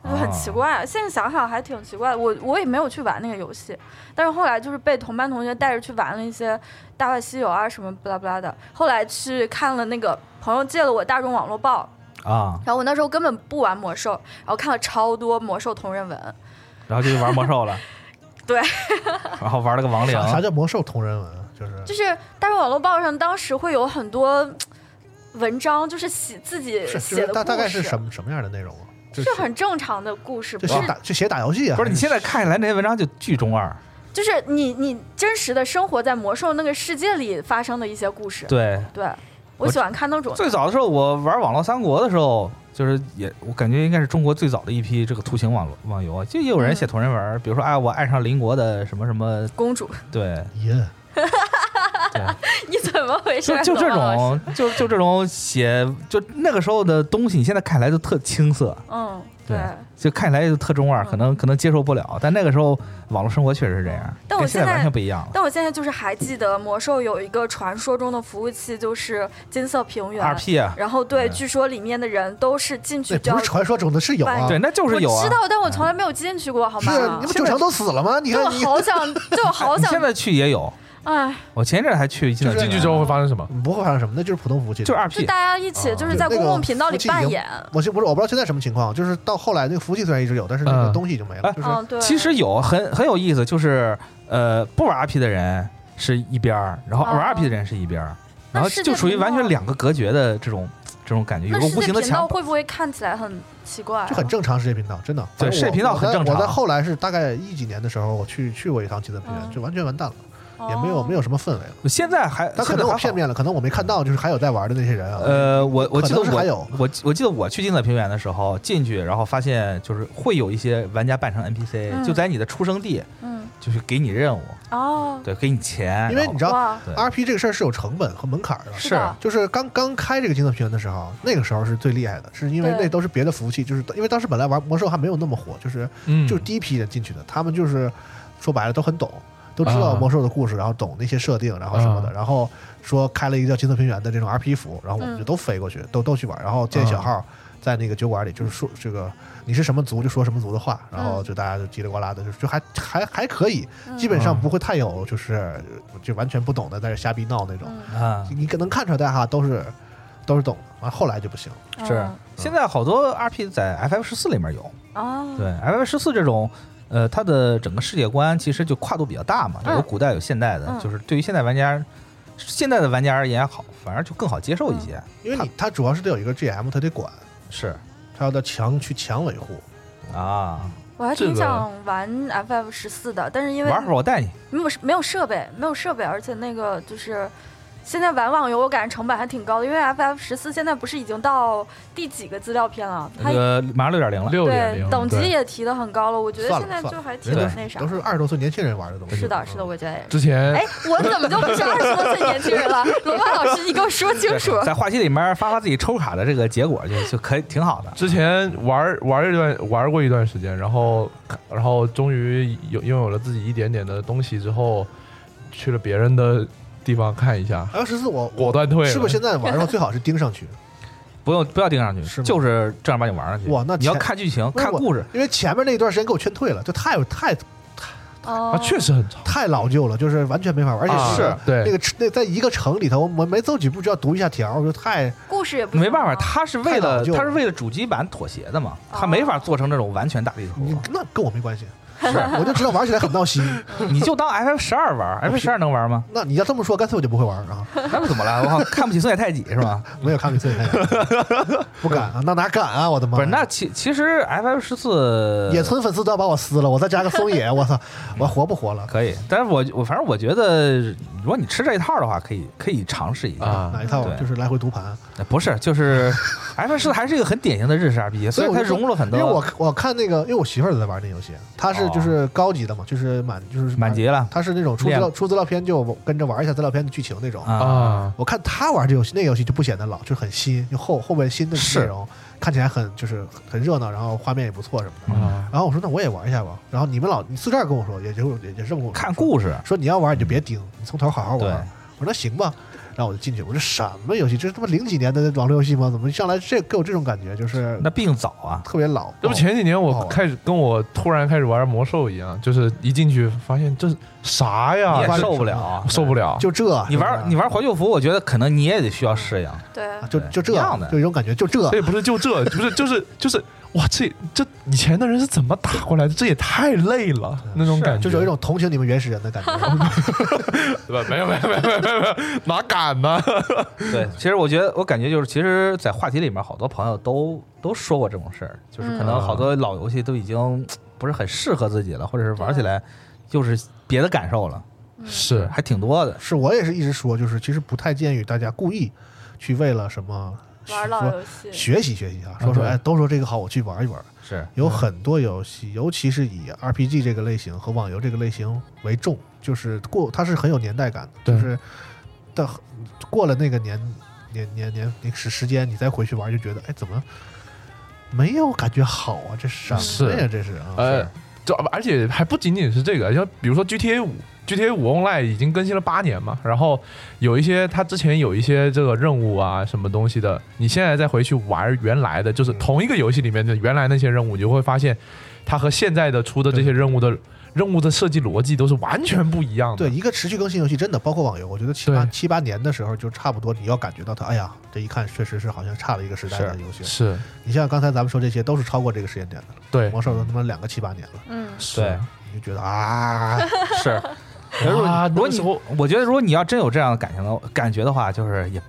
[SPEAKER 3] 就很奇怪。
[SPEAKER 4] 哦
[SPEAKER 3] 现在想想还挺奇怪的，我我也没有去玩那个游戏，但是后来就是被同班同学带着去玩了一些《大话西游》啊什么不拉不拉的。后来去看了那个朋友借了我大众网络报，
[SPEAKER 4] 啊，
[SPEAKER 3] 然后我那时候根本不玩魔兽，然后看了超多魔兽同人文。，
[SPEAKER 4] 然后就去玩魔兽了
[SPEAKER 3] (laughs) 对，
[SPEAKER 4] (laughs) 然后玩了个亡灵
[SPEAKER 2] 啥，啥叫魔兽同人文啊？就是
[SPEAKER 3] 就是大众网络报上当时会有很多嘖文章，就是写自己
[SPEAKER 2] 是就
[SPEAKER 3] 写
[SPEAKER 2] 是
[SPEAKER 3] 的
[SPEAKER 2] 大大概是
[SPEAKER 3] 故事
[SPEAKER 2] 什么什么样的内容啊？
[SPEAKER 3] 是很正常的故事，
[SPEAKER 2] 就
[SPEAKER 3] 不
[SPEAKER 2] 写
[SPEAKER 3] 是
[SPEAKER 2] 打就写打游戏啊？
[SPEAKER 4] 不是你现
[SPEAKER 2] 在
[SPEAKER 4] 在看起来那些文章就巨中二，
[SPEAKER 3] 就是你你真实的生活在魔兽那个世界里发生的一些故事。
[SPEAKER 4] 对，
[SPEAKER 3] 对，
[SPEAKER 4] 我
[SPEAKER 3] 我喜欢看那种。
[SPEAKER 4] 最早的时候，我玩《网络三国》的时候，就是也我感觉应该是中国最早的一批这个图形网络网游啊，就也有人写同人文
[SPEAKER 3] 嗯
[SPEAKER 4] 儿，比如说哎，我爱上邻国的什么什么，
[SPEAKER 3] 公主， (laughs)
[SPEAKER 4] 对，
[SPEAKER 2] 耶，
[SPEAKER 3] 你怎么回事
[SPEAKER 4] 就
[SPEAKER 3] 啊？
[SPEAKER 4] 就这
[SPEAKER 3] 董老师，
[SPEAKER 4] 种，就就这种写，就那个时候的东西，你现在看起来就特青涩，
[SPEAKER 3] 嗯，对。
[SPEAKER 4] 就看起来就特中二，
[SPEAKER 3] 嗯
[SPEAKER 4] 可能可能接受不了，但那个时候网络生活确实是这样，
[SPEAKER 3] 但我
[SPEAKER 4] 跟现
[SPEAKER 3] 现
[SPEAKER 4] 在
[SPEAKER 3] 在
[SPEAKER 4] 完全不一样了。
[SPEAKER 3] 但我现在就是还记得魔兽有一个传说中的服务器，就是金色平原。
[SPEAKER 4] 二 P 啊，
[SPEAKER 3] 然后对，
[SPEAKER 4] 嗯
[SPEAKER 3] 据说里面的人都是进去
[SPEAKER 2] 那
[SPEAKER 3] 就要
[SPEAKER 2] 不是传说中的，是有啊？
[SPEAKER 3] 万
[SPEAKER 4] 对，那就是有
[SPEAKER 3] 我
[SPEAKER 4] 啊
[SPEAKER 3] 知。道，但我从来没有进去过，好啊
[SPEAKER 2] 是啊
[SPEAKER 3] 吗？
[SPEAKER 2] 你不九成都死了吗？你
[SPEAKER 3] 就
[SPEAKER 2] 看
[SPEAKER 3] 我
[SPEAKER 2] 你
[SPEAKER 3] 好
[SPEAKER 4] (laughs)
[SPEAKER 3] 想，就我好
[SPEAKER 4] 你现
[SPEAKER 3] 想，
[SPEAKER 4] 在去也有，
[SPEAKER 3] 哎，
[SPEAKER 4] 我前一阵儿还去进了
[SPEAKER 5] 进去之后会发生什么？
[SPEAKER 2] 不会发生什么，那就是普通服务器，
[SPEAKER 4] 就是二
[SPEAKER 3] 就
[SPEAKER 4] P，
[SPEAKER 3] 大家一起
[SPEAKER 4] 啊
[SPEAKER 3] 就是
[SPEAKER 2] 就
[SPEAKER 3] 在
[SPEAKER 2] 那
[SPEAKER 3] 公
[SPEAKER 2] 个
[SPEAKER 3] 共频道
[SPEAKER 2] 服务
[SPEAKER 3] 里
[SPEAKER 2] 器已
[SPEAKER 3] 扮
[SPEAKER 2] 经
[SPEAKER 3] 演，
[SPEAKER 2] 我就不是我不知道现在什么情况，就是到后来那个服务器虽然一直有，但是那
[SPEAKER 5] 嗯
[SPEAKER 2] 个东西已经没了，
[SPEAKER 4] 哎
[SPEAKER 2] 就是
[SPEAKER 3] 嗯，对，
[SPEAKER 4] 其实有很很有意思，就是呃，不玩 RP 的人是一边儿，然后
[SPEAKER 3] 哦
[SPEAKER 4] 玩 RP 的人是一边儿，
[SPEAKER 3] 那
[SPEAKER 4] 然后
[SPEAKER 3] 世界
[SPEAKER 4] 就属于
[SPEAKER 3] 频道
[SPEAKER 4] 完全两个隔绝的这种这种感觉，有
[SPEAKER 3] 那
[SPEAKER 4] 个
[SPEAKER 3] 世
[SPEAKER 4] 无
[SPEAKER 3] 界
[SPEAKER 4] 形的
[SPEAKER 3] 频道
[SPEAKER 4] 墙。
[SPEAKER 3] 会不会看起来很奇怪啊？
[SPEAKER 2] 就很正常世界频道，真的。反正
[SPEAKER 4] 对
[SPEAKER 2] 我
[SPEAKER 4] 世界频道很正常
[SPEAKER 2] 我在我在后来是大概一几年的时候，我去去过一趟金色平原，
[SPEAKER 3] 嗯
[SPEAKER 2] 就完全完蛋了，
[SPEAKER 3] 哦
[SPEAKER 2] 也没有没有什么氛围了。
[SPEAKER 4] 现在还，
[SPEAKER 2] 但可
[SPEAKER 4] 现在
[SPEAKER 2] 能我
[SPEAKER 4] 还好
[SPEAKER 2] 片。面了，可能我没看到，就是还有在玩的那些人啊。
[SPEAKER 4] 呃，我我记得
[SPEAKER 2] 可能是还有
[SPEAKER 4] 我我我记得我去金色平原的时候进去，然后发现就是会有一些玩家扮成 NPC，、
[SPEAKER 3] 嗯
[SPEAKER 4] 就在你的出生地，
[SPEAKER 3] 嗯
[SPEAKER 4] 就是给你任务，
[SPEAKER 3] 哦，
[SPEAKER 4] 对，给你钱，
[SPEAKER 2] 因为
[SPEAKER 4] 然后
[SPEAKER 2] 你知道
[SPEAKER 3] 哇，
[SPEAKER 4] 对
[SPEAKER 2] R P 这个事儿是有成本和门槛的。
[SPEAKER 3] 是
[SPEAKER 4] 是
[SPEAKER 3] 的
[SPEAKER 2] 就是刚刚开这个金色平原的时候，那个时候是最厉害的，是因为
[SPEAKER 3] 对
[SPEAKER 2] 那都是别的服务器，就是因为当时本来玩魔兽还没有那么火，就是
[SPEAKER 5] 嗯
[SPEAKER 2] 就是第一批人进去的，他们就是说白了都很懂，都知道
[SPEAKER 5] 啊
[SPEAKER 2] 魔兽的故事，然后懂那些设定，然后什么的，
[SPEAKER 5] 啊
[SPEAKER 2] 然后说开了一个叫金色平原的这种 RP 服，然后我们
[SPEAKER 3] 嗯
[SPEAKER 2] 就都飞过去，都都去玩，然后
[SPEAKER 5] 啊
[SPEAKER 2] 建小号。在那个酒馆里，就是说这个你是什么族就说什么族的话，然
[SPEAKER 3] 嗯
[SPEAKER 2] 后就大家就叽里呱啦的，就就还还还可以，基本
[SPEAKER 5] 啊
[SPEAKER 2] 上不会太有就是就完全不懂的在这瞎逼闹那种。
[SPEAKER 3] 嗯
[SPEAKER 5] (laughs)
[SPEAKER 4] 啊，
[SPEAKER 2] 你可能看出来，大家哈都是都是懂的。完后来就不行了，
[SPEAKER 4] 是
[SPEAKER 3] 嗯
[SPEAKER 4] 现在好多 RP 在 FF 十四里面有，
[SPEAKER 3] 哦，
[SPEAKER 4] 对 FF 十四这种。呃，它的整个世界观其实就跨度比较大嘛，
[SPEAKER 3] 嗯
[SPEAKER 4] 有古代有现代的，
[SPEAKER 3] 嗯
[SPEAKER 4] 就是对于现代玩家，现代的玩家而言好，反而就更好接受一些。
[SPEAKER 3] 嗯
[SPEAKER 2] 因为你它主要是得有一个 GM，他得管，
[SPEAKER 4] 是
[SPEAKER 2] 他要的强去强维护。
[SPEAKER 4] 啊，
[SPEAKER 3] 我还
[SPEAKER 5] 这
[SPEAKER 3] 挺
[SPEAKER 5] 个
[SPEAKER 3] 想玩 FF 十四的，但是因为
[SPEAKER 4] 玩会儿我带你。
[SPEAKER 3] 没有没有设备，没有设备，而且那个就是现在玩网游，我感觉成本还挺高的，因为 FF 十四现在不是已经到第几个资料片了？它
[SPEAKER 4] 那个呃马上六点零了，
[SPEAKER 5] 六点
[SPEAKER 3] 对
[SPEAKER 5] 零
[SPEAKER 3] 等级也提的很高了，我觉得
[SPEAKER 2] 算了
[SPEAKER 3] 现在
[SPEAKER 2] 算
[SPEAKER 3] 就
[SPEAKER 2] 了
[SPEAKER 3] 还挺
[SPEAKER 2] 人
[SPEAKER 4] 对
[SPEAKER 3] 那啥
[SPEAKER 2] 都。是二十多岁年轻人玩的东西。嗯
[SPEAKER 3] 是的，
[SPEAKER 5] 嗯
[SPEAKER 3] 是的，我觉得也是。
[SPEAKER 5] 之前
[SPEAKER 3] 哎，我怎么就不是二十多岁年轻人了？罗曼老师，你给我说清楚。
[SPEAKER 4] 在话题里面发发自己抽卡的这个结果就就可以挺好的。
[SPEAKER 5] 之前玩玩一段玩过一段时间，然后然后终于有拥有了自己一点点的东西之后，去了别人的地方看一下，
[SPEAKER 2] F 十四我
[SPEAKER 5] 果断退了。
[SPEAKER 2] 是不是现在玩的话最好是盯上去？
[SPEAKER 4] 不用不要盯上去，
[SPEAKER 2] 是吗
[SPEAKER 4] 就是正儿八经玩上去。
[SPEAKER 2] 哇那
[SPEAKER 4] 你要
[SPEAKER 2] 前
[SPEAKER 4] 看剧情，
[SPEAKER 2] 不是
[SPEAKER 4] (laughs) 看
[SPEAKER 2] 我
[SPEAKER 4] 故事，
[SPEAKER 2] 因为前面那一段时间给我劝退了，就太太
[SPEAKER 3] 啊
[SPEAKER 5] 啊，确实很长。
[SPEAKER 2] 太老旧了，就是完全没法玩，而且
[SPEAKER 5] 啊
[SPEAKER 2] 是那
[SPEAKER 5] 对
[SPEAKER 2] 个那在一个城里头，我我没走几步就要读一下条，我就太
[SPEAKER 3] 故事也不
[SPEAKER 4] 没办法，
[SPEAKER 3] 行啊
[SPEAKER 4] 他是为
[SPEAKER 2] 太
[SPEAKER 4] 了
[SPEAKER 2] 老旧了
[SPEAKER 4] 他是为了主机版妥协的嘛，
[SPEAKER 3] 哦
[SPEAKER 4] 他没法做成这种完全大地
[SPEAKER 2] 你
[SPEAKER 4] 图。
[SPEAKER 2] 那跟我没关系， (laughs) 我就知道玩起来很闹
[SPEAKER 4] (laughs)
[SPEAKER 2] 心。
[SPEAKER 4] 你就当 F F 十二玩，F F 十二能玩吗？
[SPEAKER 2] 那你要这么说，干脆我就不会玩啊，
[SPEAKER 4] 那怎么了？我靠，看不起松野太己是吧？
[SPEAKER 2] 没有看比自己
[SPEAKER 4] (laughs)
[SPEAKER 2] 不敢啊，那哪敢啊，我的妈！
[SPEAKER 4] 不是，那其其实 F F 十四
[SPEAKER 2] 野村粉丝都要把我撕了，我再加个松野，我操，我活不活了？
[SPEAKER 4] 可以，但是我我反正我觉得，如果你吃这一套的话，可以可以尝试一下。
[SPEAKER 5] 啊
[SPEAKER 2] 哪一套
[SPEAKER 4] 对
[SPEAKER 2] 就是来回读盘，
[SPEAKER 4] 不是，就是 F F 十四还是一个很典型的日式 R P G，
[SPEAKER 2] 所
[SPEAKER 4] 所
[SPEAKER 2] 以
[SPEAKER 4] 以
[SPEAKER 2] 我
[SPEAKER 4] 它
[SPEAKER 2] 就说
[SPEAKER 4] 融入了很多。
[SPEAKER 2] 因为我我看那个，因为我媳妇儿也在玩那游戏，她是就是高级的嘛，就是满就是
[SPEAKER 4] 哦满级了
[SPEAKER 2] 她是那种出资料
[SPEAKER 4] 练
[SPEAKER 2] 出资料片就跟着玩一下资料片的剧情那种
[SPEAKER 4] 啊，
[SPEAKER 5] 啊，
[SPEAKER 2] 我看他玩这游戏，那个游戏就不显得老，就是很新，就后后面新的内容看起来很就是很热闹，然后画面也不错什么
[SPEAKER 4] 嗯
[SPEAKER 2] 的。
[SPEAKER 5] 啊
[SPEAKER 2] 然后我说那我也玩一下吧。然后你们老你四这儿跟我说，也就也也这么跟我说
[SPEAKER 4] 看故事，
[SPEAKER 2] 说你要玩你就别盯，你从头好好
[SPEAKER 4] 对
[SPEAKER 2] 玩。我说那行吧，然后我就进去，我说什么游戏？这是他妈零几年的网络游戏吗？怎么上来这给我这种感觉？就是
[SPEAKER 4] 那毕竟早啊。
[SPEAKER 2] 特别老。
[SPEAKER 5] 这不前几年
[SPEAKER 2] 不好
[SPEAKER 5] 我
[SPEAKER 2] 玩
[SPEAKER 5] 开始跟我突然开始玩魔兽一样，就是一进去发现这是啥呀
[SPEAKER 2] 啊
[SPEAKER 4] 你，也
[SPEAKER 5] 这
[SPEAKER 4] 受不了，啊
[SPEAKER 5] 受不了。
[SPEAKER 2] 就这，
[SPEAKER 4] 你
[SPEAKER 2] 是吧
[SPEAKER 4] 玩你玩怀旧服，我觉得可能你也得需要适应。
[SPEAKER 3] 对
[SPEAKER 2] 啊，就就这
[SPEAKER 4] 一样的
[SPEAKER 2] 就一种感觉，就这
[SPEAKER 5] 这。也不是就这，不是就是就是哇，这这以前的人是怎么打过来的？这也太累了，那种
[SPEAKER 4] 是
[SPEAKER 5] 感觉，
[SPEAKER 2] 就是有一种同情你们原始人的感觉，
[SPEAKER 4] (laughs)
[SPEAKER 5] 对吧？没有没有没有没有没有没有，哪敢呢？
[SPEAKER 4] 嗯对，其实我觉得我感觉就是，其实，在话题里面，好多朋友都都说过这种事儿，
[SPEAKER 3] 嗯
[SPEAKER 4] 就是可能好多老游戏都已经不是很适合自己了，或者是玩起来又是别的感受了，
[SPEAKER 5] 是
[SPEAKER 4] 还挺多的。
[SPEAKER 2] 是我也是一直说，就是其实不太建议大家故意去为了什么说
[SPEAKER 3] 玩老游戏，
[SPEAKER 2] 学习学习啊，说说
[SPEAKER 5] 对
[SPEAKER 2] 哎，都说这个好，我去玩一玩。
[SPEAKER 4] 是，
[SPEAKER 5] 嗯
[SPEAKER 2] 有很多游戏，尤其是以 RPG 这个类型和网游这个类型为重，就是过它是很有年代感的，
[SPEAKER 5] 对
[SPEAKER 2] 就是但过了那个年年年年那个时时间，你再回去玩就觉得哎，怎么没有感觉好啊？这什么呀？
[SPEAKER 5] 是
[SPEAKER 2] 这是啊，
[SPEAKER 5] 呃，这而且还不仅仅是这个，像比如说 GTA 五。GTA 五 Online 已经更新了八年嘛，然后有一些它之前有一些这个任务啊什么东西的，你现在再回去玩原来的，就是
[SPEAKER 2] 嗯
[SPEAKER 5] 同一个游戏里面的原来那些任务，你就会发现它和现在的出的这些
[SPEAKER 2] 对
[SPEAKER 5] 任务的任务的设计逻辑都是完全不一样的。
[SPEAKER 2] 对一个持续更新游戏，真的包括网游，我觉得七八
[SPEAKER 5] 对
[SPEAKER 2] 七八年的时候就差不多，你要感觉到它，哎呀，这一看确实是好像差了一个时代的游戏。
[SPEAKER 5] 是，
[SPEAKER 2] 你像刚才咱们说这些，都是超过这个时间点的了，
[SPEAKER 5] 对，
[SPEAKER 2] 魔兽都他妈两个七八年了，
[SPEAKER 3] 嗯，
[SPEAKER 5] 是
[SPEAKER 4] 对，
[SPEAKER 2] 你就觉得啊，
[SPEAKER 4] 是。如果
[SPEAKER 5] 啊，
[SPEAKER 4] (laughs) 如果
[SPEAKER 5] 那
[SPEAKER 4] 你
[SPEAKER 5] 时候
[SPEAKER 4] 我觉得如果你要真有这样的感情的感觉的话，就是也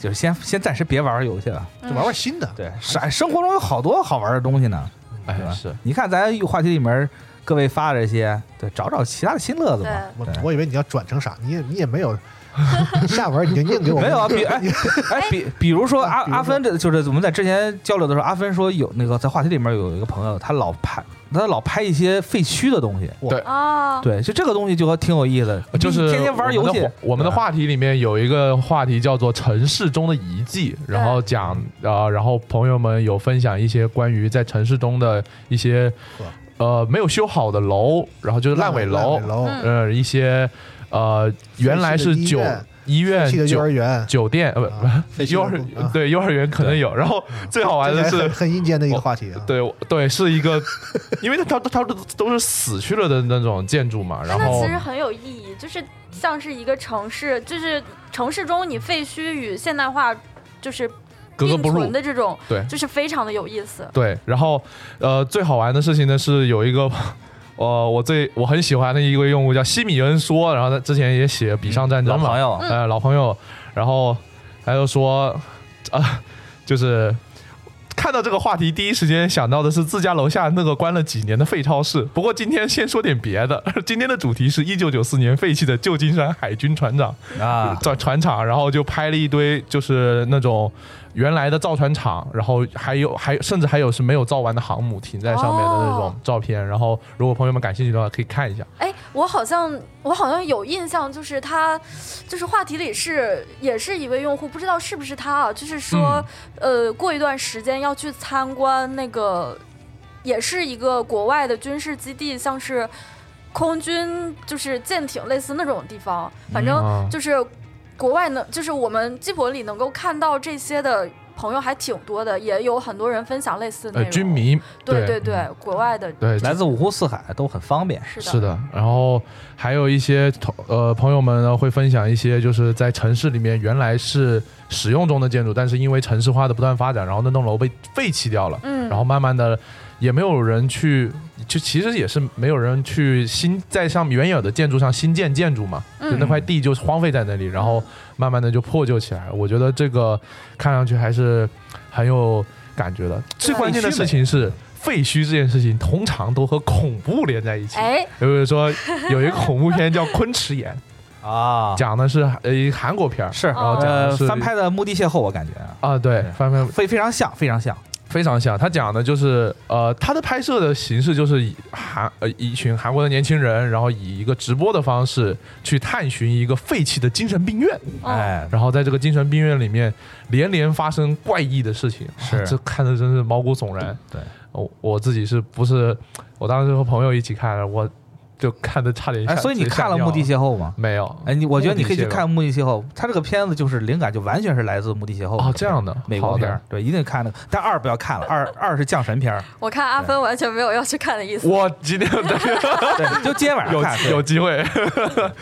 [SPEAKER 4] 就是先先暂时别玩游戏了。
[SPEAKER 2] 就玩玩新的。
[SPEAKER 4] 对，生生活中有好多好玩的东西呢。
[SPEAKER 5] 哎
[SPEAKER 4] 对吧？
[SPEAKER 5] 是，
[SPEAKER 4] 你看咱话题里面各位发的这些，对，找找其他的新乐子
[SPEAKER 3] 对
[SPEAKER 4] 嘛。
[SPEAKER 2] 我
[SPEAKER 4] 对
[SPEAKER 2] 我以为你要转成啥，你也你也没有 (laughs) 下文，你就硬给我
[SPEAKER 4] 没有啊，比
[SPEAKER 2] (laughs)
[SPEAKER 4] 哎
[SPEAKER 2] 你
[SPEAKER 4] 哎比比如说阿
[SPEAKER 2] 比如说
[SPEAKER 4] 阿芬，这就是我们在之前交流的时候，阿芬说有那个在话题里面有一个朋友，他老拍他老拍一些废墟的东西。
[SPEAKER 3] 啊，
[SPEAKER 4] 对，就这个东西就挺有意思的，
[SPEAKER 5] 哦呃就是
[SPEAKER 3] 嗯
[SPEAKER 4] 你天天玩游
[SPEAKER 5] 我
[SPEAKER 4] 戏
[SPEAKER 5] 们的话。我们的话题里面有一个话题叫做城市中的遗迹，然后讲呃，然后朋友们有分享一些关于在城市中的一些呃没有修好的楼，然后就是烂尾楼，
[SPEAKER 2] 楼、
[SPEAKER 3] 嗯
[SPEAKER 5] 呃一些呃原来是酒医院
[SPEAKER 2] 废弃的幼
[SPEAKER 5] 酒
[SPEAKER 2] 儿园，
[SPEAKER 5] 酒店呃 (laughs)
[SPEAKER 2] 啊
[SPEAKER 5] 不
[SPEAKER 2] 废弃的
[SPEAKER 5] 幼儿
[SPEAKER 2] 公啊
[SPEAKER 5] 对幼儿园可能有，然后最好玩的
[SPEAKER 2] 这
[SPEAKER 5] 是
[SPEAKER 2] 很很阴间的一个话题啊。
[SPEAKER 5] 对对，是一个， (laughs) 因为它它它都是死去了的那种建筑嘛，然
[SPEAKER 3] 哎那
[SPEAKER 5] 后
[SPEAKER 3] 其实很有意义，就是像是一个城市，就是城市中你废墟与现代化。就是
[SPEAKER 5] 格格
[SPEAKER 3] 并
[SPEAKER 5] 不入
[SPEAKER 3] 存的这种，
[SPEAKER 5] 对
[SPEAKER 3] 就是非常的有意思。
[SPEAKER 5] 对，然后呃，最好玩的事情呢是有一个。 (laughs) 呃，我最我很喜欢的一位用户叫西米恩说，然后他之前也写《比上战争》
[SPEAKER 4] 老
[SPEAKER 5] 嘛，
[SPEAKER 4] 朋友，
[SPEAKER 5] 呃，老朋友，然后他就说，啊、就是看到这个话题，第一时间想到的是自家楼下那个关了几年的废超市。不过今天先说点别的， (laughs) 今天的主题是1994年废弃的旧金山海军船长 (laughs)
[SPEAKER 4] 啊，
[SPEAKER 5] 造船厂，然后就拍了一堆就是那种原来的造船厂，然后还有还甚至还有是没有造完的航母停在上面的那种
[SPEAKER 3] 哦
[SPEAKER 5] 照片。然后如果朋友们感兴趣的话，可以看一下。
[SPEAKER 3] 哎，我好像我好像有印象，就是他，就是话题里是也是一位用户，不知道是不是他啊，就是说，
[SPEAKER 5] 嗯
[SPEAKER 3] 呃，过一段时间要去参观那个，也是一个国外的军事基地，像是空军就是舰艇类似那种地方，反
[SPEAKER 5] 嗯
[SPEAKER 3] 正就是国外能，就是我们鸡婆里能够看到这些的。朋友还挺多的，也有很多人分享类似的内
[SPEAKER 5] 呃，
[SPEAKER 3] 容。
[SPEAKER 5] 军，迷，
[SPEAKER 3] 对对
[SPEAKER 5] 对
[SPEAKER 3] 对，国外的
[SPEAKER 5] 对，
[SPEAKER 4] 来自五湖四海都很方便。
[SPEAKER 3] 是的，
[SPEAKER 5] 是的，然后还有一些同呃朋友们呢会分享一些就是在城市里面原来是使用中的建筑，但是因为城市化的不断发展，然后那栋楼被废弃掉了，
[SPEAKER 3] 嗯，
[SPEAKER 5] 然后慢慢的也没有人去，就其实也是没有人去新在上原有的建筑上新建建筑嘛，
[SPEAKER 3] 嗯
[SPEAKER 5] 就那块地就是荒废在那里，然后慢慢的就破旧起来。我觉得这个看上去还是很有感觉的。最关键的事情是。废墟这件事情通常都和恐怖连在一起，
[SPEAKER 3] 哎，
[SPEAKER 5] 比如说有一个恐怖片叫《昆池岩，
[SPEAKER 4] 啊》，
[SPEAKER 5] 讲的是呃一个韩国片儿
[SPEAKER 4] 是，
[SPEAKER 3] 然后
[SPEAKER 5] 讲的
[SPEAKER 4] 呃
[SPEAKER 5] 是
[SPEAKER 4] 翻拍的《墓地邂逅》，我感觉啊
[SPEAKER 5] 啊，对，翻拍
[SPEAKER 4] 非非常像，非常像。
[SPEAKER 5] 非常像。它讲的就是呃，它的拍摄的形式就是以韩呃一群韩国的年轻人，然后以一个直播的方式去探寻一个废弃的精神病院，
[SPEAKER 3] 哦
[SPEAKER 4] 哎，
[SPEAKER 5] 然后在这个精神病院里面连连发生怪异的事情，
[SPEAKER 4] 是
[SPEAKER 5] 啊这看的真是毛骨悚然。
[SPEAKER 4] 对，
[SPEAKER 5] 我我自己是不是我当时和朋友一起看，我就看的差点吓。
[SPEAKER 4] 哎，所以你
[SPEAKER 5] 吓
[SPEAKER 4] 看了《
[SPEAKER 5] 尿
[SPEAKER 4] 墓地邂逅》吗？
[SPEAKER 5] 没有？
[SPEAKER 4] 哎，你我觉得
[SPEAKER 5] 目的
[SPEAKER 4] 你可以去
[SPEAKER 5] 邂逅
[SPEAKER 4] 看《墓地邂逅》，它这个片子就是灵感就完全是来自《墓地邂逅》
[SPEAKER 5] 哦，这样的
[SPEAKER 4] 美国片
[SPEAKER 5] 好
[SPEAKER 4] 儿
[SPEAKER 5] 的，
[SPEAKER 4] 对，一定看那个。但二不要看了，二二是降神片儿，
[SPEAKER 3] 我看阿芬完全没有要去看的意思。
[SPEAKER 5] 我今天
[SPEAKER 4] 对，就今天晚上
[SPEAKER 5] 有
[SPEAKER 4] 看，对
[SPEAKER 5] 有机会，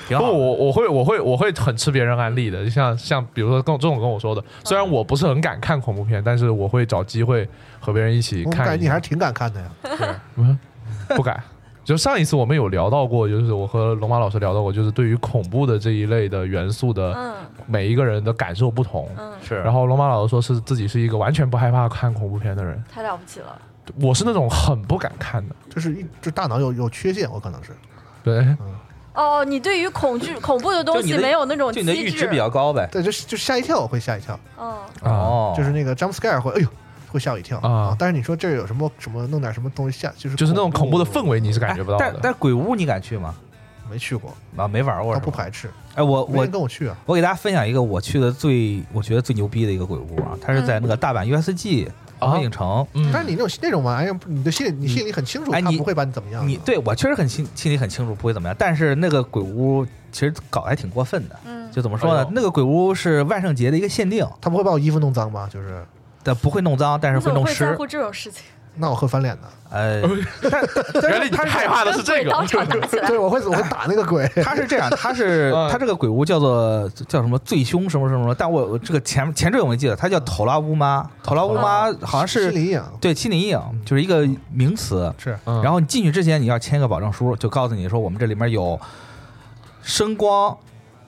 [SPEAKER 4] 挺
[SPEAKER 5] 不，
[SPEAKER 4] 好的。
[SPEAKER 5] 我我会我会我会很吃别人案例的，就像像比如说跟我这种跟我说的，虽然我不是很敢看恐怖片，但是我会找机会和别人一起
[SPEAKER 2] 我感觉
[SPEAKER 5] 看一
[SPEAKER 2] 你还
[SPEAKER 5] 下
[SPEAKER 2] 是。挺敢看的呀。
[SPEAKER 5] 不敢。就上一次我们有聊到过，就是我和龙马老师聊到过，就是对于恐怖的这一类的元素的
[SPEAKER 3] 嗯
[SPEAKER 5] 每一个人的感受不同。
[SPEAKER 3] 嗯，
[SPEAKER 4] 是
[SPEAKER 5] 然后龙马老师说是自己是一个完全不害怕看恐怖片的人，
[SPEAKER 3] 太了不起了。
[SPEAKER 5] 我是那种很不敢看的。
[SPEAKER 2] 这是一，这大脑有有缺陷，我可能是。
[SPEAKER 5] 对，
[SPEAKER 3] 哦，你对于恐惧、恐怖的东
[SPEAKER 4] 就你
[SPEAKER 3] 西
[SPEAKER 4] 的
[SPEAKER 3] 没有那种
[SPEAKER 4] 就
[SPEAKER 3] 机
[SPEAKER 4] 你的阈值
[SPEAKER 3] 制
[SPEAKER 4] 比，较高呗。
[SPEAKER 2] 对，就是就吓一跳，我会吓一跳，
[SPEAKER 3] 嗯，
[SPEAKER 4] 哦，
[SPEAKER 2] 就是那个 jump scare 会，哎呦，会吓我一跳
[SPEAKER 5] 啊
[SPEAKER 2] 但是你说这儿有什么什么弄点什么东西吓，就是
[SPEAKER 5] 就是那种恐怖的氛围，你是
[SPEAKER 4] 哎
[SPEAKER 5] 感觉不到
[SPEAKER 4] 但
[SPEAKER 5] 的。
[SPEAKER 4] 但鬼屋你敢去吗？
[SPEAKER 2] 没去过，
[SPEAKER 4] 啊，没玩过
[SPEAKER 2] 他
[SPEAKER 4] 是
[SPEAKER 2] 不
[SPEAKER 4] 吧？
[SPEAKER 2] 排斥，
[SPEAKER 4] 哎，我
[SPEAKER 2] 没
[SPEAKER 4] 我
[SPEAKER 2] 人跟我去啊。
[SPEAKER 4] 我给大家分享一个我去的最我觉得最牛逼的一个鬼屋啊，它是
[SPEAKER 3] 嗯
[SPEAKER 4] 在那个大阪 USG
[SPEAKER 5] 啊
[SPEAKER 4] 环影城。
[SPEAKER 5] 嗯
[SPEAKER 2] 但是你那种那种玩意儿，你的心里你心里很清楚，
[SPEAKER 4] 哎
[SPEAKER 2] 他
[SPEAKER 4] 你
[SPEAKER 2] 不会把你怎么样的。
[SPEAKER 4] 你对我确实很心心里很清楚不会怎么样，但是那个鬼屋其实搞得还挺过分的。
[SPEAKER 3] 嗯
[SPEAKER 4] 就怎么说
[SPEAKER 5] 哎
[SPEAKER 4] 呢
[SPEAKER 5] 呦？
[SPEAKER 4] 那个鬼屋是万圣节的一个限定，
[SPEAKER 2] 他不会把我衣服弄脏吧？就是，
[SPEAKER 4] 但不会弄脏，但是
[SPEAKER 3] 你怎么
[SPEAKER 4] 弄
[SPEAKER 3] 会在
[SPEAKER 4] 湿
[SPEAKER 3] 乎。这种事情？
[SPEAKER 2] 那我会翻脸的。
[SPEAKER 4] 呃， (laughs)
[SPEAKER 5] 原来你害怕的是这
[SPEAKER 3] 对，(laughs)
[SPEAKER 5] 个，
[SPEAKER 3] 当场打起来。
[SPEAKER 4] (laughs)
[SPEAKER 2] 对，我会我会打那个鬼。
[SPEAKER 4] 它是这样，它是
[SPEAKER 5] 嗯
[SPEAKER 4] 它这个鬼屋叫做叫什么最凶什么什么什么，但我我这个前前缀我没记得，它叫头拉乌妈，头拉乌妈 (laughs) 好像
[SPEAKER 2] 心
[SPEAKER 4] 是
[SPEAKER 2] 理阴影。
[SPEAKER 4] 对心理阴影，就是一个名词。
[SPEAKER 2] 是，
[SPEAKER 5] 嗯
[SPEAKER 4] 然后你进去之前你要签个保证书，就告诉你说我们这里面有声光、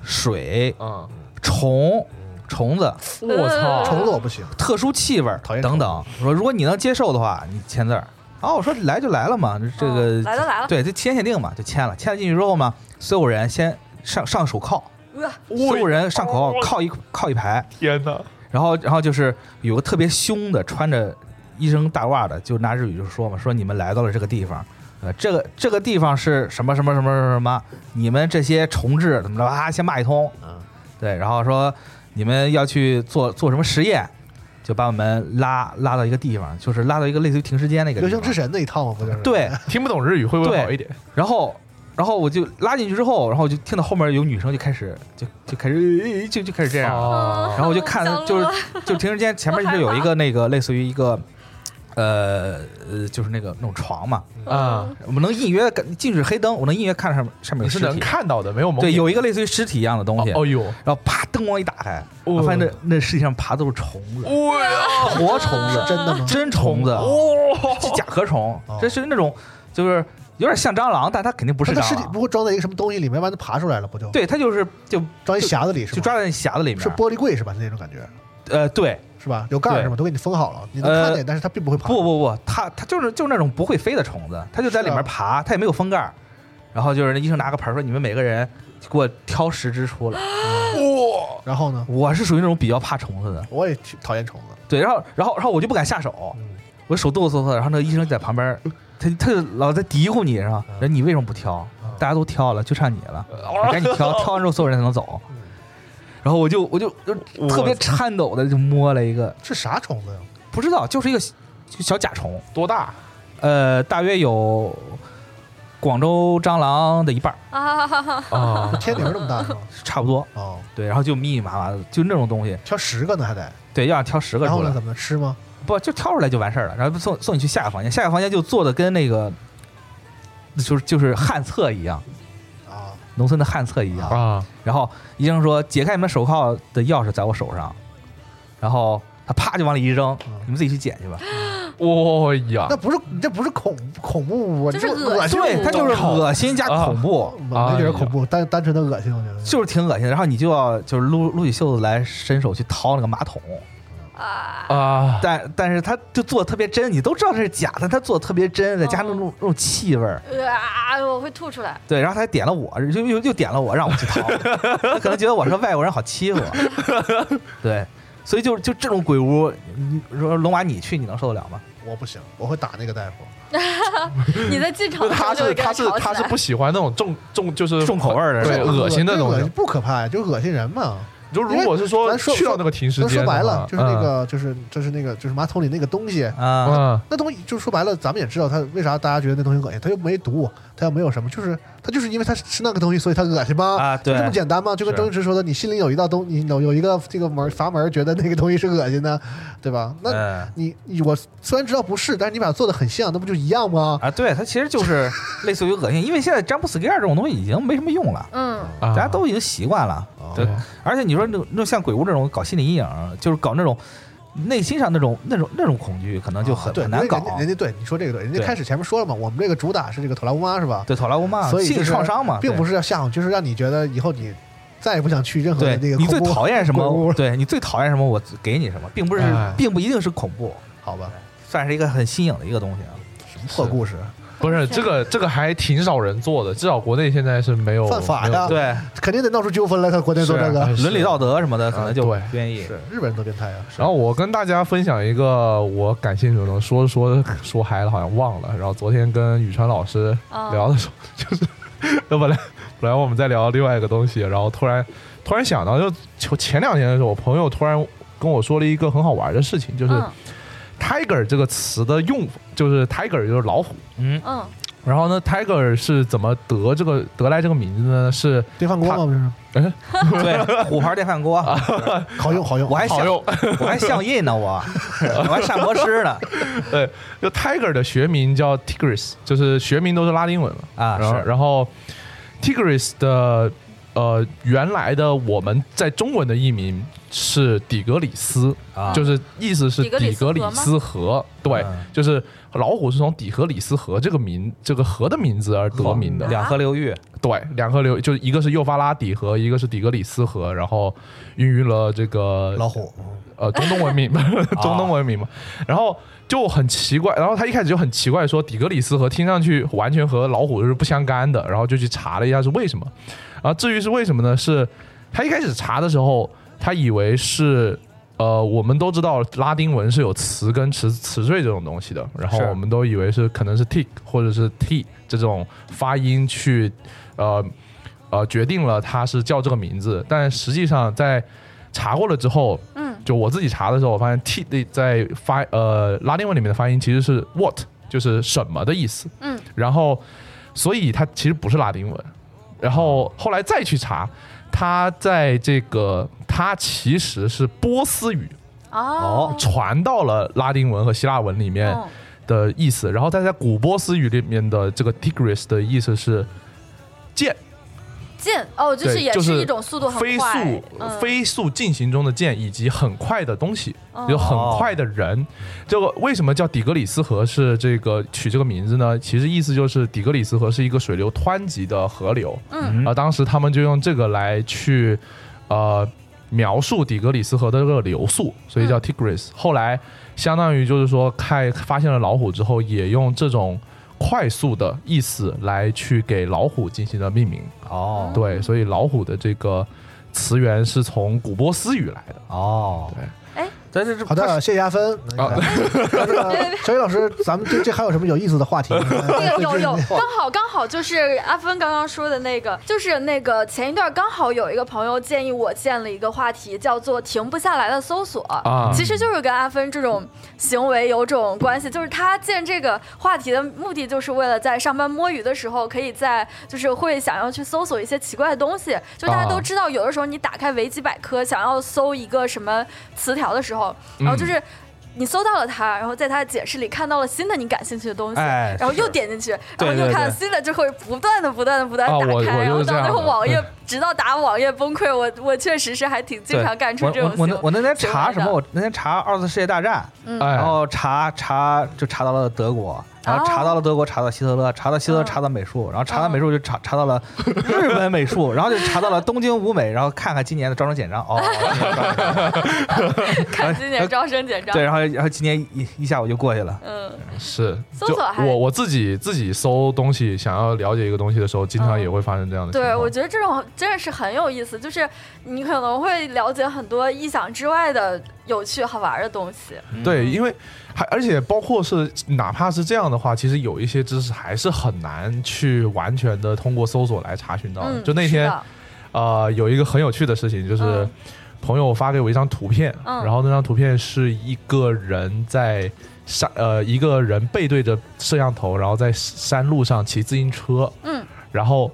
[SPEAKER 4] 水、
[SPEAKER 5] (laughs) 嗯，
[SPEAKER 4] 虫、虫子、
[SPEAKER 5] 我
[SPEAKER 3] 嗯
[SPEAKER 5] 操，
[SPEAKER 2] 虫子我不行，
[SPEAKER 4] 特殊气味儿
[SPEAKER 2] 讨厌
[SPEAKER 4] 等等。说如果你能接受的话，你签字儿。啊，我说来就来了嘛，这这个、
[SPEAKER 3] 哦来都来了
[SPEAKER 4] 对，这期间限定嘛，就签了。签了进去之后嘛，所有人先上上手铐，
[SPEAKER 3] 呃
[SPEAKER 4] 所有人上口号
[SPEAKER 5] 哦
[SPEAKER 4] 靠一靠一排，
[SPEAKER 5] 天哪！
[SPEAKER 4] 然后然后就是有个特别凶的，穿着医生大褂的，就拿日语就说嘛，说你们来到了这个地方，呃，这个这个地方是什么什么什么什么什么，你们这些虫子怎么着啊，先骂一通，
[SPEAKER 2] 嗯，
[SPEAKER 4] 对，然后说你们要去做做什么实验，就把我们拉拉到一个地方，就是拉到一个类似于停尸间那个
[SPEAKER 2] 流
[SPEAKER 4] 地
[SPEAKER 2] 星之
[SPEAKER 4] 方，
[SPEAKER 2] 神那一套嘛，不就是？
[SPEAKER 4] 对，
[SPEAKER 5] 听不懂日语会不会
[SPEAKER 4] 对
[SPEAKER 5] 好一点？
[SPEAKER 4] 然后，然后我就拉进去之后，然后我就听到后面有女生就开始就就开始就就开始这样，
[SPEAKER 5] 哦
[SPEAKER 3] 嗯
[SPEAKER 4] 然后我就看
[SPEAKER 3] 想
[SPEAKER 4] 就是
[SPEAKER 3] 乐
[SPEAKER 4] 就停尸间前面就有一个那个类似于一个呃呃，就是那个那种床嘛，
[SPEAKER 5] 啊，
[SPEAKER 4] 我们能隐约感，即使黑灯，我能隐约看上面上面
[SPEAKER 5] 你
[SPEAKER 4] 有
[SPEAKER 5] 是
[SPEAKER 4] 尸
[SPEAKER 5] 能
[SPEAKER 4] 体，
[SPEAKER 5] 看到的，没有蒙
[SPEAKER 4] 对，
[SPEAKER 5] 眼
[SPEAKER 4] 有一个类似于尸体一样的东西，
[SPEAKER 5] 哦哦呦，
[SPEAKER 4] 然后啪灯光一打开，我
[SPEAKER 5] 哦
[SPEAKER 4] 发现那那尸体上爬的都是虫子，
[SPEAKER 5] 哇呀，
[SPEAKER 4] 活虫子，
[SPEAKER 2] 真的吗
[SPEAKER 4] 真虫子，
[SPEAKER 5] 哦，
[SPEAKER 4] 是甲壳虫，这是那种就是有点像蟑螂，但它肯定
[SPEAKER 2] 不
[SPEAKER 4] 不是
[SPEAKER 2] 那
[SPEAKER 4] 蟑
[SPEAKER 2] 尸体
[SPEAKER 4] 螂
[SPEAKER 2] 不，会装在一个什么东西里面，完就爬出来了，不就？，
[SPEAKER 4] 对，它就是就
[SPEAKER 2] 装一
[SPEAKER 4] 就
[SPEAKER 2] 匣子里是
[SPEAKER 4] 就
[SPEAKER 2] 吧？
[SPEAKER 4] 抓在那匣子里面，
[SPEAKER 2] 是玻璃柜是吧？那种感觉
[SPEAKER 4] 呃，对，
[SPEAKER 2] 是吧？有盖儿
[SPEAKER 4] 对
[SPEAKER 2] 是吧？都给你封好了，你能
[SPEAKER 4] 呃
[SPEAKER 2] 看见，但是它并不会爬。
[SPEAKER 4] 不不不，它它就是就是那种不会飞的虫子，它就在里面爬，它也没有封盖儿。然后就是那医生拿个盆儿说：“你们每个人给我挑十只出来。
[SPEAKER 2] 然后呢”？
[SPEAKER 4] 我是属于那种比较怕虫子的，
[SPEAKER 2] 我也挺讨厌虫子，
[SPEAKER 4] 对，然后然后然后我就不敢下手，我手哆哆嗦嗦的。然后那个医生在旁边儿，他他就老在嘀咕你，然后人你为什么不挑？大家都挑了，就差你了，你赶紧挑，挑完之后所有人才能走。然后我就我就就特别颤抖的就摸了一个，
[SPEAKER 2] 是啥虫子呀？
[SPEAKER 4] 不知道就是一个小小甲虫，
[SPEAKER 5] 多大？
[SPEAKER 4] 呃，大约有广州蟑螂的一半儿，
[SPEAKER 3] 啊，
[SPEAKER 5] 啊，
[SPEAKER 2] 天牛这么大是吗？
[SPEAKER 4] 差不多。
[SPEAKER 2] 哦，
[SPEAKER 4] 对，然后就密密麻麻的，就那种东西，
[SPEAKER 2] 挑十个呢还得，
[SPEAKER 4] 对，要想挑十个
[SPEAKER 2] 然
[SPEAKER 4] 出
[SPEAKER 2] 后
[SPEAKER 4] 来
[SPEAKER 2] 呢，怎么吃吗？
[SPEAKER 4] 不就挑出来就完事儿了，然后送送你去下个房间，下个房间就做的跟那个就是就是旱厕一样，
[SPEAKER 2] 啊，
[SPEAKER 4] 农村的旱厕一样。
[SPEAKER 5] 啊，
[SPEAKER 4] 然后医生说解开你们手铐的钥匙在我手上，然后他啪就往里一扔，你们自己去捡去吧。
[SPEAKER 5] 哇
[SPEAKER 4] 啊
[SPEAKER 5] 呀
[SPEAKER 2] 那，不是你这不是恐恐怖啊？
[SPEAKER 3] 这
[SPEAKER 2] 你
[SPEAKER 3] 是恶
[SPEAKER 2] 恶
[SPEAKER 3] 心
[SPEAKER 4] 对，他就是
[SPEAKER 5] 靠
[SPEAKER 4] 恶心加恐怖。
[SPEAKER 2] 我
[SPEAKER 4] 哎
[SPEAKER 2] 就觉得恐怖，单单纯的恶心，我觉得
[SPEAKER 4] 就是挺恶心的。然后你就要就是撸撸起袖子来伸手去掏那个马桶，
[SPEAKER 5] 啊，
[SPEAKER 4] 但但是他就做的特别真，你都知道这是假的，他做的特别真，再加上那种那种气味儿，
[SPEAKER 3] 啊，我会吐出来。
[SPEAKER 4] 对，然后他还点了我，就又又点了我让我去掏，他可能觉得我是外国人好欺负，对，所以就就这种鬼屋，你你说龙马你去你能受得了吗？
[SPEAKER 2] 我不行，我会打那个大夫。
[SPEAKER 4] 嗯
[SPEAKER 3] 你在进场
[SPEAKER 5] 那
[SPEAKER 3] 的时候
[SPEAKER 5] 他
[SPEAKER 3] 就会
[SPEAKER 5] 是
[SPEAKER 3] 跟
[SPEAKER 5] 他是
[SPEAKER 3] 吵起
[SPEAKER 5] 他是
[SPEAKER 3] 来
[SPEAKER 5] 不喜欢那种重重就是
[SPEAKER 4] 重口味儿的
[SPEAKER 5] 对
[SPEAKER 4] 是吧
[SPEAKER 5] 恶心的东
[SPEAKER 2] 恶
[SPEAKER 5] 西。
[SPEAKER 2] 不可怕呀，就恶心人嘛。
[SPEAKER 5] 就如果是说
[SPEAKER 2] 咱说
[SPEAKER 5] 去到那个停尸
[SPEAKER 2] 那
[SPEAKER 5] 间的话，
[SPEAKER 2] 说白了就是那
[SPEAKER 5] 嗯
[SPEAKER 2] 个，就是就是那个，就是马桶里那个东西，
[SPEAKER 4] 啊，
[SPEAKER 5] 嗯
[SPEAKER 2] 那东西就说白了，咱们也知道它为啥大家觉得那东西恶心，它又没毒，它又没有什么，就是它就是因为它是那个东西，所以它恶心吗？
[SPEAKER 4] 啊对
[SPEAKER 2] 就这么简单吗？就跟
[SPEAKER 5] 是
[SPEAKER 2] 周星驰说的，你心里有一道东，你有有一个这个门阀门，觉得那个东西是恶心的，对吧？那、
[SPEAKER 4] 嗯
[SPEAKER 2] 你你我虽然知道不是，但是你把它做的很像，那不就一样吗？
[SPEAKER 4] 啊，对，它其实就是类似于恶心，因为现在詹姆斯盖尔这种东西已经没什么用了，
[SPEAKER 3] 嗯，
[SPEAKER 5] 啊
[SPEAKER 4] 大家都已经习惯了。
[SPEAKER 5] 对
[SPEAKER 4] 而且你说那种那种像鬼屋这种搞心理阴影，就是搞那种内心上那种那种那种恐惧，可能就很、
[SPEAKER 2] 对，
[SPEAKER 4] 很难
[SPEAKER 2] 人家
[SPEAKER 4] 搞。
[SPEAKER 2] 人家人家对你说这个对，人家
[SPEAKER 4] 对
[SPEAKER 2] 开始前面说了嘛，我们这个主打是这个土拉乌妈是吧？
[SPEAKER 4] 对，考拉乌嘛，
[SPEAKER 2] 所以
[SPEAKER 4] 心
[SPEAKER 2] 就
[SPEAKER 4] 理
[SPEAKER 2] 是
[SPEAKER 4] 创伤嘛，
[SPEAKER 2] 并不
[SPEAKER 4] 是
[SPEAKER 2] 是要吓唬，就是让你觉得以后你再也不想去任何的
[SPEAKER 4] 对
[SPEAKER 2] 那个
[SPEAKER 4] 你最
[SPEAKER 2] 恐怖
[SPEAKER 4] 讨厌什
[SPEAKER 2] 鬼
[SPEAKER 4] 么，
[SPEAKER 2] 屋
[SPEAKER 4] 对你最讨厌什么，我给你什么，并不是、
[SPEAKER 5] 哎
[SPEAKER 4] 并不一定是恐怖，
[SPEAKER 2] 好吧？
[SPEAKER 4] 算是一个很新颖的一个东西啊。
[SPEAKER 2] 破故事，
[SPEAKER 5] 不是这个这个还挺少人做的，至少国内现在是没有
[SPEAKER 2] 犯法呀
[SPEAKER 5] 哦没有
[SPEAKER 4] 对，啊
[SPEAKER 2] 肯定得闹出纠纷来。他国内
[SPEAKER 5] 是
[SPEAKER 2] 啊做这个
[SPEAKER 5] 哎是哎
[SPEAKER 4] 伦理道德什么的可能就
[SPEAKER 5] 对
[SPEAKER 4] 不愿意。
[SPEAKER 2] 是日本人多变态啊！
[SPEAKER 5] 然后我跟大家分享一个我感兴趣的东西，说着说着说嗨了，好像忘了。然后昨天跟宇川老师
[SPEAKER 3] 啊
[SPEAKER 5] 聊的时候，就是那本来本来我们在聊另外一个东西，然后突然突然想到，就前前两年的时候，我朋友突然跟我说了一个很好玩的事情，就是
[SPEAKER 3] 嗯
[SPEAKER 5] “tiger” 这个词的用，就是 “tiger” 就是老虎。
[SPEAKER 4] 嗯，
[SPEAKER 3] 嗯，
[SPEAKER 5] 然后呢，tiger 是怎么得这个得来这个名字呢？是
[SPEAKER 2] 电饭锅嘛，不是
[SPEAKER 4] 对，虎牌电饭锅，
[SPEAKER 2] 好用好用。
[SPEAKER 4] 我还
[SPEAKER 5] 啊好
[SPEAKER 4] 想 (laughs)
[SPEAKER 5] 用，
[SPEAKER 4] 我还相印
[SPEAKER 5] (laughs)
[SPEAKER 4] 呢，我我还膳魔师呢
[SPEAKER 5] 对，就 tiger 的学名叫 tigris，就是学名都是拉丁文嘛。
[SPEAKER 4] 啊，
[SPEAKER 5] 然后
[SPEAKER 4] 是
[SPEAKER 5] 然后 Tigris 的呃原来的我们在中文的译名是底格里斯，
[SPEAKER 4] 啊，
[SPEAKER 5] 就是意思是
[SPEAKER 3] 底格里
[SPEAKER 5] 底
[SPEAKER 3] 斯河
[SPEAKER 5] 格里斯河，对，
[SPEAKER 4] 嗯
[SPEAKER 5] 就是老虎是从底格里斯河这个名这个河的名字而得名的，
[SPEAKER 4] 两河嗯流域，
[SPEAKER 5] 对，两河流就是一个是幼发拉底河，一个是底格里斯河，然后孕育了这个
[SPEAKER 2] 老虎，
[SPEAKER 5] 呃中东文明嘛， (laughs) 中东文明嘛，然后就很奇怪，然后他一开始就很奇怪说底格里斯河听上去完全和老虎是不相干的，然后就去查了一下是为什么，然后至于是为什么呢？是他一开始查的时候，他以为是。呃，我们都知道拉丁文是有词根、词词缀这种东西的，然后
[SPEAKER 4] 是
[SPEAKER 5] 我们都以为是可能是 tick 或者是 t 这种发音去，呃呃决定了它是叫这个名字，但实际上在查过了之后，
[SPEAKER 3] 嗯，
[SPEAKER 5] 就我自己查的时候，我发现 t 的在发呃拉丁文里面的发音其实是 what，就是什么的意思。
[SPEAKER 3] 嗯，
[SPEAKER 5] 然后所以它其实不是拉丁文。然后后来再去查，它在这个它其实是波斯语，
[SPEAKER 3] 哦，
[SPEAKER 5] 传到了拉丁文和希腊文里面
[SPEAKER 3] 嗯
[SPEAKER 5] 的意思。然后但在古波斯语里面的这个 tigris 的意思是剑，
[SPEAKER 3] 进哦，就是
[SPEAKER 5] 对
[SPEAKER 3] 也
[SPEAKER 5] 就是是
[SPEAKER 3] 一种速度很
[SPEAKER 5] 飞
[SPEAKER 3] 快，
[SPEAKER 5] 速、
[SPEAKER 3] 嗯
[SPEAKER 5] 飞速进行中的剑，以及很快的东西，
[SPEAKER 3] 哦
[SPEAKER 5] 有很快的人。这个为什么叫底格里斯河是这个取这个名字呢？其实意思就是底格里斯河是一个水流湍急的河流，
[SPEAKER 3] 嗯
[SPEAKER 5] 啊，当时他们就用这个来去呃描述底格里斯河的这个流速，所以叫 Tigris、后来相当于就是说看发现了老虎之后，也用这种快速的意思来去给老虎进行了命名。
[SPEAKER 4] 哦
[SPEAKER 5] 对，所以老虎的这个词源是从古波斯语来的。
[SPEAKER 4] (laughs) 哦，
[SPEAKER 3] 哎，
[SPEAKER 4] 但是这
[SPEAKER 2] 好的，谢谢阿芬。
[SPEAKER 5] 啊
[SPEAKER 2] 那个小雨老师，咱们这这还有什么有意思的话题？
[SPEAKER 3] 对， (laughs) 有有
[SPEAKER 2] 最
[SPEAKER 5] (laughs)
[SPEAKER 2] 近，
[SPEAKER 3] 刚好刚好就是阿芬刚刚说的那个，就是那个前一段刚好有一个朋友建议我建了一个话题，叫做“停不下来的搜索”，
[SPEAKER 5] 啊
[SPEAKER 3] 其实就是跟阿芬这种行为有种关系，就是他建这个话题的目的，就是为了在上班摸鱼的时候，可以在就是会想要去搜索一些奇怪的东西，就大家都
[SPEAKER 5] 啊
[SPEAKER 3] 知道，有的时候你打开维基百科想要搜一个什么词条的时候，
[SPEAKER 5] 嗯
[SPEAKER 3] 然后哦就是。你搜到了它，然后在它的解释里看到了新的你感兴趣的东西，
[SPEAKER 4] 哎
[SPEAKER 3] 然后又点进去，然
[SPEAKER 4] 对
[SPEAKER 3] 后又
[SPEAKER 4] 对
[SPEAKER 3] 看
[SPEAKER 4] 对
[SPEAKER 3] 新的，就会不断的、不断的、不断
[SPEAKER 5] 啊
[SPEAKER 3] 的打
[SPEAKER 5] 我
[SPEAKER 3] 开，
[SPEAKER 5] 我
[SPEAKER 3] 然
[SPEAKER 5] 就
[SPEAKER 3] 后
[SPEAKER 5] 是这
[SPEAKER 3] 到最
[SPEAKER 5] 样
[SPEAKER 3] 后
[SPEAKER 5] 的嗯
[SPEAKER 3] 网页，直到打网页崩溃。我我确实是还挺经
[SPEAKER 4] 对
[SPEAKER 3] 常干出
[SPEAKER 4] 我
[SPEAKER 3] 这种
[SPEAKER 4] 我我那
[SPEAKER 3] 行
[SPEAKER 4] 我那天
[SPEAKER 3] 行
[SPEAKER 4] 查
[SPEAKER 3] 为
[SPEAKER 4] 什
[SPEAKER 3] 的
[SPEAKER 4] 么？我那天查二次世界大战，
[SPEAKER 5] 哎
[SPEAKER 3] 嗯
[SPEAKER 4] 然，后查查就查到了德国，然后查到了德国，查到希特勒，查到希特勒，
[SPEAKER 3] 哦嗯
[SPEAKER 4] 查到美术，然后查到
[SPEAKER 3] 嗯
[SPEAKER 4] 美术就查查到了日本美术，然后就查到了东京舞美，然后看看今年的招生简章
[SPEAKER 3] (laughs)
[SPEAKER 4] 哦，今年招生简章
[SPEAKER 5] 哎
[SPEAKER 3] 看今年招生简章
[SPEAKER 4] 对，。然后然后今年一一下午就过去了，
[SPEAKER 3] 嗯，
[SPEAKER 5] 是，
[SPEAKER 3] 搜
[SPEAKER 5] 就
[SPEAKER 3] 索还
[SPEAKER 5] 我我自己自己搜东西，想要了解一个东西的时候，经常
[SPEAKER 3] 嗯
[SPEAKER 5] 也会发生这样的情
[SPEAKER 3] 对，
[SPEAKER 5] 况。
[SPEAKER 3] 我觉得这种真的是很有意思，就是你可能会了解很多意想之外的有趣好玩的东西。
[SPEAKER 5] 对，因为还而且包括是哪怕是这样的话，其实有一些知识还是很难去完全的通过搜索来查询到的。
[SPEAKER 3] 嗯，
[SPEAKER 5] 哦就那
[SPEAKER 3] 是
[SPEAKER 5] 天
[SPEAKER 3] 的
[SPEAKER 5] 呃，有一个很有趣的事情，就是
[SPEAKER 3] 嗯
[SPEAKER 5] 朋友发给我一张图片，
[SPEAKER 3] 嗯
[SPEAKER 5] 然后那张图片是一个人在山呃一个人背对着摄像头，然后在山路上骑自行车，
[SPEAKER 3] 嗯，
[SPEAKER 5] 然后。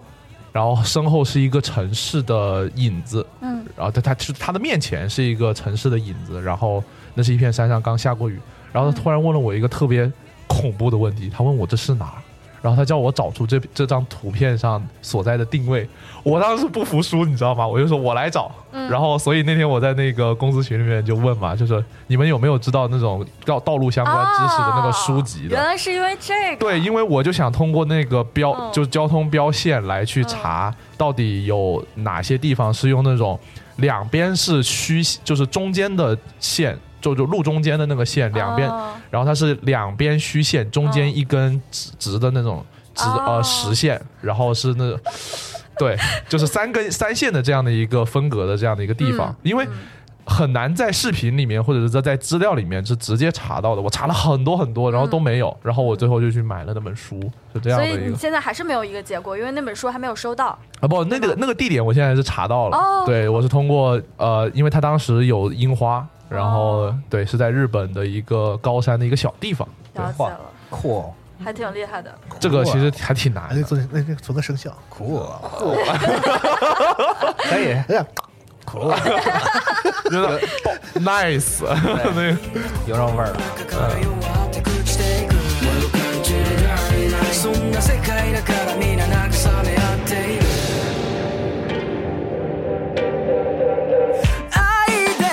[SPEAKER 5] 然后身后是一个城市的影子，
[SPEAKER 3] 嗯，
[SPEAKER 5] 然后他他是他的面前是一个城市的影子，然后那是一片山上刚下过雨，然后他突然问了我一个特别恐怖的问题，他问我这是哪儿，然后他叫我找出这这张图片上所在的定位，我当时不服输，你知道吗？我就说我来找，然后所以那天我在那个公司群里面就问嘛，就是你们有没有知道那种道道路相关知识的那个书籍的？
[SPEAKER 3] 啊原来是因为这个。
[SPEAKER 5] 对，因为我就想通过那个标，
[SPEAKER 3] 嗯
[SPEAKER 5] 就交通标线来去查到底有哪些地方是用那种两边是虚，就是中间的线，就就路中间的那个线，两边，
[SPEAKER 3] 哦
[SPEAKER 5] 然后它是两边虚线，中间一根直直的那种直、
[SPEAKER 3] 嗯哦
[SPEAKER 5] 呃实线，然后是那，对，就是三根三线的这样的一个分隔的这样的一个地方，
[SPEAKER 3] 嗯
[SPEAKER 5] 因为。很难在视频里面，或者是在在资料里面是直接查到的。我查了很多很多，然后都没有，然后我最后就去买了那本书，是这
[SPEAKER 3] 嗯
[SPEAKER 5] 样
[SPEAKER 3] 所
[SPEAKER 5] 的
[SPEAKER 3] 以
[SPEAKER 5] 一
[SPEAKER 3] 你
[SPEAKER 5] 个
[SPEAKER 3] 现在还是没有一个结果，因为那本书还没有收到。
[SPEAKER 5] 啊，不，那个那个地点我现在是查到了，
[SPEAKER 3] 哦
[SPEAKER 5] 对我是通过呃，因为它当时有樱花，然后、
[SPEAKER 3] 哦
[SPEAKER 5] 对是在日本的一个高山的一个小地方，对哦
[SPEAKER 3] 了解
[SPEAKER 4] 晃
[SPEAKER 3] 了，
[SPEAKER 4] 酷
[SPEAKER 3] 还挺厉害的。
[SPEAKER 5] 这个其实还挺难
[SPEAKER 2] 哎，
[SPEAKER 5] 的
[SPEAKER 2] 那。昨那那存个生肖，
[SPEAKER 4] 酷酷，可以
[SPEAKER 2] 哎呀，
[SPEAKER 4] 酷，
[SPEAKER 5] 真的 (laughs) nice，那个
[SPEAKER 4] (laughs) 有种味儿了。
[SPEAKER 7] そんな世界だから皆慰め合っている愛で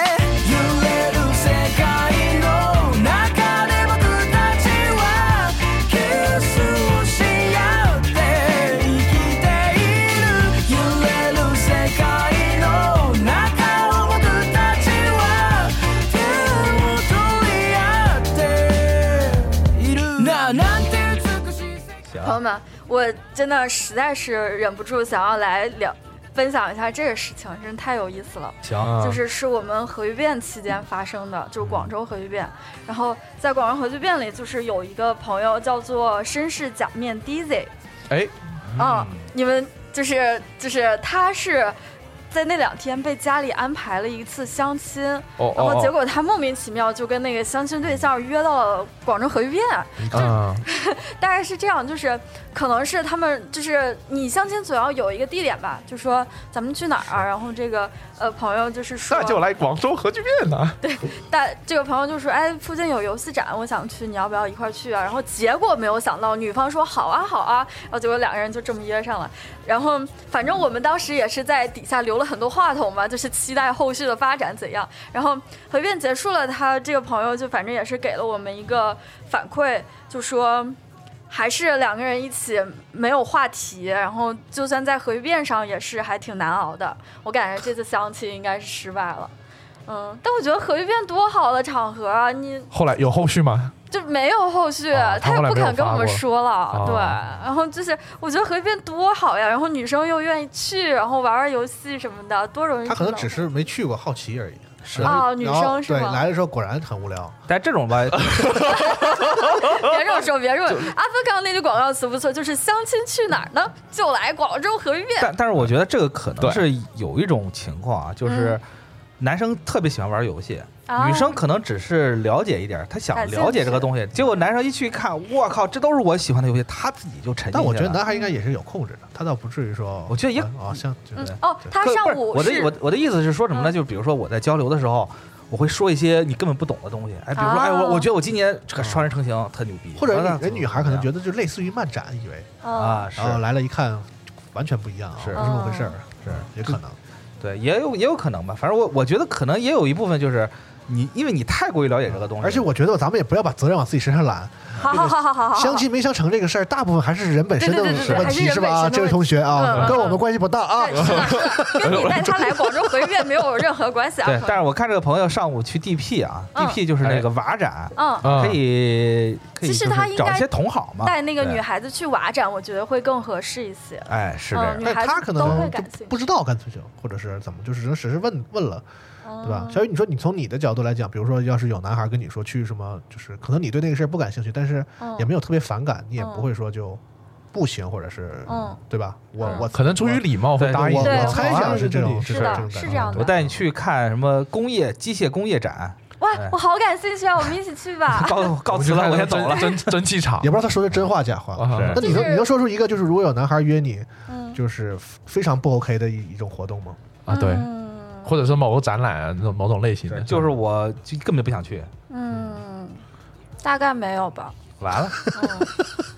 [SPEAKER 7] 揺れる世界の中で僕たちはキスをし合って生きている揺れる世界の中を僕たちは手を取り合っているなあなんて美しい世界
[SPEAKER 3] 朋友
[SPEAKER 5] 啊
[SPEAKER 3] 们，我真的实在是忍不住想要来聊。分享一下这个事情，真是太有意思了。
[SPEAKER 4] 行，
[SPEAKER 3] 就是是我们核聚变期间发生的，就是广州核聚变。然后在广州核聚变里，就是有一个朋友叫做绅士假面 DZ，
[SPEAKER 5] 哎，
[SPEAKER 3] 啊嗯，你们就是就是他是在那两天被家里安排了一次相亲，
[SPEAKER 5] 哦
[SPEAKER 3] 然后结
[SPEAKER 5] 哦
[SPEAKER 3] 果他莫名其妙就跟那个相亲对象约到了广州核聚变，
[SPEAKER 2] 嗯
[SPEAKER 5] 哦，啊，
[SPEAKER 3] 大概是这样，就是可能是他们就是你相亲总要有一个地点吧，就说咱们去哪儿啊？然后这个呃朋友就是说，
[SPEAKER 5] 那就来哎广州核聚变了。
[SPEAKER 3] 大这个朋友就说，哎，附近有游戏展，我想去，你要不要一块儿去啊？然后结果没有想到，女方说好啊，好啊，然后结果两个人就这么约上了。然后反正我们当时也是在底下留了很多话筒嘛，就是期待后续的发展怎样。然后合辩结束了，他这个朋友就反正也是给了我们一个反馈，就说。还是两个人一起没有话题，然后就算在合辩上也是还挺难熬的。我感觉这次相亲应该是失败了。嗯，但我觉得核聚变多好的场合啊，你
[SPEAKER 5] 后来有后续吗？
[SPEAKER 3] 就没有后续，
[SPEAKER 5] 哦他
[SPEAKER 3] 他也
[SPEAKER 5] 后来
[SPEAKER 3] 不
[SPEAKER 5] 没有
[SPEAKER 3] 肯跟
[SPEAKER 5] 发
[SPEAKER 3] 我们
[SPEAKER 5] 过
[SPEAKER 3] 说了，
[SPEAKER 5] 哦
[SPEAKER 3] 对。然后就是我觉得核聚变多好呀，然后女生又愿意去，然后玩玩游戏什么的，多容易。
[SPEAKER 2] 他可能只是没去过，好奇而已。是啊
[SPEAKER 3] 哦女生是
[SPEAKER 2] 对，
[SPEAKER 3] 吗
[SPEAKER 2] 来的时候果然很无聊。
[SPEAKER 4] 但这种
[SPEAKER 3] (laughs)
[SPEAKER 4] 吧，
[SPEAKER 3] 别这么说，别这么说。阿飞刚刚那句广告词不错，就是相亲去哪儿呢？就来广州核聚变。
[SPEAKER 4] 但但是我觉得这个可能
[SPEAKER 5] 对
[SPEAKER 4] 是有一种情况啊，就是
[SPEAKER 3] 嗯
[SPEAKER 4] 男生特别喜欢玩游戏，
[SPEAKER 3] 啊
[SPEAKER 4] 女生可能只是了解一点儿，她想
[SPEAKER 3] 感兴
[SPEAKER 4] 了解这个
[SPEAKER 3] 趣
[SPEAKER 4] 东西，结果男生一去一看，我靠，这都是我喜欢的游戏，他自己就沉浸
[SPEAKER 2] 但我觉
[SPEAKER 4] 进
[SPEAKER 2] 得
[SPEAKER 4] 去了
[SPEAKER 2] 男孩应该也是有控制的，他倒不至于说。
[SPEAKER 4] 我觉得也
[SPEAKER 2] 啊，像对
[SPEAKER 3] 嗯，哦，他
[SPEAKER 4] 可
[SPEAKER 3] 上
[SPEAKER 4] 不是
[SPEAKER 3] 午
[SPEAKER 4] 我的
[SPEAKER 3] 是
[SPEAKER 4] 我的我的意思是说什么呢？就比如说我在交流的时候，我会说一些你根本不懂的东西，哎，比如说，哎，我
[SPEAKER 3] 哦
[SPEAKER 4] 我觉得我今年这个双人成行特牛逼，
[SPEAKER 2] 或者
[SPEAKER 4] 完了
[SPEAKER 2] 人女孩可能觉
[SPEAKER 4] 怎
[SPEAKER 2] 得就类似于漫展，以为
[SPEAKER 3] 嗯
[SPEAKER 4] 么怎么啊样啊是
[SPEAKER 2] 然后来了一看，完全不一样啊，
[SPEAKER 4] 是嗯
[SPEAKER 2] 不是那么回事儿，
[SPEAKER 3] 哦
[SPEAKER 4] 是
[SPEAKER 2] 也可能。
[SPEAKER 4] 对，也有也有可能吧，反正我我觉得可能也有一部分就是你，因为你太过于了解这个东西，
[SPEAKER 2] 而且我觉得咱们也不要把责任往自己身上揽，
[SPEAKER 3] 好好好好好好，
[SPEAKER 2] 相亲没相成这个事儿，大部分还是人本身的
[SPEAKER 3] 对对对对
[SPEAKER 2] 问
[SPEAKER 3] 还是
[SPEAKER 2] 题
[SPEAKER 3] 人
[SPEAKER 2] 是吧？
[SPEAKER 3] 本身的
[SPEAKER 2] 这位同学
[SPEAKER 3] 问
[SPEAKER 2] 啊，
[SPEAKER 3] 题嗯
[SPEAKER 2] 跟我们关系不大啊
[SPEAKER 3] 对。是的，是的，
[SPEAKER 4] (laughs)
[SPEAKER 3] 跟你带他来广州核聚变没有任何关系啊。
[SPEAKER 4] 对，但是我看这个朋友上午去 DP 啊
[SPEAKER 3] 嗯
[SPEAKER 4] ，DP 就是那个娃展，
[SPEAKER 3] 嗯，
[SPEAKER 5] 啊
[SPEAKER 4] 可以可以
[SPEAKER 3] 其实
[SPEAKER 4] 就是
[SPEAKER 3] 他应
[SPEAKER 4] 找一
[SPEAKER 3] 该
[SPEAKER 4] 些同
[SPEAKER 2] 啊
[SPEAKER 4] 好嘛，
[SPEAKER 3] 带那个
[SPEAKER 4] 对
[SPEAKER 3] 女，孩子去娃展，我觉得会更合适一些。
[SPEAKER 4] 哎，是
[SPEAKER 3] 嗯，
[SPEAKER 4] 这样
[SPEAKER 3] 女，
[SPEAKER 2] 但
[SPEAKER 3] 孩
[SPEAKER 2] 他
[SPEAKER 3] 子
[SPEAKER 2] 可
[SPEAKER 3] 都会
[SPEAKER 2] 能就
[SPEAKER 3] 感兴趣，
[SPEAKER 2] 不知道干脆就，或者是怎么，就是只是问问了，对吧？
[SPEAKER 3] 嗯
[SPEAKER 2] 小雨，你说你从你的角度来讲，比如说要是有男孩跟你说去什么，就是可能你对那个事儿不感兴趣，但是
[SPEAKER 3] 嗯
[SPEAKER 2] 也没有特别反感，你也不会说就不行，或者是
[SPEAKER 3] 嗯
[SPEAKER 2] 对吧？我
[SPEAKER 3] 嗯
[SPEAKER 2] 我
[SPEAKER 5] 可能出于礼貌会
[SPEAKER 4] 对
[SPEAKER 5] 答应
[SPEAKER 2] 我
[SPEAKER 5] 你。
[SPEAKER 3] 对
[SPEAKER 2] 我
[SPEAKER 3] 我
[SPEAKER 2] 猜想是这种，
[SPEAKER 3] 是
[SPEAKER 2] 这种
[SPEAKER 3] 的
[SPEAKER 2] 感觉
[SPEAKER 3] 是这样的
[SPEAKER 4] 我带你去看什么工业机械工业展，
[SPEAKER 3] 哇
[SPEAKER 4] 哎，
[SPEAKER 3] 我好感兴趣啊！我们一起去吧。
[SPEAKER 4] (laughs)
[SPEAKER 2] (laughs)
[SPEAKER 4] 告告辞了，我先走了。
[SPEAKER 5] 蒸蒸汽场
[SPEAKER 2] 也不知道他说的真话假话。
[SPEAKER 5] 啊
[SPEAKER 2] 那你能
[SPEAKER 3] 就是
[SPEAKER 2] 你能说出一个就是如果有男孩约你，
[SPEAKER 3] 嗯
[SPEAKER 2] 就是非常不 OK 的一一种活动吗？
[SPEAKER 5] 啊，对，
[SPEAKER 3] 嗯
[SPEAKER 5] 或者是某个展览啊，那种某种类型的，
[SPEAKER 4] (laughs) 就是我就根本就不想去，
[SPEAKER 3] 嗯，大概没有吧。
[SPEAKER 4] 完了，
[SPEAKER 3] 嗯，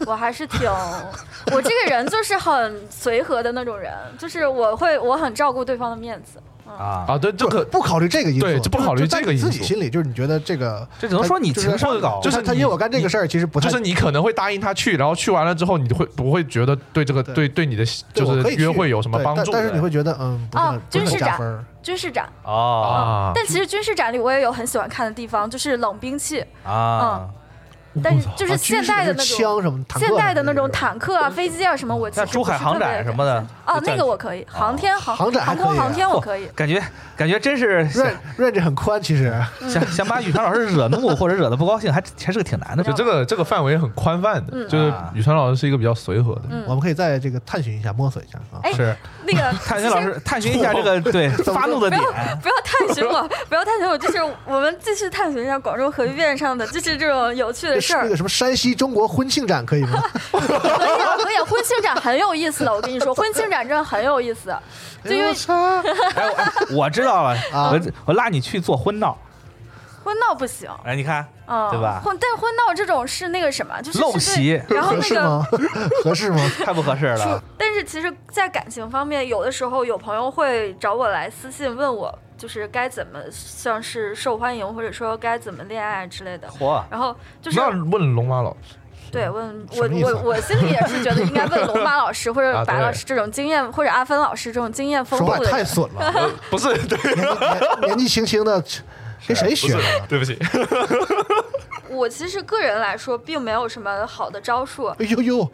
[SPEAKER 3] 我还
[SPEAKER 2] (laughs)
[SPEAKER 3] 是挺，我这个人就是很随和的那种人，就是我会我很照顾对方的面子。
[SPEAKER 4] 啊，
[SPEAKER 5] 啊，对，这个
[SPEAKER 2] 不考虑这个因素，
[SPEAKER 5] 对就不考虑
[SPEAKER 2] 就是在
[SPEAKER 5] 这个因素
[SPEAKER 2] 自己心里就是你觉得这个，
[SPEAKER 4] 这只能说你
[SPEAKER 2] 就是
[SPEAKER 4] 情商高，
[SPEAKER 2] 就是
[SPEAKER 5] 是
[SPEAKER 2] 他
[SPEAKER 5] 你
[SPEAKER 2] 约我干这个事儿，其实不太
[SPEAKER 5] 就是你可能会答应他去，然后去完了之后，你会不会觉得对这个
[SPEAKER 2] 对
[SPEAKER 5] 对对你的
[SPEAKER 2] 对
[SPEAKER 5] 就
[SPEAKER 2] 我可以
[SPEAKER 5] 是
[SPEAKER 2] 去
[SPEAKER 5] 约会有什么
[SPEAKER 2] 对
[SPEAKER 5] 帮
[SPEAKER 2] 但
[SPEAKER 5] 助？
[SPEAKER 2] 但是你会觉得嗯，不是很
[SPEAKER 3] 哦
[SPEAKER 2] 不是很
[SPEAKER 3] 军事
[SPEAKER 2] 加
[SPEAKER 3] 长
[SPEAKER 2] 分儿。
[SPEAKER 3] 军事展，
[SPEAKER 4] 哦
[SPEAKER 5] 啊
[SPEAKER 3] 但其实军事展里我也有很喜欢看的地方，就是冷兵器，嗯
[SPEAKER 4] 啊，
[SPEAKER 3] 但是就是
[SPEAKER 2] 啊
[SPEAKER 3] 现
[SPEAKER 2] 军事
[SPEAKER 3] 代的
[SPEAKER 2] 是
[SPEAKER 3] 那
[SPEAKER 2] 枪
[SPEAKER 3] 种。
[SPEAKER 2] 什么，坦克
[SPEAKER 3] 现代的
[SPEAKER 2] 什么
[SPEAKER 3] 那种
[SPEAKER 2] 是吧
[SPEAKER 3] 坦克啊、飞机啊什么，我其
[SPEAKER 4] 像
[SPEAKER 3] 实
[SPEAKER 4] 珠海
[SPEAKER 3] 不是
[SPEAKER 4] 航
[SPEAKER 3] 特别
[SPEAKER 4] 展
[SPEAKER 3] 感
[SPEAKER 4] 什么的
[SPEAKER 3] 哦，
[SPEAKER 4] 就
[SPEAKER 3] 那个我可以，航天航
[SPEAKER 2] 航展还
[SPEAKER 3] 航空
[SPEAKER 2] 可以啊
[SPEAKER 3] 航天我可以，
[SPEAKER 4] 感觉感觉真是想
[SPEAKER 2] range range 很宽，其实
[SPEAKER 3] 嗯
[SPEAKER 4] 想想把雨堂老师惹怒或者惹得不高兴，还还是个挺难的
[SPEAKER 5] 就
[SPEAKER 4] 事。
[SPEAKER 5] 这个这个范围很宽泛的，
[SPEAKER 3] 嗯
[SPEAKER 5] 就是
[SPEAKER 2] 啊
[SPEAKER 5] 宇川老师是一个比较随和的，
[SPEAKER 3] 嗯
[SPEAKER 2] 我们可以再这个探寻一下，摸索一下啊。
[SPEAKER 3] 哎
[SPEAKER 5] 是
[SPEAKER 3] 那
[SPEAKER 4] (laughs)
[SPEAKER 3] 个
[SPEAKER 4] 探寻老师探寻一下这 (laughs) 个对发怒的点，
[SPEAKER 3] 不要探寻我， (laughs) 不要探寻我，就是我们继续探寻一下广州核聚变上的，就是这种有趣的事
[SPEAKER 2] 那
[SPEAKER 3] 儿
[SPEAKER 2] 个。什么山西中国婚庆展可以
[SPEAKER 3] (laughs)
[SPEAKER 2] 吗？
[SPEAKER 3] 可以啊，可以啊，婚庆展很有意思的，我跟你说，婚庆展真的很有意思，就
[SPEAKER 2] (laughs)
[SPEAKER 3] 因为
[SPEAKER 4] 哎我哎我知道了，
[SPEAKER 2] 啊
[SPEAKER 4] 我我拉你去做婚闹，
[SPEAKER 3] 婚闹不行，
[SPEAKER 4] 哎你看
[SPEAKER 3] 嗯，
[SPEAKER 4] 对吧
[SPEAKER 3] 婚但婚闹这种是那个什么，就是
[SPEAKER 4] 陋
[SPEAKER 3] 是对
[SPEAKER 4] 习
[SPEAKER 3] 然后
[SPEAKER 2] 合
[SPEAKER 3] 那
[SPEAKER 2] 适
[SPEAKER 3] 个
[SPEAKER 2] 吗？ (laughs) 合适吗？
[SPEAKER 4] 太不合适了，
[SPEAKER 3] 但是其实，在感情方面，有的时候有朋友会找我来私信问我，就是该怎么像是受欢迎，或者说该怎么恋爱之类的。
[SPEAKER 4] 嚯，
[SPEAKER 3] 然后就是
[SPEAKER 5] 那问龙妈老师，
[SPEAKER 3] 对问
[SPEAKER 2] 什
[SPEAKER 3] 我
[SPEAKER 2] 么意思
[SPEAKER 3] 我我心里也是觉得应该问龙马
[SPEAKER 2] (laughs)
[SPEAKER 3] 老师或者
[SPEAKER 5] 啊
[SPEAKER 3] 白老
[SPEAKER 5] 对
[SPEAKER 3] 师这种经验，或者阿芬老师这种经 (laughs) 验丰
[SPEAKER 2] 说话
[SPEAKER 3] 富
[SPEAKER 2] 也
[SPEAKER 3] 的
[SPEAKER 2] 太
[SPEAKER 3] 人。
[SPEAKER 2] 损了，
[SPEAKER 3] (laughs)
[SPEAKER 5] 呃不是对
[SPEAKER 2] 年纪年纪轻轻的跟谁学的呀？
[SPEAKER 5] 对不起，
[SPEAKER 3] 我其实个人来说，并没有什么好的招数。
[SPEAKER 2] 哎呦呦，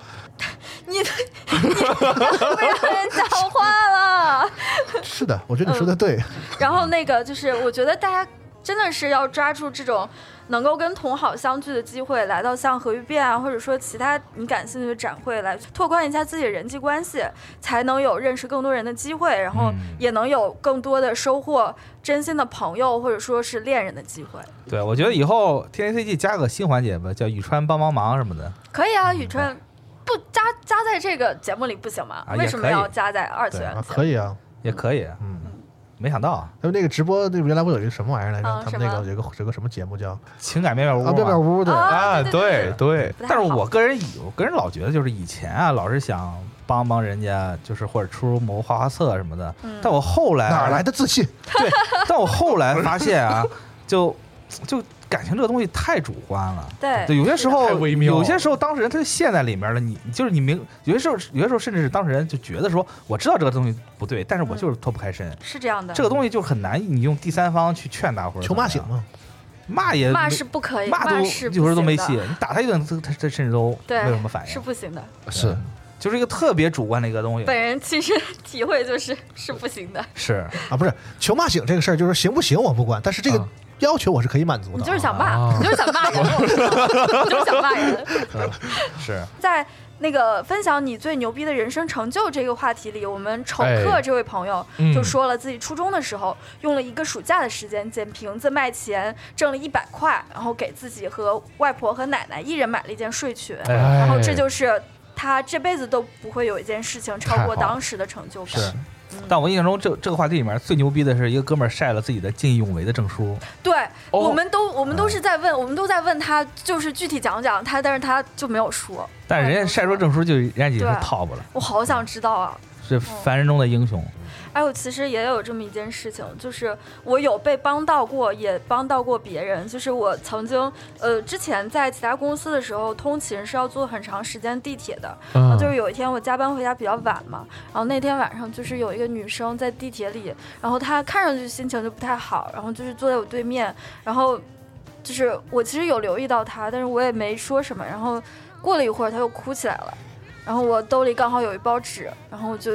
[SPEAKER 3] 你 (laughs) 你不要让人讲话了。
[SPEAKER 2] 是的，我觉得你说的对，
[SPEAKER 3] 然后那个就是，我觉得大家真的是要抓住这种能够跟同好相聚的机会，来到像核聚变啊，或者说其他你感兴趣的展会来拓宽一下自己的人际关系，才能有认识更多人的机会，然后
[SPEAKER 4] 嗯
[SPEAKER 3] 也能有更多的收获真心的朋友或者说是恋人的机会。
[SPEAKER 4] 对，我觉得以后 T A C G 加个新环节吧，叫宇川帮帮忙什么的。
[SPEAKER 3] 可以啊，宇川，不加加在这个节目里不行吗？
[SPEAKER 4] 啊也
[SPEAKER 3] 为什么
[SPEAKER 4] 可以
[SPEAKER 3] 要加在二次
[SPEAKER 4] 对
[SPEAKER 3] 元
[SPEAKER 2] 啊，
[SPEAKER 3] 节目？
[SPEAKER 2] 可以啊，
[SPEAKER 4] 也可以，
[SPEAKER 2] 嗯，
[SPEAKER 4] 没想到啊
[SPEAKER 2] 他们那个直播，那原来不有一个什么玩意儿来着
[SPEAKER 3] 啊？
[SPEAKER 2] 他们那
[SPEAKER 3] 什
[SPEAKER 2] 个
[SPEAKER 3] 么
[SPEAKER 2] 有一个有个什么节目叫啊
[SPEAKER 4] 情感妙妙屋嘛。
[SPEAKER 2] 妙妙屋对，
[SPEAKER 3] 啊
[SPEAKER 5] 啊，
[SPEAKER 3] 对对
[SPEAKER 5] 对对，
[SPEAKER 3] 不太
[SPEAKER 4] 但是
[SPEAKER 3] 好
[SPEAKER 4] 我个人以我个人老觉得，就是以前啊，老是想帮帮人家，就是或者出出谋划划策什么的。
[SPEAKER 3] 嗯
[SPEAKER 4] 但我后来
[SPEAKER 2] 哪儿来的自信？
[SPEAKER 4] 对，但我后来发现啊，就就感情这个东西太主观了。
[SPEAKER 3] 对
[SPEAKER 4] 有些时候
[SPEAKER 5] 太微妙了
[SPEAKER 4] 有些时候当事人他就陷在里面了。你就是你明，有些时候有些时候甚至是当事人就觉得说，我知道这个东西不对，但是
[SPEAKER 3] 嗯
[SPEAKER 4] 我就是脱不开身。
[SPEAKER 3] 是这样的，
[SPEAKER 4] 这个东西就很难，你用第三方去劝他或者
[SPEAKER 2] 求骂
[SPEAKER 4] 怎
[SPEAKER 2] 醒
[SPEAKER 4] 么样，
[SPEAKER 2] 嘛，
[SPEAKER 4] 骂也
[SPEAKER 3] 骂
[SPEAKER 4] 没
[SPEAKER 3] 是不可以，
[SPEAKER 4] 骂都
[SPEAKER 3] 骂
[SPEAKER 4] 有
[SPEAKER 3] 是
[SPEAKER 4] 时候都
[SPEAKER 3] 不
[SPEAKER 4] 没
[SPEAKER 3] 行
[SPEAKER 4] 戏，
[SPEAKER 3] 的
[SPEAKER 4] 你打他一顿，他他他甚至都
[SPEAKER 3] 对，
[SPEAKER 4] 没有什么反应，
[SPEAKER 3] 是不行的。
[SPEAKER 5] 是
[SPEAKER 4] 就是一个特别主观的一个东西。
[SPEAKER 3] 本人亲身体会就是是不行
[SPEAKER 5] (laughs)
[SPEAKER 3] 的，
[SPEAKER 4] 是，
[SPEAKER 2] 啊，不是求骂醒这个事儿，就是行不行我不管，但是这个
[SPEAKER 4] 啊
[SPEAKER 2] 要求我是可以满足
[SPEAKER 3] 你
[SPEAKER 2] 的
[SPEAKER 3] 就
[SPEAKER 2] 啊。
[SPEAKER 3] 是想骂，
[SPEAKER 5] 啊
[SPEAKER 3] 你就是 (laughs) 想骂人，我知道你就是想骂人。
[SPEAKER 5] (laughs)
[SPEAKER 4] 是，
[SPEAKER 3] 在那个分享你最牛逼的人生成就这个话题里，我们仇
[SPEAKER 5] 哎
[SPEAKER 3] 客这位朋友
[SPEAKER 5] 嗯
[SPEAKER 3] 就说了自己初中的时候、用了一个暑假的时间捡瓶子卖钱，挣了一百块，然后给自己和外婆和奶奶一人买了一件睡裙，
[SPEAKER 4] 哎
[SPEAKER 3] 然后这就是。他这辈子都不会有一件事情超
[SPEAKER 5] 太好
[SPEAKER 3] 过
[SPEAKER 5] 了
[SPEAKER 3] 当时的成就感。
[SPEAKER 4] 是但我印象中这这个话题里面最牛逼的是一个哥们儿晒了自己的见义勇为的证书，
[SPEAKER 3] 对，
[SPEAKER 5] 哦
[SPEAKER 3] 我们都我们都是在问，我们都在问他，就是具体讲讲他，但是他就没有说。
[SPEAKER 4] 但是人家晒出证书就人家已经是
[SPEAKER 3] 对
[SPEAKER 4] top 了，
[SPEAKER 3] 我好想知道啊！
[SPEAKER 4] 是凡人中的英雄。
[SPEAKER 3] 哎，我其实也有这么一件事情，就是我有被帮到过，也帮到过别人。就是我曾经，呃，之前在其他公司的时候，通勤是要坐很长时间地铁的。
[SPEAKER 5] 嗯
[SPEAKER 3] 然哦后就是有一天我加班回家比较晚嘛，然后那天晚上就是有一个女生在地铁里，然后她看上去心情就不太好，然后就是坐在我对面，然后就是我其实有留意到她，但是我也没说什么。然后过了一会儿，她又哭起来了，然后我兜里刚好有一包纸，然后我就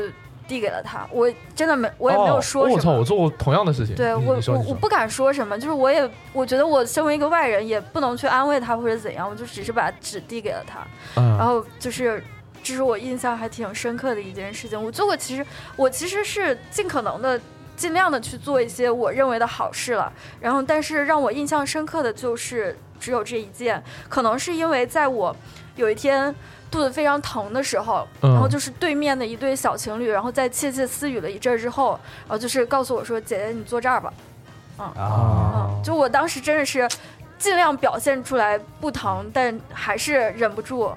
[SPEAKER 3] 递给了她。我真的没，我也没有说
[SPEAKER 5] 哦
[SPEAKER 3] 什
[SPEAKER 5] 我
[SPEAKER 3] 么。
[SPEAKER 5] 操，我做过同样的事情。
[SPEAKER 3] 对
[SPEAKER 5] 你
[SPEAKER 3] 我
[SPEAKER 5] 你说
[SPEAKER 3] 我
[SPEAKER 5] 你
[SPEAKER 3] 我
[SPEAKER 5] 说
[SPEAKER 3] 不敢说什么，就是我也我觉得我身为一个外人也不能去安慰她或者怎样，我就只是把纸递给了她。然
[SPEAKER 5] 嗯
[SPEAKER 3] 后就是，这是我印象还挺深刻的一件事情。我做过，其实我其实是尽可能的、尽量的去做一些我认为的好事了。然后，但是让我印象深刻的就是只有这一件，可能是因为在我有一天。肚子非常疼的时候，然后
[SPEAKER 5] 嗯
[SPEAKER 3] 就是对面的一对小情侣，然后在窃窃私语了一阵儿之后，然后就是告诉我说：“姐姐，你坐这儿吧。
[SPEAKER 4] 啊，
[SPEAKER 3] 嗯，就我当时真的是尽量表现出来不疼，但还是忍不住，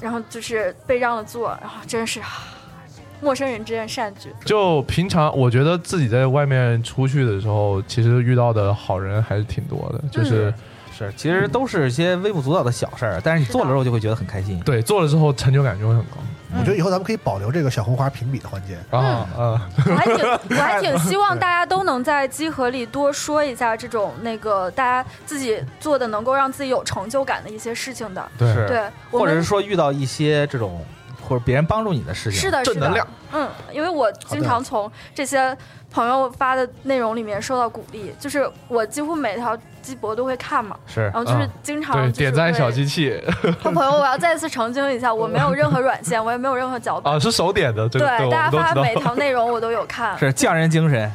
[SPEAKER 3] 然后就是被让了座，然后真是啊陌生人之间善
[SPEAKER 4] (laughs)
[SPEAKER 3] 举。
[SPEAKER 5] 就平常，我觉得自己在外面出去的时候，其实遇到的好人还是挺多的。就是、
[SPEAKER 3] 嗯
[SPEAKER 4] 是，其实都是一些微不足道的小事儿，但是你做了之后就会觉得很开心。
[SPEAKER 5] 对做了之后成就感就会很高
[SPEAKER 2] 我觉得以后咱们可以保留这个小红花评比的环节。
[SPEAKER 5] 啊啊！
[SPEAKER 3] 我还挺，我还挺希望大家都能在集合里多说一下这种那个大家自己做的能够让自己有成就感的一些事情的。
[SPEAKER 5] 对
[SPEAKER 4] 是
[SPEAKER 3] 对，我
[SPEAKER 4] 或者
[SPEAKER 3] 们
[SPEAKER 4] 是说遇到一些这种或者别人帮助你的事情，
[SPEAKER 3] 是的，是
[SPEAKER 5] 正能
[SPEAKER 3] 的
[SPEAKER 5] 量，
[SPEAKER 3] 嗯，因为我经常从这些朋友发的内容里面受到鼓励，就是我几乎每条鸡博都会看嘛，
[SPEAKER 4] 是
[SPEAKER 3] 然后就是
[SPEAKER 5] 嗯
[SPEAKER 3] 经常、
[SPEAKER 5] 对，点赞小。机
[SPEAKER 3] (laughs)
[SPEAKER 5] 器
[SPEAKER 3] 朋友，我要再次澄清一下，我没有任何软 (laughs) 线，我也没有任何脚本。
[SPEAKER 5] 啊，是手点的，这个对，我
[SPEAKER 3] 大家
[SPEAKER 5] 们都
[SPEAKER 3] 发
[SPEAKER 5] 知
[SPEAKER 3] 的每
[SPEAKER 5] 道。
[SPEAKER 3] 条内容我都有
[SPEAKER 5] (laughs)
[SPEAKER 3] 看，
[SPEAKER 4] 是匠人精神，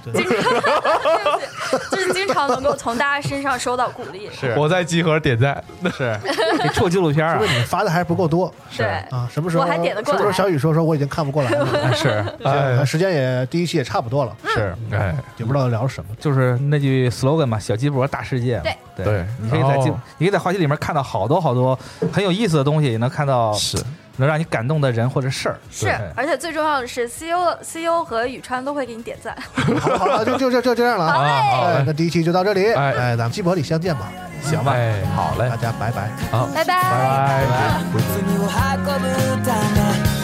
[SPEAKER 3] 就是经常能够从大家身上收到鼓励。
[SPEAKER 5] (laughs)
[SPEAKER 4] 是
[SPEAKER 5] 我在集合点赞，
[SPEAKER 4] 是得出纪录片儿
[SPEAKER 2] (laughs)
[SPEAKER 4] 啊
[SPEAKER 2] 因为你们发的还不够多
[SPEAKER 3] 对，
[SPEAKER 2] 啊，什么时候
[SPEAKER 3] 我还点得过来
[SPEAKER 2] 什么时候小雨说说我已经看不过来了，
[SPEAKER 3] (laughs)
[SPEAKER 4] 啊，是
[SPEAKER 2] 哎
[SPEAKER 5] 哎
[SPEAKER 2] 时间也第一期也差不多了，
[SPEAKER 4] 是，
[SPEAKER 5] 哎，
[SPEAKER 2] 也不知道聊什么。
[SPEAKER 4] 就是那句 slogan 嘛，小鸡脖大世界嘛。
[SPEAKER 3] 对
[SPEAKER 5] 对哦
[SPEAKER 4] 你可以在
[SPEAKER 5] 然后
[SPEAKER 4] 鸡，你可以在话题里面看到好多好多很有意思的东西，也能看到
[SPEAKER 5] 是
[SPEAKER 4] 能让你感动的人或者事儿。
[SPEAKER 3] 是
[SPEAKER 4] 对，
[SPEAKER 3] 而且最重要的是，CEO E CEO 和宇川都会给你点赞。
[SPEAKER 2] 好了好了，就就就就这样了
[SPEAKER 5] 啊，
[SPEAKER 2] 啊。
[SPEAKER 5] 好
[SPEAKER 2] 哎，
[SPEAKER 5] 嘞，
[SPEAKER 2] 那第一期就到这里，
[SPEAKER 5] 哎
[SPEAKER 2] 哎，咱们鸡博里相见吧，
[SPEAKER 4] 行吧，
[SPEAKER 5] 哎
[SPEAKER 4] 好嘞
[SPEAKER 2] 大，家拜拜。
[SPEAKER 5] 好，
[SPEAKER 3] 拜
[SPEAKER 5] 拜
[SPEAKER 3] 拜
[SPEAKER 5] 拜。
[SPEAKER 7] 「罪を運ぶため